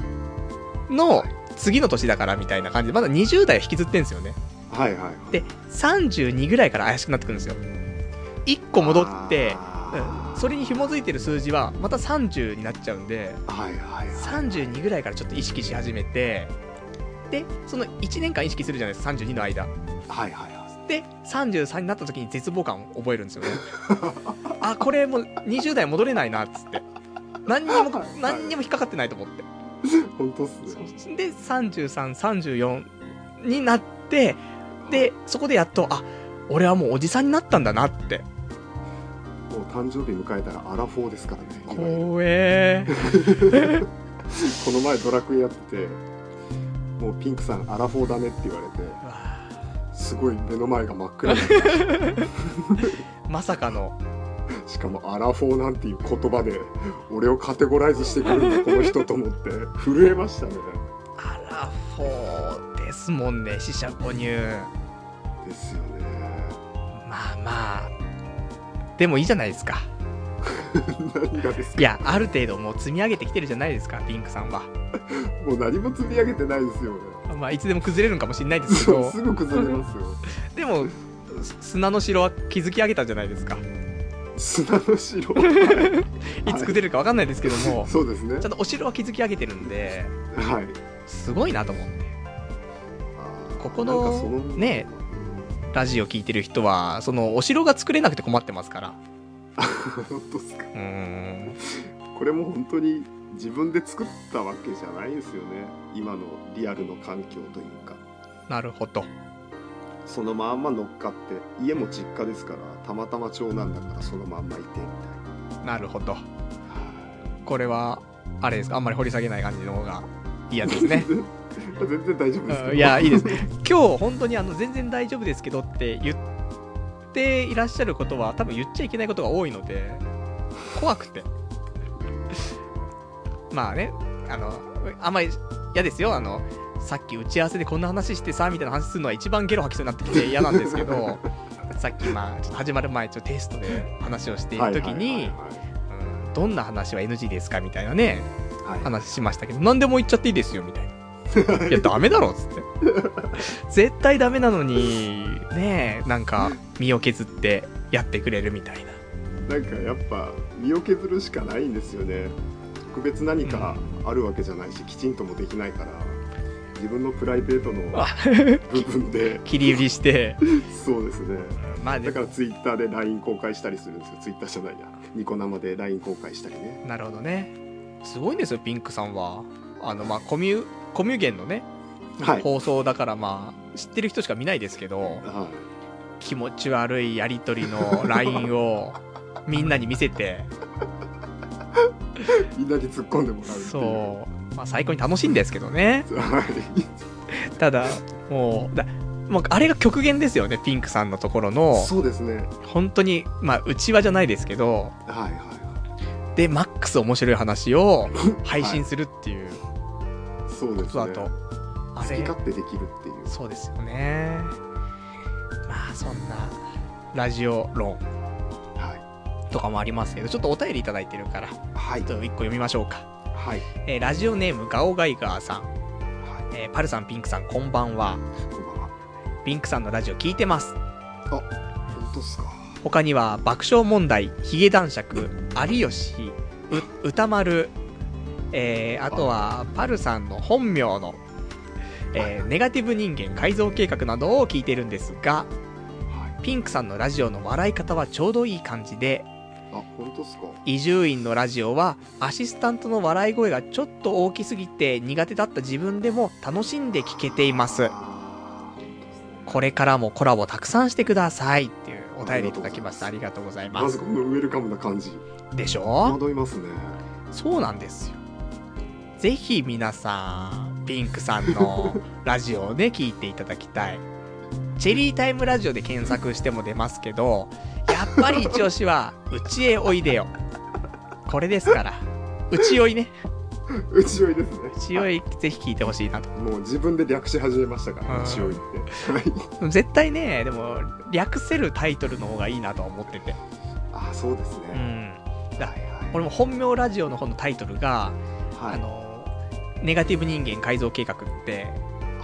Speaker 2: の次の年だからみたいな感じでまだ20代を引きずってんですよね
Speaker 3: はいはいはい
Speaker 2: で32ぐらいから怪しくなってくるんですよ1個戻って、
Speaker 3: あ
Speaker 2: うん、それに紐づいてる数字はまた30になっちゃうんで
Speaker 3: ーはいはいはい
Speaker 2: 32ぐらいからちょっと意識し始めてでその1年間意識するじゃないですか32の間
Speaker 3: はいはいは
Speaker 2: で33になった時に絶望感を覚えるんですよねあこれもう20代戻れないなっつって何にも何にも引っかかってないと思って
Speaker 3: い本当っすね
Speaker 2: で3334になってでそこでやっとあ俺はもうおじさんになったんだなって
Speaker 3: もう誕生日迎えたらアラフォーですからねいわゆる
Speaker 2: 怖え
Speaker 3: この前ドラクエやっててもうピンクさんアラフォーだねって言われて
Speaker 2: うわ
Speaker 3: すごい目の前が真っ暗
Speaker 2: [LAUGHS]
Speaker 3: になっ
Speaker 2: [LAUGHS] まさかの
Speaker 3: てしかもアラフォーなんていう言葉で俺をカテゴライズしてくるんだこの人と思って震えましたね
Speaker 2: アラフォーですもんね四捨五入
Speaker 3: ですよね
Speaker 2: まあまあでもいいじゃないですか
Speaker 3: 何がです
Speaker 2: い
Speaker 3: か
Speaker 2: やある程度もう積み上げてきてるじゃないですかピンクさんは
Speaker 3: もう何も積み上げてないですよね
Speaker 2: まあ、いつでも崩れるんかもしれないですけ
Speaker 3: そう
Speaker 2: ど
Speaker 3: すぐ崩れますよ
Speaker 2: でもす砂の城は築き上げたじゃないですか
Speaker 3: 砂
Speaker 2: い
Speaker 3: の城
Speaker 2: つ崩れるか分かんないですけども、
Speaker 3: そうですね
Speaker 2: ちゃんとお城は築き上げてるんで
Speaker 3: はい
Speaker 2: すごいなと思ってここ
Speaker 3: なん
Speaker 2: の
Speaker 3: かその
Speaker 2: ねラジオ聞いてる人はそのお城が作れなくて困ってますから
Speaker 3: 本当っ [LAUGHS] すか
Speaker 2: うーん
Speaker 3: これも本当に自分で作ったわけじゃないですよね今のリアルの環境というか
Speaker 2: なるほど
Speaker 3: そのまんま乗っかって家も実家ですからたまたま長男だからそのまんまいてみたい
Speaker 2: なるほど
Speaker 3: なは
Speaker 2: これはあれですかあんまり掘り下げない感じの方がいいやつですね
Speaker 3: い全然大丈夫です
Speaker 2: うんい [LAUGHS] やいいです
Speaker 3: ね
Speaker 2: 今日本当にあの全然大丈夫ですけどって言っていらっしゃることは多分言っちゃいけないことが多いので怖くて [LAUGHS] まあねあのあんまり嫌ですよあのさっき打ち合わせでこんな話してさみたいな話するのは一番ゲロ吐きそうになって [LAUGHS] きて嫌なんですけどさっきまあちょっと始まる前ちょっとテストで話をしている時にうんどんな話は NG ですかみたいなね話しましたけど何でも言っちゃっていいですよみたいな。いや、ダメだろっ
Speaker 3: [LAUGHS]
Speaker 2: つって。絶対ダメなのに、ねえ、なんか、身を削ってやってくれるみたいな。
Speaker 3: なんかやっぱ身を削るしかないんですよね特別何かあるわけじゃないし、きちんともできないから自分のプライベートの
Speaker 2: あ
Speaker 3: 部分で
Speaker 2: 切り売りして、
Speaker 3: そうですね
Speaker 2: まあで
Speaker 3: だか
Speaker 2: も
Speaker 3: らツイッターで LINE 公開したりするんですよツイッターじゃないやニコ生で LINE 公開したりね
Speaker 2: なるほどね。すごいんですよ、ピンクさんは。あの、まあ、コミュ、コミュゲンのね、
Speaker 3: はい、
Speaker 2: 放送だから、まあ、知ってる人しか見ないですけど、
Speaker 3: は
Speaker 2: 気持ち悪いやりとりの LINE を、みんなに見せ
Speaker 3: [LAUGHS]
Speaker 2: て、
Speaker 3: い、みんなに突っ込んでもらうっていう
Speaker 2: そう、まあ、最高に楽しいんですけどね。
Speaker 3: はい
Speaker 2: ただもうだもうあれが極限ですよねピンクさんのところの
Speaker 3: そうですねはい
Speaker 2: 本当にまあうちわじゃないですけど
Speaker 3: はいは
Speaker 2: でマックス面白い話
Speaker 3: [LAUGHS]
Speaker 2: を配信するっていう
Speaker 3: いそうで
Speaker 2: こ
Speaker 3: す
Speaker 2: とだ
Speaker 3: ね
Speaker 2: と、
Speaker 3: 好
Speaker 2: あ
Speaker 3: き
Speaker 2: れ
Speaker 3: 勝手できるっていう
Speaker 2: そうですよねまあそんなラジオ論
Speaker 3: は
Speaker 2: とかもありますけどちょっとお便りいただいてるからちょ
Speaker 3: いはい
Speaker 2: っと1個読みましょうか、
Speaker 3: はい
Speaker 2: えーラジオネームガオガイガーさん、
Speaker 3: は
Speaker 2: えーパルさんピンクさんこんばんはい
Speaker 3: こんばんは
Speaker 2: ピンクさんのラジオ聞いてます
Speaker 3: 本当っすか
Speaker 2: 他には爆笑問題ヒゲ男爵有吉う歌丸、えーあとはパルさんの本名の、えーネガティブ人間改造計画などを聞いてるんですが
Speaker 3: はい
Speaker 2: ピンクさんのラジオの笑い方はちょうどいい感じで
Speaker 3: あ本当っすか
Speaker 2: 伊集院のラジオはアシスタントの笑い声がちょっと大きすぎて苦手だった自分でも楽しんで聞けています
Speaker 3: あー本当っすね
Speaker 2: これからもコラボたくさんしてくださいっていうお便りいただきましたありがとうござい
Speaker 3: ま
Speaker 2: ま
Speaker 3: ず
Speaker 2: す
Speaker 3: このウェルカムな感じ
Speaker 2: でしょ
Speaker 3: 惑いますね
Speaker 2: そうなんですよ。ぜひ皆さん、ピンクさん [LAUGHS] のラジオをね、聞いていただきたい。チェリータイムラジオで検索しても出ますけど、やっぱり一押しは、うちへおいでよ。これですから内酔いね
Speaker 3: 内酔いですね
Speaker 2: 内酔いぜひ聞いてほしいなと
Speaker 3: もう自分で略し始めましたから
Speaker 2: うん
Speaker 3: 内酔いってはい
Speaker 2: 絶対ねでも略せるタイトルの方がいいなとは思ってて
Speaker 3: あそうです
Speaker 2: う
Speaker 3: ね、
Speaker 2: ん
Speaker 3: はい
Speaker 2: 俺も本名ラジオの方のタイトルが
Speaker 3: はい
Speaker 2: あのネガティブ人間改造計画って、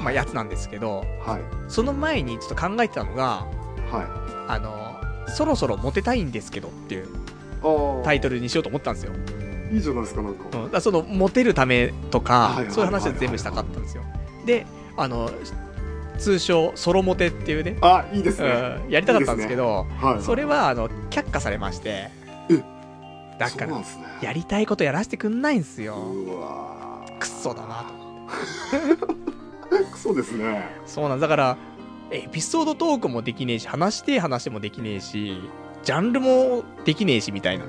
Speaker 2: まあ、やつなんですけど
Speaker 3: はい
Speaker 2: その前にちょっと考えてたのが
Speaker 3: は
Speaker 2: あのそろそろモテたいんですけどっていう
Speaker 3: いああ
Speaker 2: タイトルにしようと思ったんですよ、うん
Speaker 3: いいじゃないですかなんか、
Speaker 2: だからそのモテるためとか
Speaker 3: はいはいはいはい
Speaker 2: そういう話は全部したかったんですよであの通称ソロモテっていうね、
Speaker 3: あいいです
Speaker 2: う
Speaker 3: ね、
Speaker 2: ん、やりたかったんですけど
Speaker 3: はい
Speaker 2: それはあの却下されまして
Speaker 3: え
Speaker 2: だか
Speaker 3: そうな
Speaker 2: ら
Speaker 3: んですね
Speaker 2: やりたいことやらせてくんないんすよ
Speaker 3: うわ
Speaker 2: クソだなと
Speaker 3: ークソですね
Speaker 2: そうなんだからエピソードトークもできねえし話して話もできねえしジャンルもできねえしみたいな
Speaker 3: う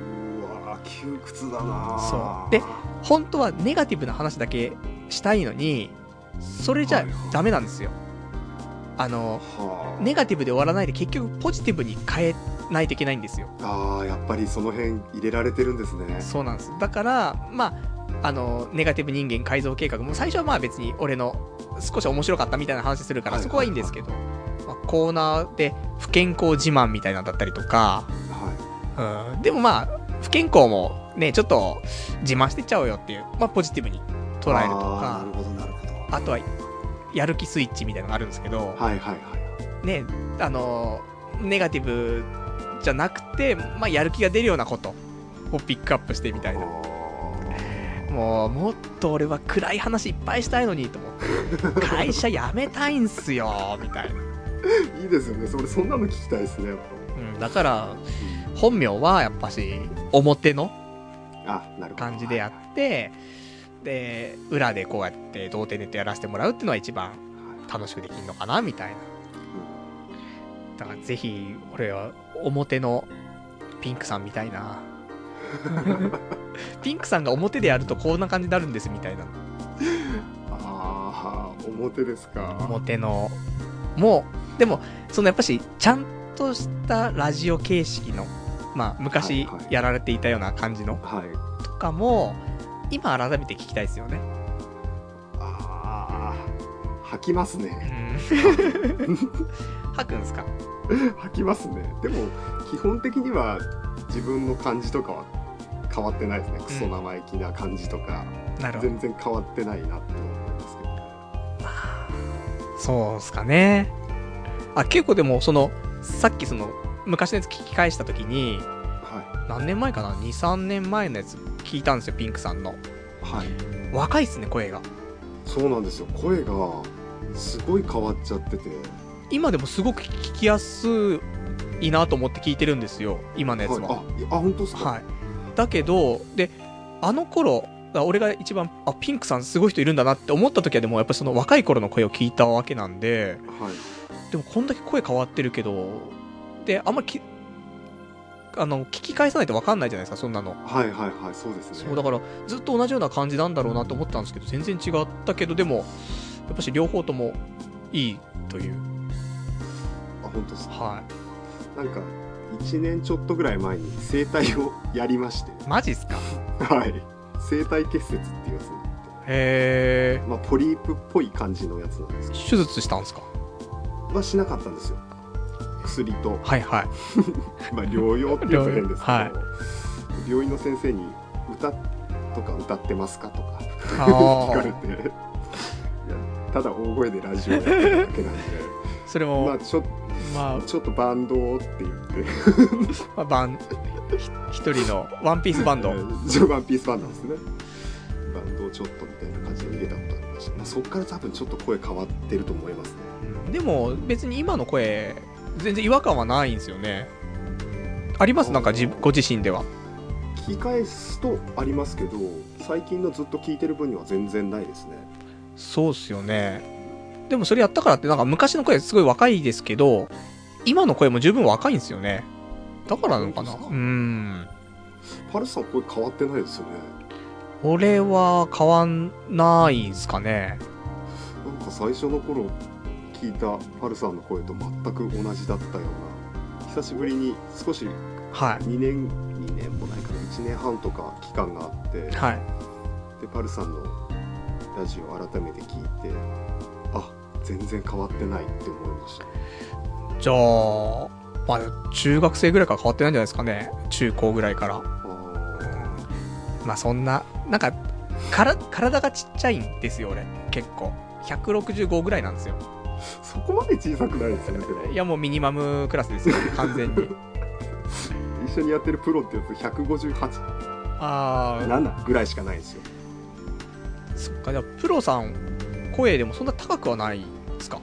Speaker 3: わー窮屈だな
Speaker 2: そうで本当はネガティブな話だけしたいのにそれじゃダメなんですよあの
Speaker 3: はあ、
Speaker 2: ネガティブで終わらないで結局ポジティブに変えないといけないんですよ
Speaker 3: あーやっぱりその辺入れられてるんですね
Speaker 2: そうなんですだからまああのネガティブ人間改造計画も最初はまあ別に俺の少し面白かったみたいな話するからそこはいいんですけど、まあ、コーナーで不健康自慢みたいなのだったりとか
Speaker 3: は
Speaker 2: うんでもまあ、不健康もね、ちょっと自慢してっちゃおうよっていう、まあポジティブに
Speaker 3: い
Speaker 2: 捉えると
Speaker 3: あーな
Speaker 2: か、
Speaker 3: るほどなるほど
Speaker 2: あとは、やる気スイッチみたいなのがあるんですけど、
Speaker 3: はいはいはい
Speaker 2: ね、あのー、ネガティブじゃなくて、まあやる気が出るようなことをピックアップしてみたいな。もう、もっと俺は暗い話いっぱいしたいのにと思って、
Speaker 3: [LAUGHS]
Speaker 2: 会社辞めたいんすよ、みたいな。
Speaker 3: あーいいですよねそれそんなの聞きたいですねやっ
Speaker 2: うん、だから、本名はやっぱし、表の
Speaker 3: ぱあなるほど
Speaker 2: 感じでやって、で、裏でこうやって童貞ネットやらせてもらうっていうのは一番楽しくできるのかな、みたいな。だからぜひ、俺は表のピンクさんみたい
Speaker 3: [LAUGHS]
Speaker 2: な。ピンクさんが表でやるとこんな感じになるんですみたいな。
Speaker 3: ああ表ですか
Speaker 2: 表の。もう、でも、そのやっぱし、ちゃんとしたラジオ形式の、まあ、昔
Speaker 3: はいはい
Speaker 2: やられていたような感じの
Speaker 3: はい
Speaker 2: とかも、今改めて聞きたいですよね。
Speaker 3: ああ吐きます
Speaker 2: う [LAUGHS]
Speaker 3: ね
Speaker 2: ん。吐くんですか
Speaker 3: 吐きますねでも基本的には自分の感じとかは変わってないですねクソ生意気な感じとか、
Speaker 2: なるほど。
Speaker 3: 全然変わってないなって思いますけど
Speaker 2: そうっすかね。あ、結構でも、その、さっきその、昔のやつ聞き返したときに、
Speaker 3: は
Speaker 2: 何年前かな ?2、3年前のやつ聞いたんですよ、ピンクさんの。
Speaker 3: いはい
Speaker 2: 若いっすね、声が。
Speaker 3: そうなんですよ声がすごい変わっちゃってて
Speaker 2: 今でもすごく聞きやすいなと思って聞いてるんですよ、今のやつは。
Speaker 3: はい、あいやあ本当ですか、
Speaker 2: はい。だけど、で、あの頃、あ俺が一番、あ、ピンクさんすごい人いるんだなって思った時は、でもやっぱりその若い頃の声を聞いたわけなんで、
Speaker 3: はい
Speaker 2: でもこんだけ声変わってるけど、で、あんまりき、あの、聞き返さないと分かんないじゃないですか、そんなの。
Speaker 3: はいはいはいそうですね
Speaker 2: そうだから、ずっと同じような感じなんだろうなと思ったんですけど、全然違ったけど、でも、やっぱし両方ともいいという。
Speaker 3: あ本当ですか
Speaker 2: は
Speaker 3: なんか1年ちょっとぐらい前に声帯をやりまして
Speaker 2: い。マジっすか
Speaker 3: はい声帯結節っていうやつになって
Speaker 2: へえ。
Speaker 3: まあポリープっぽい感じのやつなんですけ
Speaker 2: 手術したんすか
Speaker 3: どはしなかったんですよ薬
Speaker 2: [LAUGHS]
Speaker 3: と、
Speaker 2: はいはい。
Speaker 3: まあ、療養っていうと変ですけど、
Speaker 2: はい
Speaker 3: 病院の先生に歌とか歌ってますかとか
Speaker 2: あ
Speaker 3: 聞かれ
Speaker 2: あ。
Speaker 3: ていやただ大声でラジオやってるだけなんで
Speaker 2: それ
Speaker 3: まあ
Speaker 2: も、
Speaker 3: ちょ
Speaker 2: ま
Speaker 3: ちょっとバンドをって言って
Speaker 2: あ、まあ、バン、ひ一人のワンピースバンド。
Speaker 3: [LAUGHS] ジョワンピースバンドですねバンドをちょっとみたいな感じで逃げたことありました、まあ、そっから多分ちょっと声変わってると思いますね
Speaker 2: でも、別に今の声、全然違和感はないんですよね。ありますなんか自ご自身では。
Speaker 3: 聞き返すとありますけど最近のずっと聞いてる分には全然ないですね
Speaker 2: そうっすよね。でもそれやったからって、なんか昔の声すごい若いですけど、今の声も十分若いんですよね。だからなのかなう
Speaker 3: そうです
Speaker 2: ー
Speaker 3: か
Speaker 2: ん。
Speaker 3: パルスさん声変わってないですよね
Speaker 2: 俺は変わんないんすかね。
Speaker 3: なんか最初の頃聞いたパルさんの声と全く同じだったような久しぶりに少し
Speaker 2: はい。
Speaker 3: 2年2年もないから1年半とか期間があって、
Speaker 2: はい
Speaker 3: でパルさんのラジオを改めて聞いてあ全然変わってないって思いました
Speaker 2: じゃあ、まあ、中学生ぐらいから変わってないんじゃないですかね中高ぐらいから
Speaker 3: あ
Speaker 2: まあそんななんかから体がちっちゃいんですよ俺結構165ぐらいなんですよ
Speaker 3: ーそこまで小さくないですよねでも
Speaker 2: いやもうミニマムクラスです [LAUGHS] よ完全に
Speaker 3: 一緒にやってるプロってやつ158
Speaker 2: ああ
Speaker 3: 7ぐらいしかないですよ
Speaker 2: そっかじゃあプロさん声でもそんな高くはないですか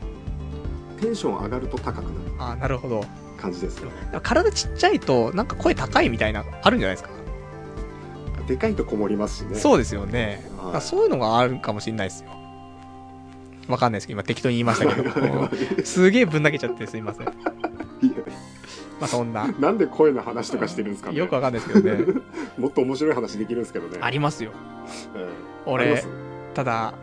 Speaker 3: テンション上がると高くなる
Speaker 2: ああなるほど
Speaker 3: 感じですよね
Speaker 2: 体ちっちゃいとなんか声高いみたいなあるんじゃないですか、
Speaker 3: でかいとこもりますしね
Speaker 2: そうですよね、
Speaker 3: はい
Speaker 2: だからそういうのがあるかもしれないですよわかんないですけど今適当に言いましたけど [LAUGHS] すげえぶん投げちゃってすいませんま
Speaker 3: いや
Speaker 2: あそんな
Speaker 3: なんで声の話とかしてるんですかね
Speaker 2: よくわかんないですけどね
Speaker 3: もっと面白い話できるんですけどね
Speaker 2: ありますよ
Speaker 3: うんありま
Speaker 2: 俺
Speaker 3: す
Speaker 2: ただ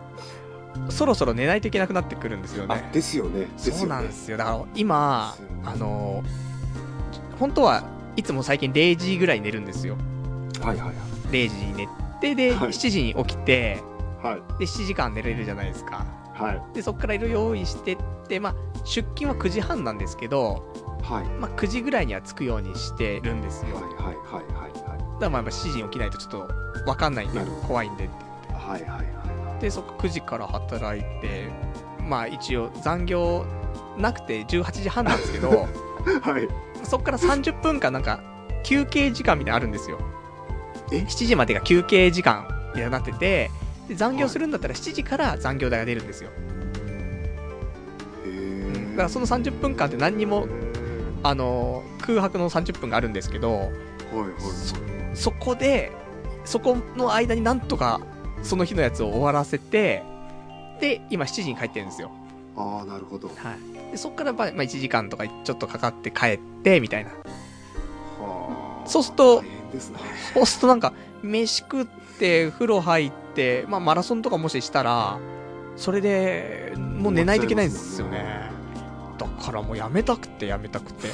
Speaker 2: そろそろ寝ないといけなくなってくるんですよ
Speaker 3: あ
Speaker 2: ね
Speaker 3: ですよねですよね
Speaker 2: そうなんですよだから今
Speaker 3: ですよね
Speaker 2: あの本当はいつも最近0時ぐらいに寝るんですよ
Speaker 3: はいはい
Speaker 2: 0時に寝てで、
Speaker 3: はい
Speaker 2: 7時に起きて
Speaker 3: はいはい
Speaker 2: で7時間寝れるじゃないですか
Speaker 3: はい
Speaker 2: でそこからいろいろ用意してって、まあ、出勤は9時半なんですけど、
Speaker 3: はい
Speaker 2: まあ、9時ぐらいには着くようにしてるんです
Speaker 3: はい
Speaker 2: よ
Speaker 3: はいはい
Speaker 2: だからまあやっぱ7時に起きないとちょっと分かんないんで
Speaker 3: なるほど
Speaker 2: 怖いんでって
Speaker 3: はいはいはいはいは
Speaker 2: でそこ9時から働いてまあ一応残業なくて18時半なんですけど
Speaker 3: いはい
Speaker 2: そこから30分間なんか休憩時間みたいなのあるんですよ
Speaker 3: え
Speaker 2: 7時までが休憩時間みたいになっててで残業するんだったら7時から残業代が出るんですよだ
Speaker 3: へー
Speaker 2: からその30分間って何にも
Speaker 3: へー
Speaker 2: あの空白の30分があるんですけど
Speaker 3: はいはい
Speaker 2: そそこでそこの間になんとかその日のやつを終わらせてで今7時に帰ってるんですよ、
Speaker 3: ああなるほどは
Speaker 2: はい、でそこからまあ1時間とかちょっとかかって帰ってみたいな
Speaker 3: あ
Speaker 2: そうすると
Speaker 3: 大変ですね
Speaker 2: そうするとなんか飯食って風呂入って、まあ、マラソンとかもししたらそれでもう寝ないといけないんですよねだからもうやめたくてやめたく [LAUGHS] て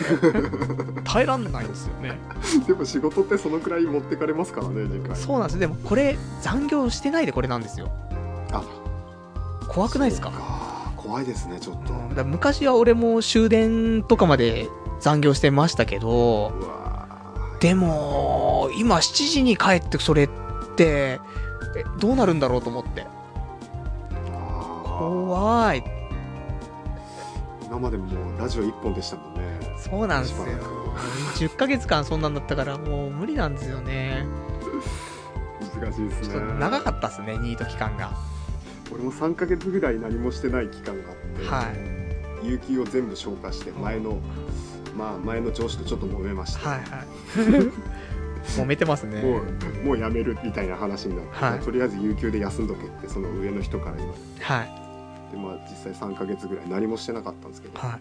Speaker 2: 耐えらんないんですよね
Speaker 3: [LAUGHS] でも仕事ってそのくらい持ってかれますからね時間
Speaker 2: そうなんですでもこれ残業してないでこれなんですよ
Speaker 3: あ
Speaker 2: 怖くないですか
Speaker 3: そう怖いですねちょっと、
Speaker 2: うんだから昔は俺も終電とかまで残業してましたけど
Speaker 3: うわ
Speaker 2: でも今7時に帰ってそれってえどうなるんだろうと思って
Speaker 3: ーあ
Speaker 2: 怖い
Speaker 3: ー今までもうラジオ一本でしたもんね
Speaker 2: そうなんですよ
Speaker 3: しばらく
Speaker 2: 10ヶ月間そんなんだったからもう無理なんですよね
Speaker 3: 難しいです
Speaker 2: ちょっ
Speaker 3: ね
Speaker 2: と長かったっすねニート期間が
Speaker 3: 俺も3ヶ月ぐらい何もしてない期間があって、
Speaker 2: はい
Speaker 3: 有給を全部消化して前の、まあ前の上司とちょっと揉めました、
Speaker 2: はいはい [LAUGHS] 揉めてますね
Speaker 3: もうもうやめるみたいな話になって、
Speaker 2: はい
Speaker 3: とりあえず有給で休んどけってその上の人から言われて
Speaker 2: はい
Speaker 3: でまあ実際3ヶ月ぐらい何もしてなかったんですけど
Speaker 2: はい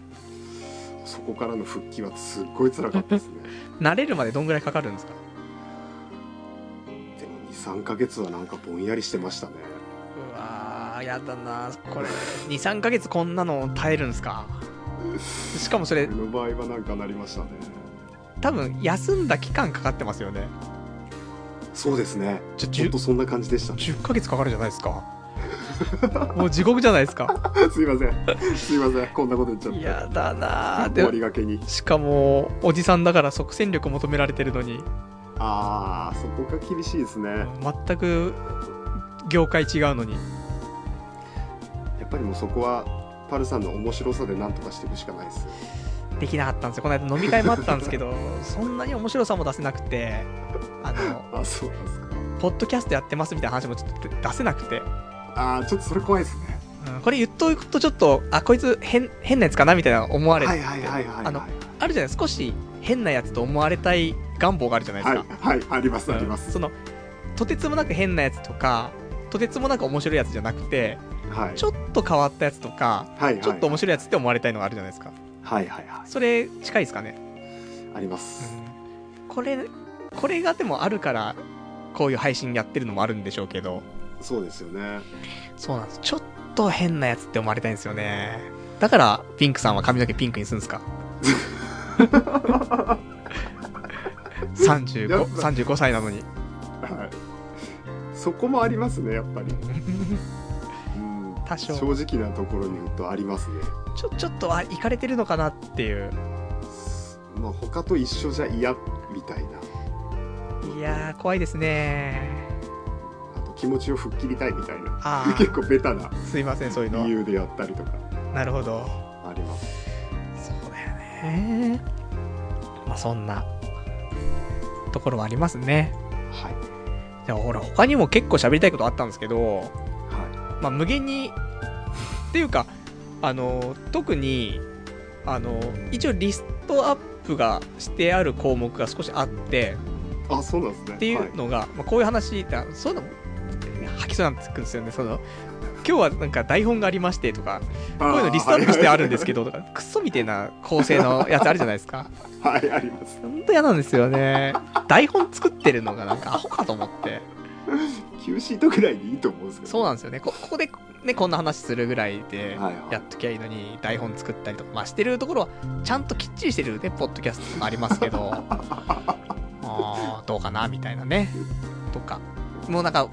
Speaker 3: そこからの復帰はすっごい辛かったですね [LAUGHS]
Speaker 2: 慣れるまでどんぐらいかかるんですか
Speaker 3: でも23ヶ月はなんかぼんやりしてましたね
Speaker 2: うわーやだなこれ23ヶ月こんなの耐えるんです [LAUGHS] かしかもそれ
Speaker 3: 俺の場合はなんかなりましたね
Speaker 2: 多分休んだ期間かかってますよね
Speaker 3: そうですね
Speaker 2: ちょ
Speaker 3: ちょっ
Speaker 2: 10,
Speaker 3: とそんな感じでしたね
Speaker 2: 10ヶ月かかるじゃないですかもう地獄じゃないですか
Speaker 3: [LAUGHS] すいませんすいませんこんなこと言っちゃって
Speaker 2: やだな
Speaker 3: 終
Speaker 2: で
Speaker 3: わりがけに
Speaker 2: しかもおじさんだから即戦力求められてるのに
Speaker 3: ああそこが厳しいですね
Speaker 2: 全く業界違うのに
Speaker 3: やっぱりもうそこはパルさんの面白さで何とかしていくしかないです
Speaker 2: できなかったんですよこの間飲み会もあったんですけどそんなに面白さも出せなくてあの
Speaker 3: あそうなんですか
Speaker 2: ポッドキャストやってますみたいな話もちょっと出せなくて
Speaker 3: ああちょっとそれ怖いですね
Speaker 2: うんこれ言っとくとちょっとあこいつ変変なやつかなみたいな思わ
Speaker 3: はい
Speaker 2: れ、
Speaker 3: はいはいはいはい
Speaker 2: あのあるじゃない少し変なやつと思われたい願望があるじゃないです
Speaker 3: はい
Speaker 2: か、
Speaker 3: はいあります
Speaker 2: うん
Speaker 3: あります
Speaker 2: そのとてつもなく変なやつとかとてつもなく面白いやつじゃなくて
Speaker 3: はい
Speaker 2: ちょっと変わったやつとか
Speaker 3: はいはい
Speaker 2: ちょっと面白いやつって思われたいのがあるじゃないですか
Speaker 3: はいはいは
Speaker 2: それ近いですかね、
Speaker 3: いあります
Speaker 2: これこれがでもあるからこういう配信やってるのもあるんでしょうけど
Speaker 3: そうですよね
Speaker 2: そうなんですちょっと変なやつって思われたいんですよねだから
Speaker 3: [LAUGHS]
Speaker 2: ピンクさんは髪の毛ピンクにするんですか
Speaker 3: や
Speaker 2: 35,
Speaker 3: っぱ
Speaker 2: 35歳なのに
Speaker 3: はいそこもありますねやっぱり、
Speaker 2: [LAUGHS]
Speaker 3: うん、
Speaker 2: 多少
Speaker 3: 正直なところに言うとありますね
Speaker 2: ちょちょっとあいかれてるのかなっていう
Speaker 3: まあ他と一緒じゃ嫌みたいない
Speaker 2: やー怖いですね
Speaker 3: あと気持ちを吹っ切りたいみたいな
Speaker 2: あ
Speaker 3: 結
Speaker 2: あ
Speaker 3: 構ベタな
Speaker 2: [LAUGHS] すいませんそういうのは
Speaker 3: 理由でやったりとか
Speaker 2: なるほど
Speaker 3: あります
Speaker 2: そうだよねまあそんなところはありますね
Speaker 3: はい
Speaker 2: じゃあほら他にも結構喋りたいことあったんですけど
Speaker 3: は
Speaker 2: まあ無限にっていうかあの特にあの一応リストアップがしてある項目が少しあって
Speaker 3: いあそうなんですね
Speaker 2: ってい
Speaker 3: はいう
Speaker 2: のが、まあ、こういう話ってそういうの吐きそうになってくるんですよねその今日はなんか台本がありましてとかこういうのリストアップしてあるんですけどとかクソみたいな構成のやつあるじゃないです [LAUGHS] か
Speaker 3: ど [LAUGHS] はいあります
Speaker 2: ほんと嫌なんですよね台本作ってるのがなんかアホかと思って
Speaker 3: Q シートぐらいでいいと思うんですけど
Speaker 2: そうなん
Speaker 3: ん
Speaker 2: ですよねこここでねこんな話するぐらいで
Speaker 3: はいはい
Speaker 2: やっときゃいいのに台本作ったりとか、まあ、してるところはちゃんときっちりしてるねポッドキャストとかありますけ [LAUGHS] どあーどうかなみたいなねとかもうなんか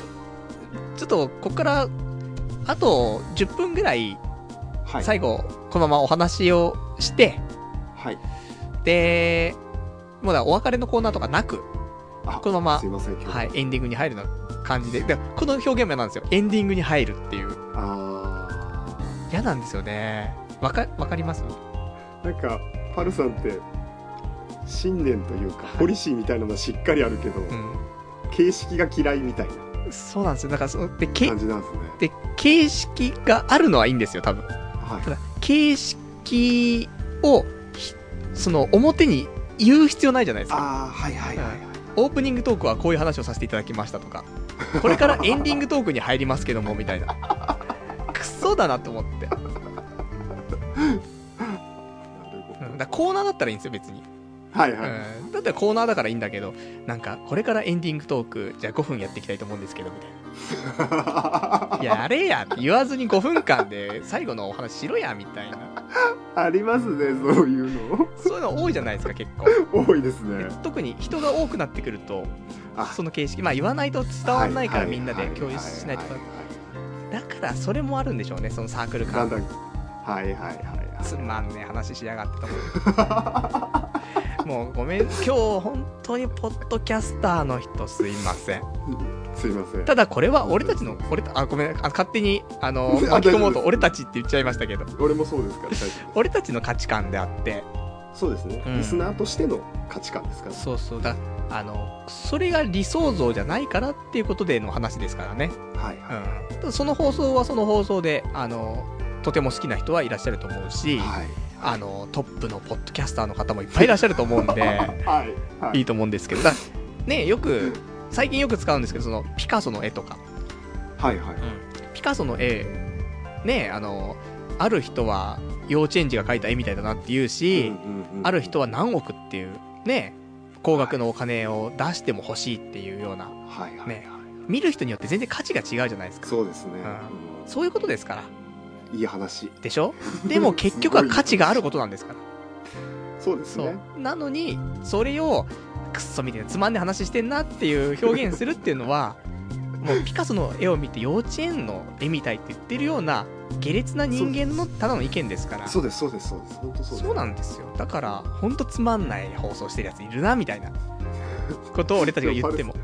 Speaker 2: ちょっとここからあと10分ぐらい
Speaker 3: はい
Speaker 2: 最後このままお話をして
Speaker 3: はい
Speaker 2: でもうだからお別れのコーナーとかなく
Speaker 3: あ
Speaker 2: このまます
Speaker 3: いません今日
Speaker 2: はい、エンディングに入るような感じで、でこの表現も嫌なんですよ。エンディングに入るっていう。
Speaker 3: あ
Speaker 2: 嫌なんですよね。わか、わかります
Speaker 3: ーなんかパルさんって信念というかポリシーみたいなのはしっかりあるけど、
Speaker 2: うん。
Speaker 3: 形式が嫌いみたいな
Speaker 2: そうなんですよ。だからその、で、け
Speaker 3: 感、じなんですね
Speaker 2: で、形式があるのはいいんですよ、多分。
Speaker 3: はい
Speaker 2: ただ、形式をひ、その、表に言う必要ないじゃないですか。
Speaker 3: ああはいはいはいはい
Speaker 2: オープニングトークはこういう話をさせていただきましたとか、これからエンディングトークに入りますけども、みたいな。クソだなと思って。うん
Speaker 3: なるほ
Speaker 2: だからコーナーだったらいいんですよ、別に。
Speaker 3: どはいはい、
Speaker 2: うんだったらコーナーだからいいんだけどなんかこれからエンディングトークじゃあ5分やっていきたいと思うんですけどみたい [LAUGHS] な「やれや」って言わずに5分間で最後のお話しろやみたいな
Speaker 3: ありますねそういうの [LAUGHS]
Speaker 2: そういうの多いじゃないですか結構
Speaker 3: 多いですね
Speaker 2: 特に人が多くなってくると
Speaker 3: あ
Speaker 2: その形式まあ言わないと伝わらないからみんなで共有しないと
Speaker 3: はは
Speaker 2: だからそれもあるんでしょうねそのサークル
Speaker 3: いだ
Speaker 2: 感
Speaker 3: んだんはいはいはいはい
Speaker 2: つまんねえ話しやがってと思うもうごめん今日本当にポッドキャスターの人すいません
Speaker 3: すいません
Speaker 2: ただこれは俺たちの俺たあごめんあ勝手にあ [LAUGHS] の巻き込もうと
Speaker 3: 大丈夫です
Speaker 2: 俺たちって言っちゃいましたけど
Speaker 3: 俺もそうですから大丈夫
Speaker 2: 俺たちの価値観であって
Speaker 3: ですそうですね、
Speaker 2: うん
Speaker 3: リスナーとしての価値観ですから
Speaker 2: そうそうだあのそれが理想像じゃないからっていうことでの話ですからね、
Speaker 3: はいは
Speaker 2: うん、その放送はその放送であのとても好きな人はいらっしゃると思う
Speaker 3: い
Speaker 2: し、
Speaker 3: はい
Speaker 2: あのトップのポッドキャスターの方もいっぱいいらっしゃると思うんで
Speaker 3: はいはい
Speaker 2: いいと思うんですけどだねよく最近よく使うんですけどそのピカソの絵とか
Speaker 3: はいはい
Speaker 2: ピカソの絵ねあのある人は幼稚園児が描いた絵みたいだなって言うし、
Speaker 3: うんうんうん
Speaker 2: ある人は何億っていうね高額のお金を出しても欲しいっていうような
Speaker 3: はいはい、
Speaker 2: ね見る人によって全然価値が違うじゃないですか
Speaker 3: そうですね、
Speaker 2: んそういうことですから
Speaker 3: うんいい話
Speaker 2: でし
Speaker 3: [LAUGHS]
Speaker 2: ょでも結局は価値があることなんですから
Speaker 3: そうです
Speaker 2: そ
Speaker 3: ね
Speaker 2: うなのにそれをクッソみたいなつまんねえ話してんなっていう表現するっていうの [LAUGHS] はもうピカソの絵を見て幼稚園の絵みたいって言ってるような下劣な人間のただの意見ですから
Speaker 3: そうですそうですそうです本当そうです
Speaker 2: そうなんですよだからほんとつまんない放送してるやついるなみたいなことを俺たちが言 [LAUGHS] っても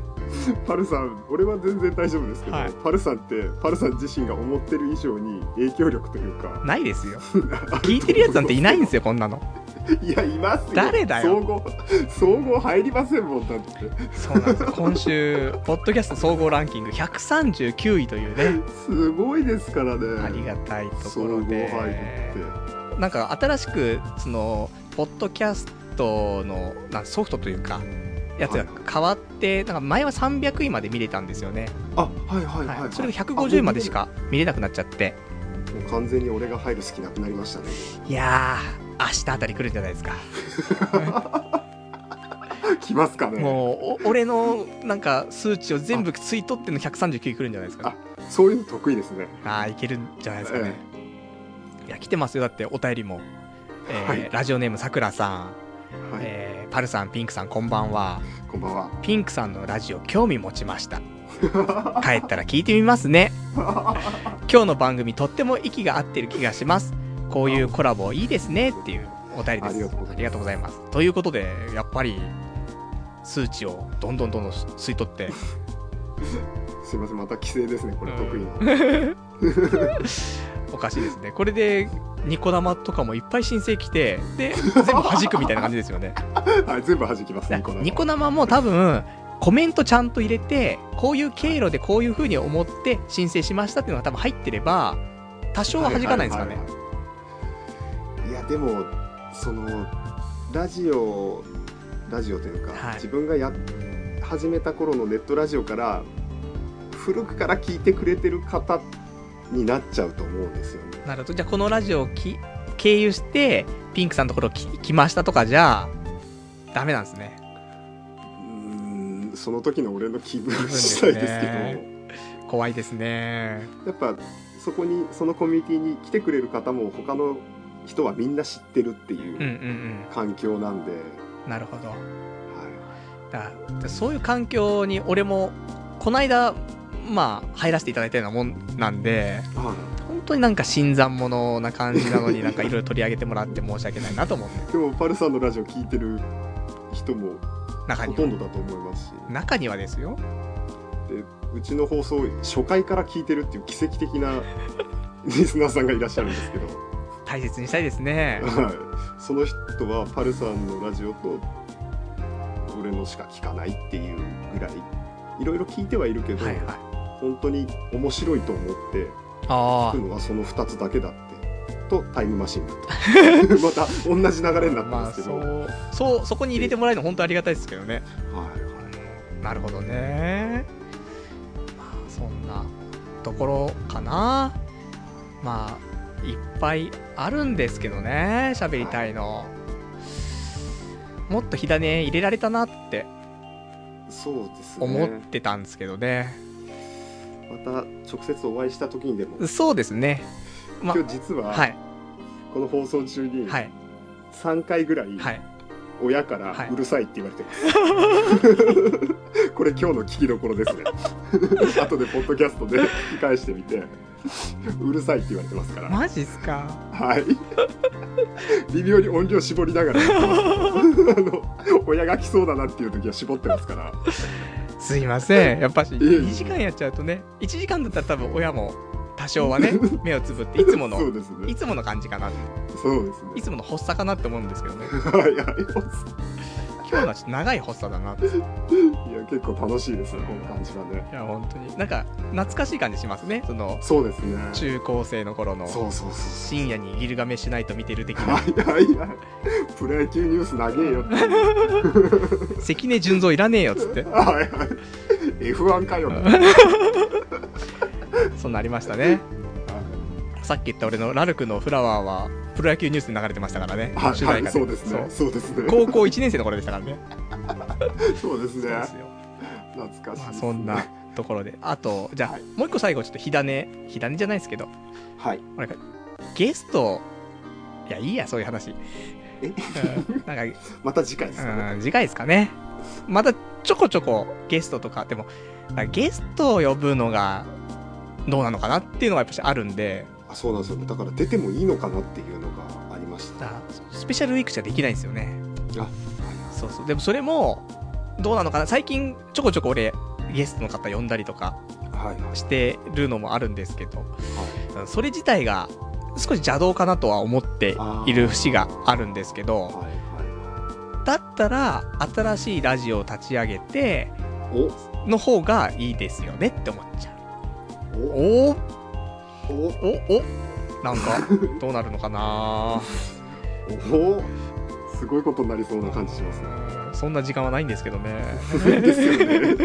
Speaker 3: パルさん俺は全然大丈夫ですけど、
Speaker 2: はい
Speaker 3: パルさんってパルさん自身が思ってる以上に影響力というか
Speaker 2: ないですよ聞いてるやつなんていないんです
Speaker 3: よ
Speaker 2: よこんなの
Speaker 3: いやいますよ
Speaker 2: 誰だよ
Speaker 3: 総合総合入りませんもんだって
Speaker 2: そうなんですよ今週ポッドキャスト総合ランキング139位というね
Speaker 3: すごいですからね
Speaker 2: ありがたいと
Speaker 3: 総
Speaker 2: こ
Speaker 3: 合
Speaker 2: ろ
Speaker 3: 入
Speaker 2: で
Speaker 3: る
Speaker 2: なんか新しくそのポッドキャストのなんソフトというかやつが変わってなんか前は300位まで見れたんですよね、
Speaker 3: あはいはいはい、
Speaker 2: はい、それが150位までしか見れなくなっちゃって
Speaker 3: あもう完全に俺が入る隙なくなりましたね
Speaker 2: いやー明日あたり来るんじゃないですか
Speaker 3: 来ますかね
Speaker 2: もうお俺のなんか数値を全部吸い取っての139くるんじゃないですか、ね、
Speaker 3: そういうの得意ですね
Speaker 2: ああーいけるんじゃないですかね、いや来てますよだってお便りも、えー
Speaker 3: はい
Speaker 2: ラジオネームさくらさん、
Speaker 3: はい、
Speaker 2: えーパルさんピンクさんこんばんは
Speaker 3: こんばんは。
Speaker 2: ピンクさんのラジオ興味持ちました帰ったら聞いてみますね今日の番組とっても息が合ってる気がしますこういうコラボいいですねっていうお便りです
Speaker 3: ありがとうございます
Speaker 2: ありがとうございますということでやっぱり数値をどんどんどんどん吸い取って
Speaker 3: すいません、また規制ですね、これ
Speaker 2: うん
Speaker 3: 得意な。
Speaker 2: おかしいですねこれでニコ玉とかもいっぱい申請来てで全部弾くみたいな感じですよね
Speaker 3: はい、全部弾きます、
Speaker 2: だ
Speaker 3: ニコ生。
Speaker 2: ニコ生も多分コメントちゃんと入れてこういう経路でこういう風に思って申請しましたっていうのが多分入ってれば多少は弾かないんですかね
Speaker 3: ははいはい。いや、でも、その、ラジオ、ラジオというか、
Speaker 2: はい
Speaker 3: 自分がやっ始めた頃のネットラジオから、古くから聞いてくれてる方になっちゃうと思うんですよね。
Speaker 2: なるほどじゃあこのラジオをき経由してピンクさんのところき来ましたとかじゃダメなんですね
Speaker 3: うーん、その時の俺の気分
Speaker 2: 分ですね
Speaker 3: 次第ですけど、
Speaker 2: 怖いですね
Speaker 3: やっぱ、そこに、そのコミュニティに来てくれる方も、他の人はみんな知ってるっていう。
Speaker 2: うんうん
Speaker 3: 環境なんで、
Speaker 2: うんなるほど
Speaker 3: は
Speaker 2: だだそういう環境に俺もこないだまあ入らせていただいたようなもんなんで
Speaker 3: い、は
Speaker 2: 本当になんか新参者な感じなのになんかいろいろ取り上げてもらって申し訳ないなと思って
Speaker 3: い、でもパルさんのラジオ聞いてる人も
Speaker 2: 中
Speaker 3: ほ
Speaker 2: に
Speaker 3: とん
Speaker 2: は
Speaker 3: どだと思いますし
Speaker 2: 中にはですよ
Speaker 3: うちの放送初回から聞いてるっていう奇跡的な [LAUGHS] リスナーさんがいらっしゃるんですけど、
Speaker 2: 大切にしたいですね
Speaker 3: はい、その人はパルさんのラジオと俺のしか聞かないっていうぐらいいろいろ聞いてはいるけど、
Speaker 2: はいはい
Speaker 3: 本当に面白いと思って
Speaker 2: あ
Speaker 3: 聞くのはその2つだけだって。とタイムマシンだとまた [LAUGHS] 同じ流れに
Speaker 2: あ
Speaker 3: なったん
Speaker 2: ま
Speaker 3: で
Speaker 2: あ
Speaker 3: すけど、
Speaker 2: そうそうそこに入れてもらえるの本当ありがたいですけどね
Speaker 3: はいはい
Speaker 2: なるほどねまあそんなところかなまあいっぱいあるんですけどね喋りたいの、もっと火種入れられたなって
Speaker 3: そうですね
Speaker 2: 思ってたんですけどね
Speaker 3: また直接お会いした時にでも
Speaker 2: そうですねま
Speaker 3: 今日実は、
Speaker 2: はい
Speaker 3: この放送中に
Speaker 2: はい
Speaker 3: 3回ぐらい
Speaker 2: はい
Speaker 3: 親か
Speaker 2: は
Speaker 3: ら
Speaker 2: いう
Speaker 3: るさいって言われてます、
Speaker 2: [LAUGHS]
Speaker 3: これ今日の聞きどころですね後でポッドキャストで聞き返してみてうるさいって言われてますから、
Speaker 2: マジっすか
Speaker 3: はい微妙に音量絞りな
Speaker 2: [LAUGHS]
Speaker 3: がらやってますけどあの親が来そうだなっていう時は絞ってますから
Speaker 2: すいませんやっぱし
Speaker 3: いえいえ
Speaker 2: 2時間やっちゃうとね1時間だったら多分親も多少はね目をつぶっていつも
Speaker 3: そう
Speaker 2: の
Speaker 3: です
Speaker 2: い
Speaker 3: ね
Speaker 2: つもの感じかな
Speaker 3: そうですね
Speaker 2: いつもの発作かなって思うんですけどね
Speaker 3: はいはい
Speaker 2: 今日のはちょっと長い発作だなってい
Speaker 3: いや結構楽しいですねこの感じはね
Speaker 2: や本当になんか懐かしい感じしますねその
Speaker 3: そうですね
Speaker 2: 中高生の頃の
Speaker 3: そうそうそう
Speaker 2: 深夜にギルガメしないと見てる的
Speaker 3: [LAUGHS]
Speaker 2: な
Speaker 3: はいはいはいプロ野球ニュース長えよっていう
Speaker 2: 関根純三いらねえよっつって
Speaker 3: はいはい F1 かよって
Speaker 2: そんなんありましたねさっき言った俺のラルクのフラワーはプロ野球ニュースで流れてましたからね、
Speaker 3: はい
Speaker 2: 主
Speaker 3: は
Speaker 2: 題
Speaker 3: い
Speaker 2: 歌
Speaker 3: そうですねそうですね
Speaker 2: 高校1年生の頃でしたからね。
Speaker 3: [LAUGHS] そうです
Speaker 2: そうです
Speaker 3: ね
Speaker 2: よ
Speaker 3: 懐かしい
Speaker 2: まあ、
Speaker 3: です
Speaker 2: そんなところ
Speaker 3: [LAUGHS]
Speaker 2: で。あと、じゃあ、
Speaker 3: はい
Speaker 2: もう一個最後、ちょっと火種、火種じゃないですけど、
Speaker 3: はい
Speaker 2: ゲスト、いや、いいや、そういう話。
Speaker 3: え
Speaker 2: うんなん
Speaker 3: [LAUGHS]
Speaker 2: か、
Speaker 3: また次回ですかね
Speaker 2: うん、次回ですかね。またちょこちょこゲストとか、でも、なんかゲストを呼ぶのが、どうなのかなっていうのがやっぱしあるんで、
Speaker 3: あそうなんですよねだから出てもいいのかなっていうのがありました
Speaker 2: だスペシャルウィークじゃできないんですよね。
Speaker 3: あはい
Speaker 2: そうそう。でもそれも、どうなのかな最近、ちょこちょこ俺、ゲストの方呼んだりとか
Speaker 3: はいはい
Speaker 2: してるのもあるんですけど、それ自体が少し邪道かなとは思っている節があるんですけど、
Speaker 3: はい
Speaker 2: だったら、新しいラジオを立ち上げて、
Speaker 3: はい
Speaker 2: の方がいいですよねって思っちゃう。
Speaker 3: お
Speaker 2: お
Speaker 3: おお
Speaker 2: おおなんか、どうなるのかな
Speaker 3: おすごいことになりそうな感じしますね
Speaker 2: そんな時間はないんですけどね。 [LAUGHS]
Speaker 3: ですよね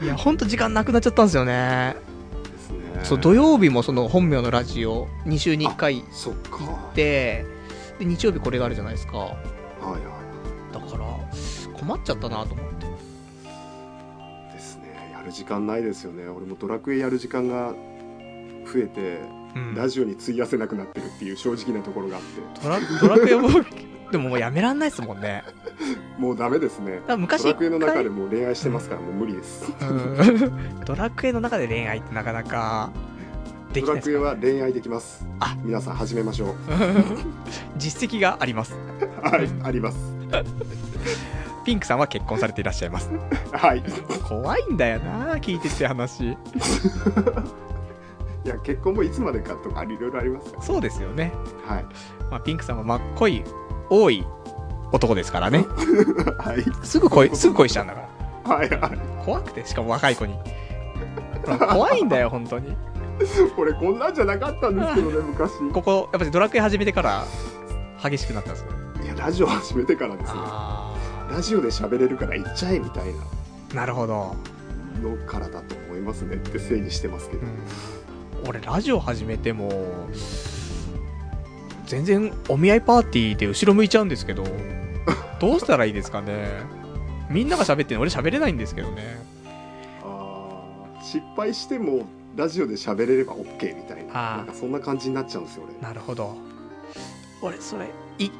Speaker 2: いや、ほんと時間なくなっちゃったんですよね。
Speaker 3: ですね
Speaker 2: そう、土曜日もその本名のラジオ、2週に1回行
Speaker 3: そっか
Speaker 2: って、で、日曜日これがあるじゃないですか。
Speaker 3: はいは
Speaker 2: だから、困っちゃったなと思って。
Speaker 3: いですねやる時間ないですよね俺もドラクエやる時間が増えて
Speaker 2: うん
Speaker 3: ラジオに費やせなくなってるっていう正直なところがあって
Speaker 2: ドラドラクエもでももうやめらんないですもんね。
Speaker 3: もうダメですね
Speaker 2: だから昔
Speaker 3: ドラ
Speaker 2: 一
Speaker 3: クエ
Speaker 2: 回
Speaker 3: の中でもう恋愛してますからもう無理です
Speaker 2: [LAUGHS] うんドラクエの中で恋愛ってなかなかでき
Speaker 3: ド
Speaker 2: ない
Speaker 3: ラ
Speaker 2: です
Speaker 3: クエ
Speaker 2: から
Speaker 3: は恋愛できます
Speaker 2: あ
Speaker 3: 皆さん始めましょう
Speaker 2: [LAUGHS] 実績があります
Speaker 3: はいあります
Speaker 2: ピンクさんは結婚されていらっしゃいます
Speaker 3: はい
Speaker 2: 怖いんだよな聞いてて話
Speaker 3: いや結婚もいつまでかとかいろいろありますか
Speaker 2: そうですよね、
Speaker 3: らはい
Speaker 2: まあ、ピンクさんは真っこい多い男ですからね
Speaker 3: はい
Speaker 2: すぐ
Speaker 3: [LAUGHS]
Speaker 2: 恋すぐ恋しちゃうんだか
Speaker 3: はいはい
Speaker 2: ら怖くてしかも若い子に怖いんだよ本当に
Speaker 3: 俺こんなんじゃなかったんですけどね昔
Speaker 2: ここやっぱりドラクエ始めてから激しくなったんですね
Speaker 3: いやラジオ始めてからですね
Speaker 2: あ
Speaker 3: ラジオで喋れるから行っちゃえみたいな
Speaker 2: あなるほど、
Speaker 3: のからだと思いますねってせいにしてますけど、
Speaker 2: うん、俺ラジオ始めても全然お見合いパーティーで後ろ向いちゃうんですけどどうしたらいいですかねみんなが喋ってんの俺喋れないんですけどね
Speaker 3: あー失敗してもラジオで喋れれば OK みたいな
Speaker 2: あー
Speaker 3: なんかそんな感じになっちゃうんですよ
Speaker 2: なるほど俺それい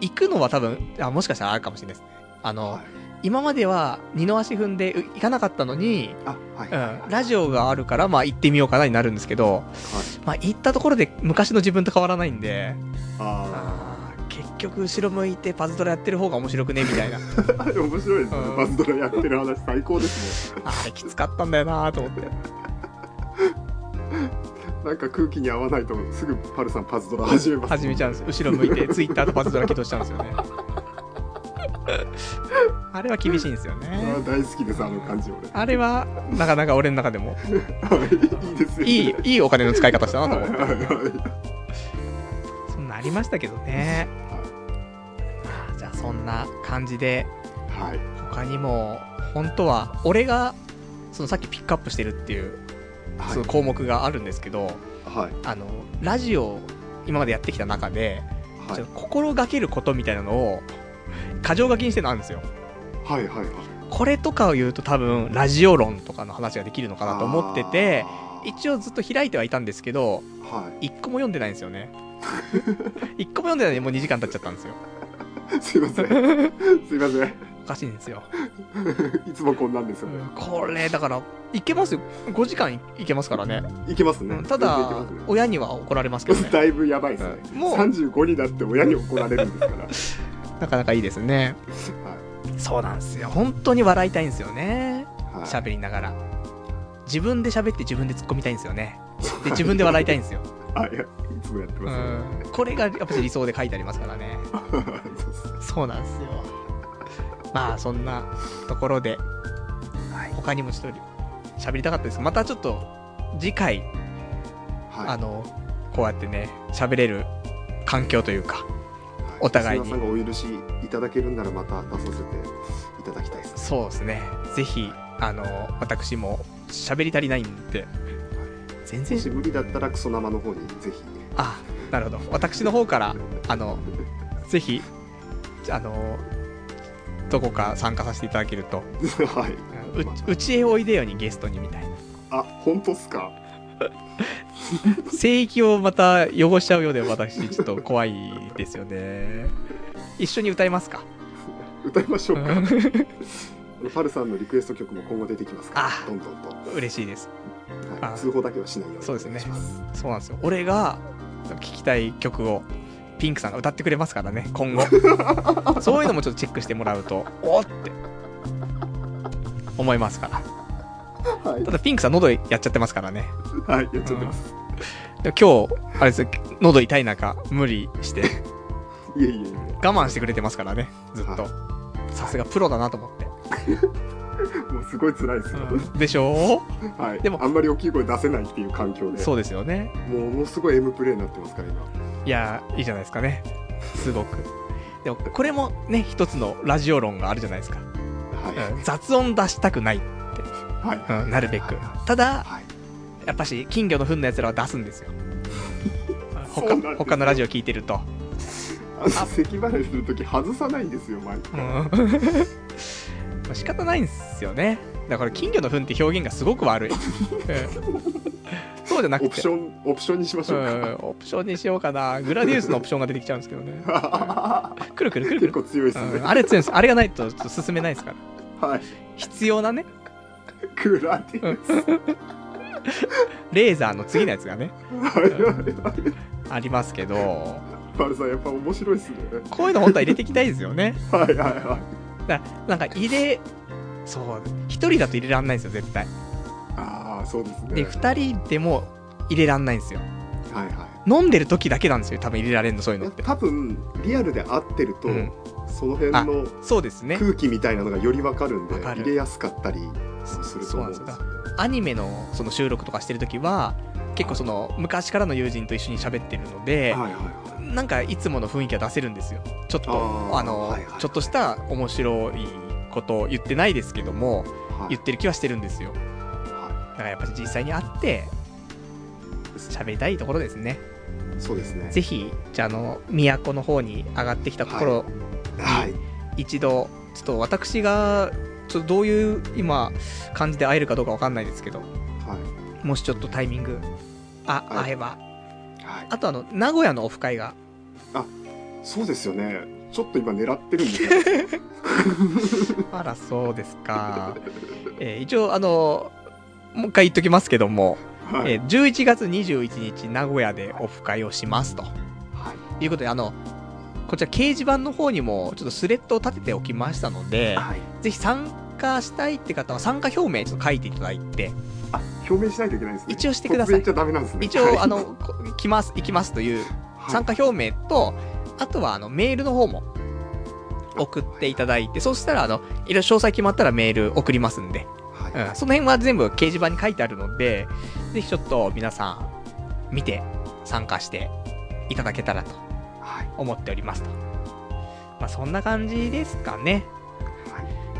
Speaker 2: 行くのは多分あもしかしたらあるかもしれないですねあ
Speaker 3: 俺
Speaker 2: の、
Speaker 3: はい
Speaker 2: 今までは二の足踏んでう行かなかったのに、
Speaker 3: あはい、
Speaker 2: う
Speaker 3: は
Speaker 2: ん、
Speaker 3: い
Speaker 2: ラジオがあるからまあ行ってみようかなになるんですけど、まあ、行ったところで昔の自分と変わらないんで
Speaker 3: あ
Speaker 2: あー結局後ろ向いてパズドラやってる方が面白くねみたいな [LAUGHS]
Speaker 3: あ面白いですね
Speaker 2: うん
Speaker 3: バズドラやってる話最高ですね [LAUGHS]
Speaker 2: あれきつかったんだよなと思って
Speaker 3: なんか空気に合わないとすぐパルさんパズドラ始めます
Speaker 2: 始めちゃうんですよ後ろ向いてツイッターとパズドラ起動しちゃうんですよね [LAUGHS] あれは厳しいんですよ
Speaker 3: あ
Speaker 2: ね
Speaker 3: ー大好きですあの感じ俺
Speaker 2: あれはなかなか俺の中でも
Speaker 3: はいいいですよ、ね、
Speaker 2: いいいいお金の使い方したなと
Speaker 3: はい
Speaker 2: 思っ
Speaker 3: はい
Speaker 2: て
Speaker 3: は
Speaker 2: そんなありましたけどねまあじゃあそんな感じで
Speaker 3: いはい
Speaker 2: 他にも本当は俺がそのさっきピックアップしてるっていう
Speaker 3: は
Speaker 2: その項目があるんですけど、
Speaker 3: いはい
Speaker 2: あのラジオを今までやってきた中で、
Speaker 3: はい
Speaker 2: ちょっと心がけることみたいなのを過剰書きにしてるのあるんですよ
Speaker 3: はいはいはい
Speaker 2: これとかを言うと多分ラジオ論とかの話ができるのかなと思ってて
Speaker 3: あー
Speaker 2: 一応ずっと開いてはいたんですけど
Speaker 3: は
Speaker 2: 一個も読んでないんですよね [LAUGHS] 一個も読んでないでもう2時間経っちゃったんですよ
Speaker 3: いすいま
Speaker 2: [LAUGHS]
Speaker 3: せんすいません
Speaker 2: おかしいんですよ、
Speaker 3: いつもこんなんですよね。
Speaker 2: これだからいけますよ5時間いいけますからね、
Speaker 3: いけます
Speaker 2: う
Speaker 3: ね。
Speaker 2: んた
Speaker 3: 全然い
Speaker 2: だ
Speaker 3: けま
Speaker 2: 親には怒られますけど
Speaker 3: すね、
Speaker 2: ね
Speaker 3: だいぶやばいですね。
Speaker 2: うんもう
Speaker 3: 35になって親に怒られるんですから。
Speaker 2: なかなかいいです
Speaker 3: [LAUGHS]
Speaker 2: ねそうなんですよ本当に笑いたいんですよね
Speaker 3: はい
Speaker 2: 喋りながら自分で喋って自分で突っ込みたいんですよねで自分で笑いたいん
Speaker 3: [LAUGHS]
Speaker 2: ですよ、
Speaker 3: はい、あいやいつもやって
Speaker 2: う
Speaker 3: ま
Speaker 2: ん、これがやっぱり理想で書いてありますからね
Speaker 3: す、ね。 [LAUGHS] そうっす
Speaker 2: そうなんですよまあそんなところで
Speaker 3: はい
Speaker 2: 他にもちょっと喋りたかったですまたちょっと次回あ
Speaker 3: は
Speaker 2: のこうやってね喋れる環境というか
Speaker 3: いはい。
Speaker 2: お互いに
Speaker 3: リスナーさんがお許しいただけるんならまた出させていただきたいです。
Speaker 2: そうですねぜひあの私も喋り足りないんで全
Speaker 3: も
Speaker 2: 然
Speaker 3: し無理だったらクソ生の方にぜひ。
Speaker 2: あなるほど私の方からあのぜひあのどこか参加させていただけると
Speaker 3: はい。
Speaker 2: 「ううちへおいでよ」にゲストにみた
Speaker 3: [LAUGHS]
Speaker 2: いな
Speaker 3: あ、本当っすか。
Speaker 2: 聖域をまた汚しちゃうようで私ちょっと怖いですよね一緒に歌いますか [LAUGHS]
Speaker 3: 歌いましょう
Speaker 2: う
Speaker 3: か
Speaker 2: ん。
Speaker 3: パルさんのリクエスト曲も今後出てきますから
Speaker 2: あ、
Speaker 3: どんどんと、は
Speaker 2: 嬉しいですあ
Speaker 3: い、通報だけはしないように
Speaker 2: そ
Speaker 3: お
Speaker 2: うです
Speaker 3: 願
Speaker 2: ね
Speaker 3: いします。
Speaker 2: そうなんですよ俺が聴きたい曲をピンクさんが歌ってくれますからね今後
Speaker 3: [LAUGHS]
Speaker 2: そういうのもちょっとチェックしてもらうとおっって思いますから
Speaker 3: [LAUGHS] はい
Speaker 2: た、だピンクさん喉やっちゃってますからね
Speaker 3: はい、やっちゃってます。
Speaker 2: でも今日あれですよ喉痛い中無理
Speaker 3: [LAUGHS]
Speaker 2: して
Speaker 3: いえいえいえ。
Speaker 2: 我慢してくれてますからねずっと
Speaker 3: は
Speaker 2: さすがプロだなと思って、
Speaker 3: もうすごい辛いですよ、
Speaker 2: でしょ
Speaker 3: はい、
Speaker 2: で
Speaker 3: で
Speaker 2: も
Speaker 3: もあんまり大きい声出せないっていう環境
Speaker 2: う
Speaker 3: で
Speaker 2: そうですよね
Speaker 3: もうものすごい M プレイになってますから今
Speaker 2: いやーいいじゃないですかねすごくでもこれもね一つのラジオ論があるじゃないですか、
Speaker 3: はい、
Speaker 2: うん雑音出したくない、
Speaker 3: はい、
Speaker 2: うんなるべ
Speaker 3: はい
Speaker 2: くただ
Speaker 3: はい
Speaker 2: やっぱし金魚の糞のやつらは出すんですよ
Speaker 3: そう
Speaker 2: 他
Speaker 3: なんですよ
Speaker 2: 他のラジオ聞いてると、
Speaker 3: あの咳払いするとき外さないんですよ毎
Speaker 2: うん [LAUGHS]
Speaker 3: 回、
Speaker 2: まあ仕
Speaker 3: [LAUGHS]
Speaker 2: 方ないんですよねだから金魚の糞って表現がすごく悪い、うんそうじゃなく
Speaker 3: オプ
Speaker 2: て
Speaker 3: ションオプションにしましょうか、
Speaker 2: うんオプションにしようかなグラディウスのオプションが出てきちゃうんですけどねくるくるくるく
Speaker 3: [LAUGHS] 結
Speaker 2: る、
Speaker 3: 構強いです
Speaker 2: う
Speaker 3: ね
Speaker 2: ん、、あれ強いんですあれがないとちょっと進めないですから
Speaker 3: はい
Speaker 2: 必要なね
Speaker 3: グラディウス
Speaker 2: レーザーの次のやつがね
Speaker 3: はいはいはい
Speaker 2: ありますけど
Speaker 3: バルさんやっぱ面白いですね
Speaker 2: こういうの本当は入れていきたいですよね
Speaker 3: はいはいはい
Speaker 2: なんか入れそう一人だと入れらんないんですよ絶対
Speaker 3: ああそうですね
Speaker 2: で二人でも入れらんないんですよ
Speaker 3: はいは
Speaker 2: 飲んでる時だけなんですよ多分入れられんのそういう
Speaker 3: い
Speaker 2: の
Speaker 3: や
Speaker 2: って
Speaker 3: 多分リアルで合ってると、
Speaker 2: うん
Speaker 3: その辺
Speaker 2: あ
Speaker 3: の
Speaker 2: そうですね
Speaker 3: 空気みたいなのがより分かるんで
Speaker 2: わかる
Speaker 3: 入れやすかったりすると思うんです
Speaker 2: そう
Speaker 3: よ
Speaker 2: なんでアニメのその収録とかしてる時は結構その昔からの友人と一緒に喋ってるので、
Speaker 3: はいはいはい
Speaker 2: なんかいつもの雰囲気は出せるんですよちょっと
Speaker 3: あー
Speaker 2: あの、
Speaker 3: はいはい
Speaker 2: ちょっとした面白いことを言ってないですけども
Speaker 3: はい
Speaker 2: 言ってる気はしてるんですよだからやっぱり実際に会って喋りたいところですね
Speaker 3: そうですね
Speaker 2: ぜひじゃああの都の方に上がってきたところ、
Speaker 3: はい
Speaker 2: 一度ちょっと私がちょっとどういう今感じで会えるかどうかわかんないですけど
Speaker 3: はい
Speaker 2: もしちょっとタイミングあ、
Speaker 3: はい
Speaker 2: 会えば
Speaker 3: はい
Speaker 2: あとあの名古屋のオフ会が
Speaker 3: そうですよねちょっと今狙ってるん
Speaker 2: [LAUGHS]
Speaker 3: ですよ
Speaker 2: あらそうです
Speaker 3: [LAUGHS]
Speaker 2: か、えー一応あのもう一回言っときますけども、
Speaker 3: はい
Speaker 2: えー11月21日名古屋でオフ会をしますと
Speaker 3: はい
Speaker 2: いうことであのこちら掲示板の方にもちょっとスレッドを立てておきましたので
Speaker 3: はい
Speaker 2: ぜひ参加したいって方は参加表明ちょっと書いていただいて
Speaker 3: あ表明しないといけないんですね
Speaker 2: 一応してください
Speaker 3: 突然言っちゃダメなんですね
Speaker 2: 一
Speaker 3: はい
Speaker 2: 応あのこ来ます行きますという
Speaker 3: はい
Speaker 2: 参加表明と、あとはあのメールの方も送っていただいて、そうしたらあの、いろいろ詳細決まったらメール送りますんで、
Speaker 3: はい
Speaker 2: うん、その辺は全部掲示板に書いてあるので、ぜひちょっと皆さん見て参加していただけたらと
Speaker 3: はい
Speaker 2: 思っておりますと。まあそんな感じですかね。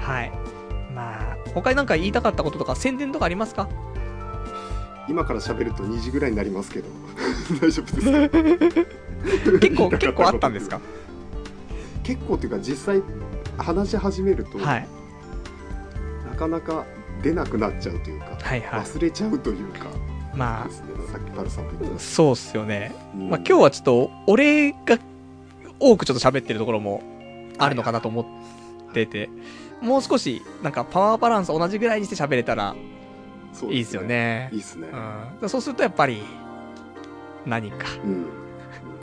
Speaker 3: はい
Speaker 2: はい。まあ、他になんか言いたかったこととか宣伝とかあり [LAUGHS] ますか
Speaker 3: 今から喋ると2時ぐらいになりますけど [LAUGHS] 大丈夫ですか
Speaker 2: 結構、結構あったんですか
Speaker 3: 結構っていうか実際話し始めると、
Speaker 2: はい。
Speaker 3: なかなか出なくなっちゃうというか、
Speaker 2: はいはい。
Speaker 3: 忘れちゃうというか
Speaker 2: ま
Speaker 3: ですねさっきパルさんと言って
Speaker 2: あ、
Speaker 3: まし
Speaker 2: そうっすよね。
Speaker 3: た、
Speaker 2: まあ、今日
Speaker 3: は
Speaker 2: はちょっと俺が多くちょっと喋ってるところもあるのかなと思ってて、もう少しなんかパワーバランス同じぐらいにして喋れたら
Speaker 3: そう
Speaker 2: いいですよね
Speaker 3: いい。ですね、
Speaker 2: うん、そうするとやっぱり何か
Speaker 3: うん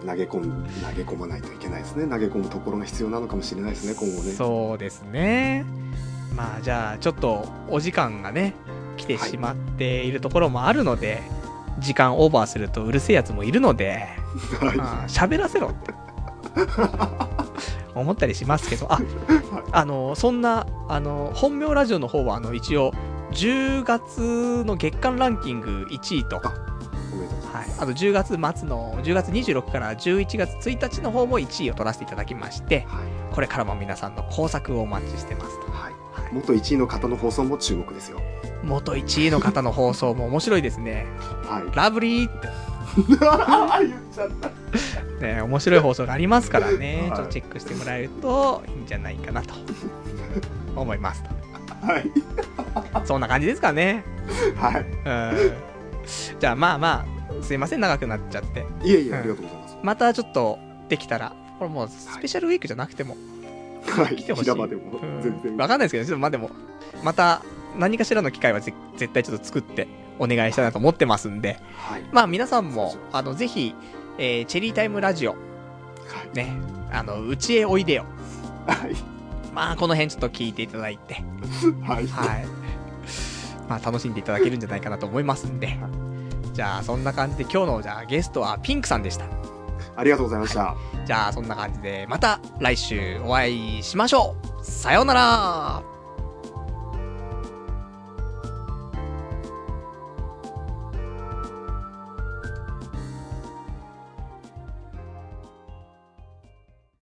Speaker 3: 投げ込ん投げ込まないといけないですね投げ込むところが必要なのかもしれないですね今後ね
Speaker 2: そうですねまあじゃあちょっとお時間がね来てしまっているところもあるので、時間オーバーするとうるせえやつもいるので
Speaker 3: はい
Speaker 2: まあ喋らせろって [LAUGHS] 思ったりしますけどああのそんなあの本名ラジオの方はあの一応10月の月間ランキング1位と、はい、
Speaker 3: おめでとうございます
Speaker 2: あと10月末の10月26から11月1日の方も1位を取らせていただきまして
Speaker 3: はい
Speaker 2: これからも皆さんの工作をお待ちしてますと、
Speaker 3: は
Speaker 2: は
Speaker 3: い
Speaker 2: い
Speaker 3: 元1位の方の放送も注目ですよ
Speaker 2: 元1位の方の放送も面白いですね
Speaker 3: はい
Speaker 2: ラブリーって
Speaker 3: 言っちゃった
Speaker 2: ね面白い放送がありますからね、
Speaker 3: はい
Speaker 2: ちょっとチェックしてもらえるといいんじゃないかな
Speaker 3: [LAUGHS]
Speaker 2: と思いますと
Speaker 3: はい
Speaker 2: そんな感じですかね
Speaker 3: は
Speaker 2: うんじゃあまあまあすいません長くなっちゃって
Speaker 3: いいえいえありがとうございます、
Speaker 2: またちょっとできたらこれもうスペシャルウィークじゃなくても
Speaker 3: はい
Speaker 2: 来てほしい、
Speaker 3: 平場でも
Speaker 2: うん
Speaker 3: 全然
Speaker 2: わかんないですけどちょっとまあでもまた何かしらの機会はぜ絶対ちょっと作ってお願いしたいなと思ってますんで
Speaker 3: はい
Speaker 2: まあ皆さんもあのぜひ、えーチェリータイムラジオ
Speaker 3: はい
Speaker 2: ねあのうちへおいでよ
Speaker 3: はい
Speaker 2: まあこの辺ちょっと聞いていただいて
Speaker 3: はい
Speaker 2: はい。まあ、楽しんでいただけるんじゃないかなと思いますんで。じゃあ、そんな感じで今日のじゃあゲストはピンクさんでした。
Speaker 3: ありがとうございました
Speaker 2: じゃあ、そんな感じでまた来週お会いしましょうさようなら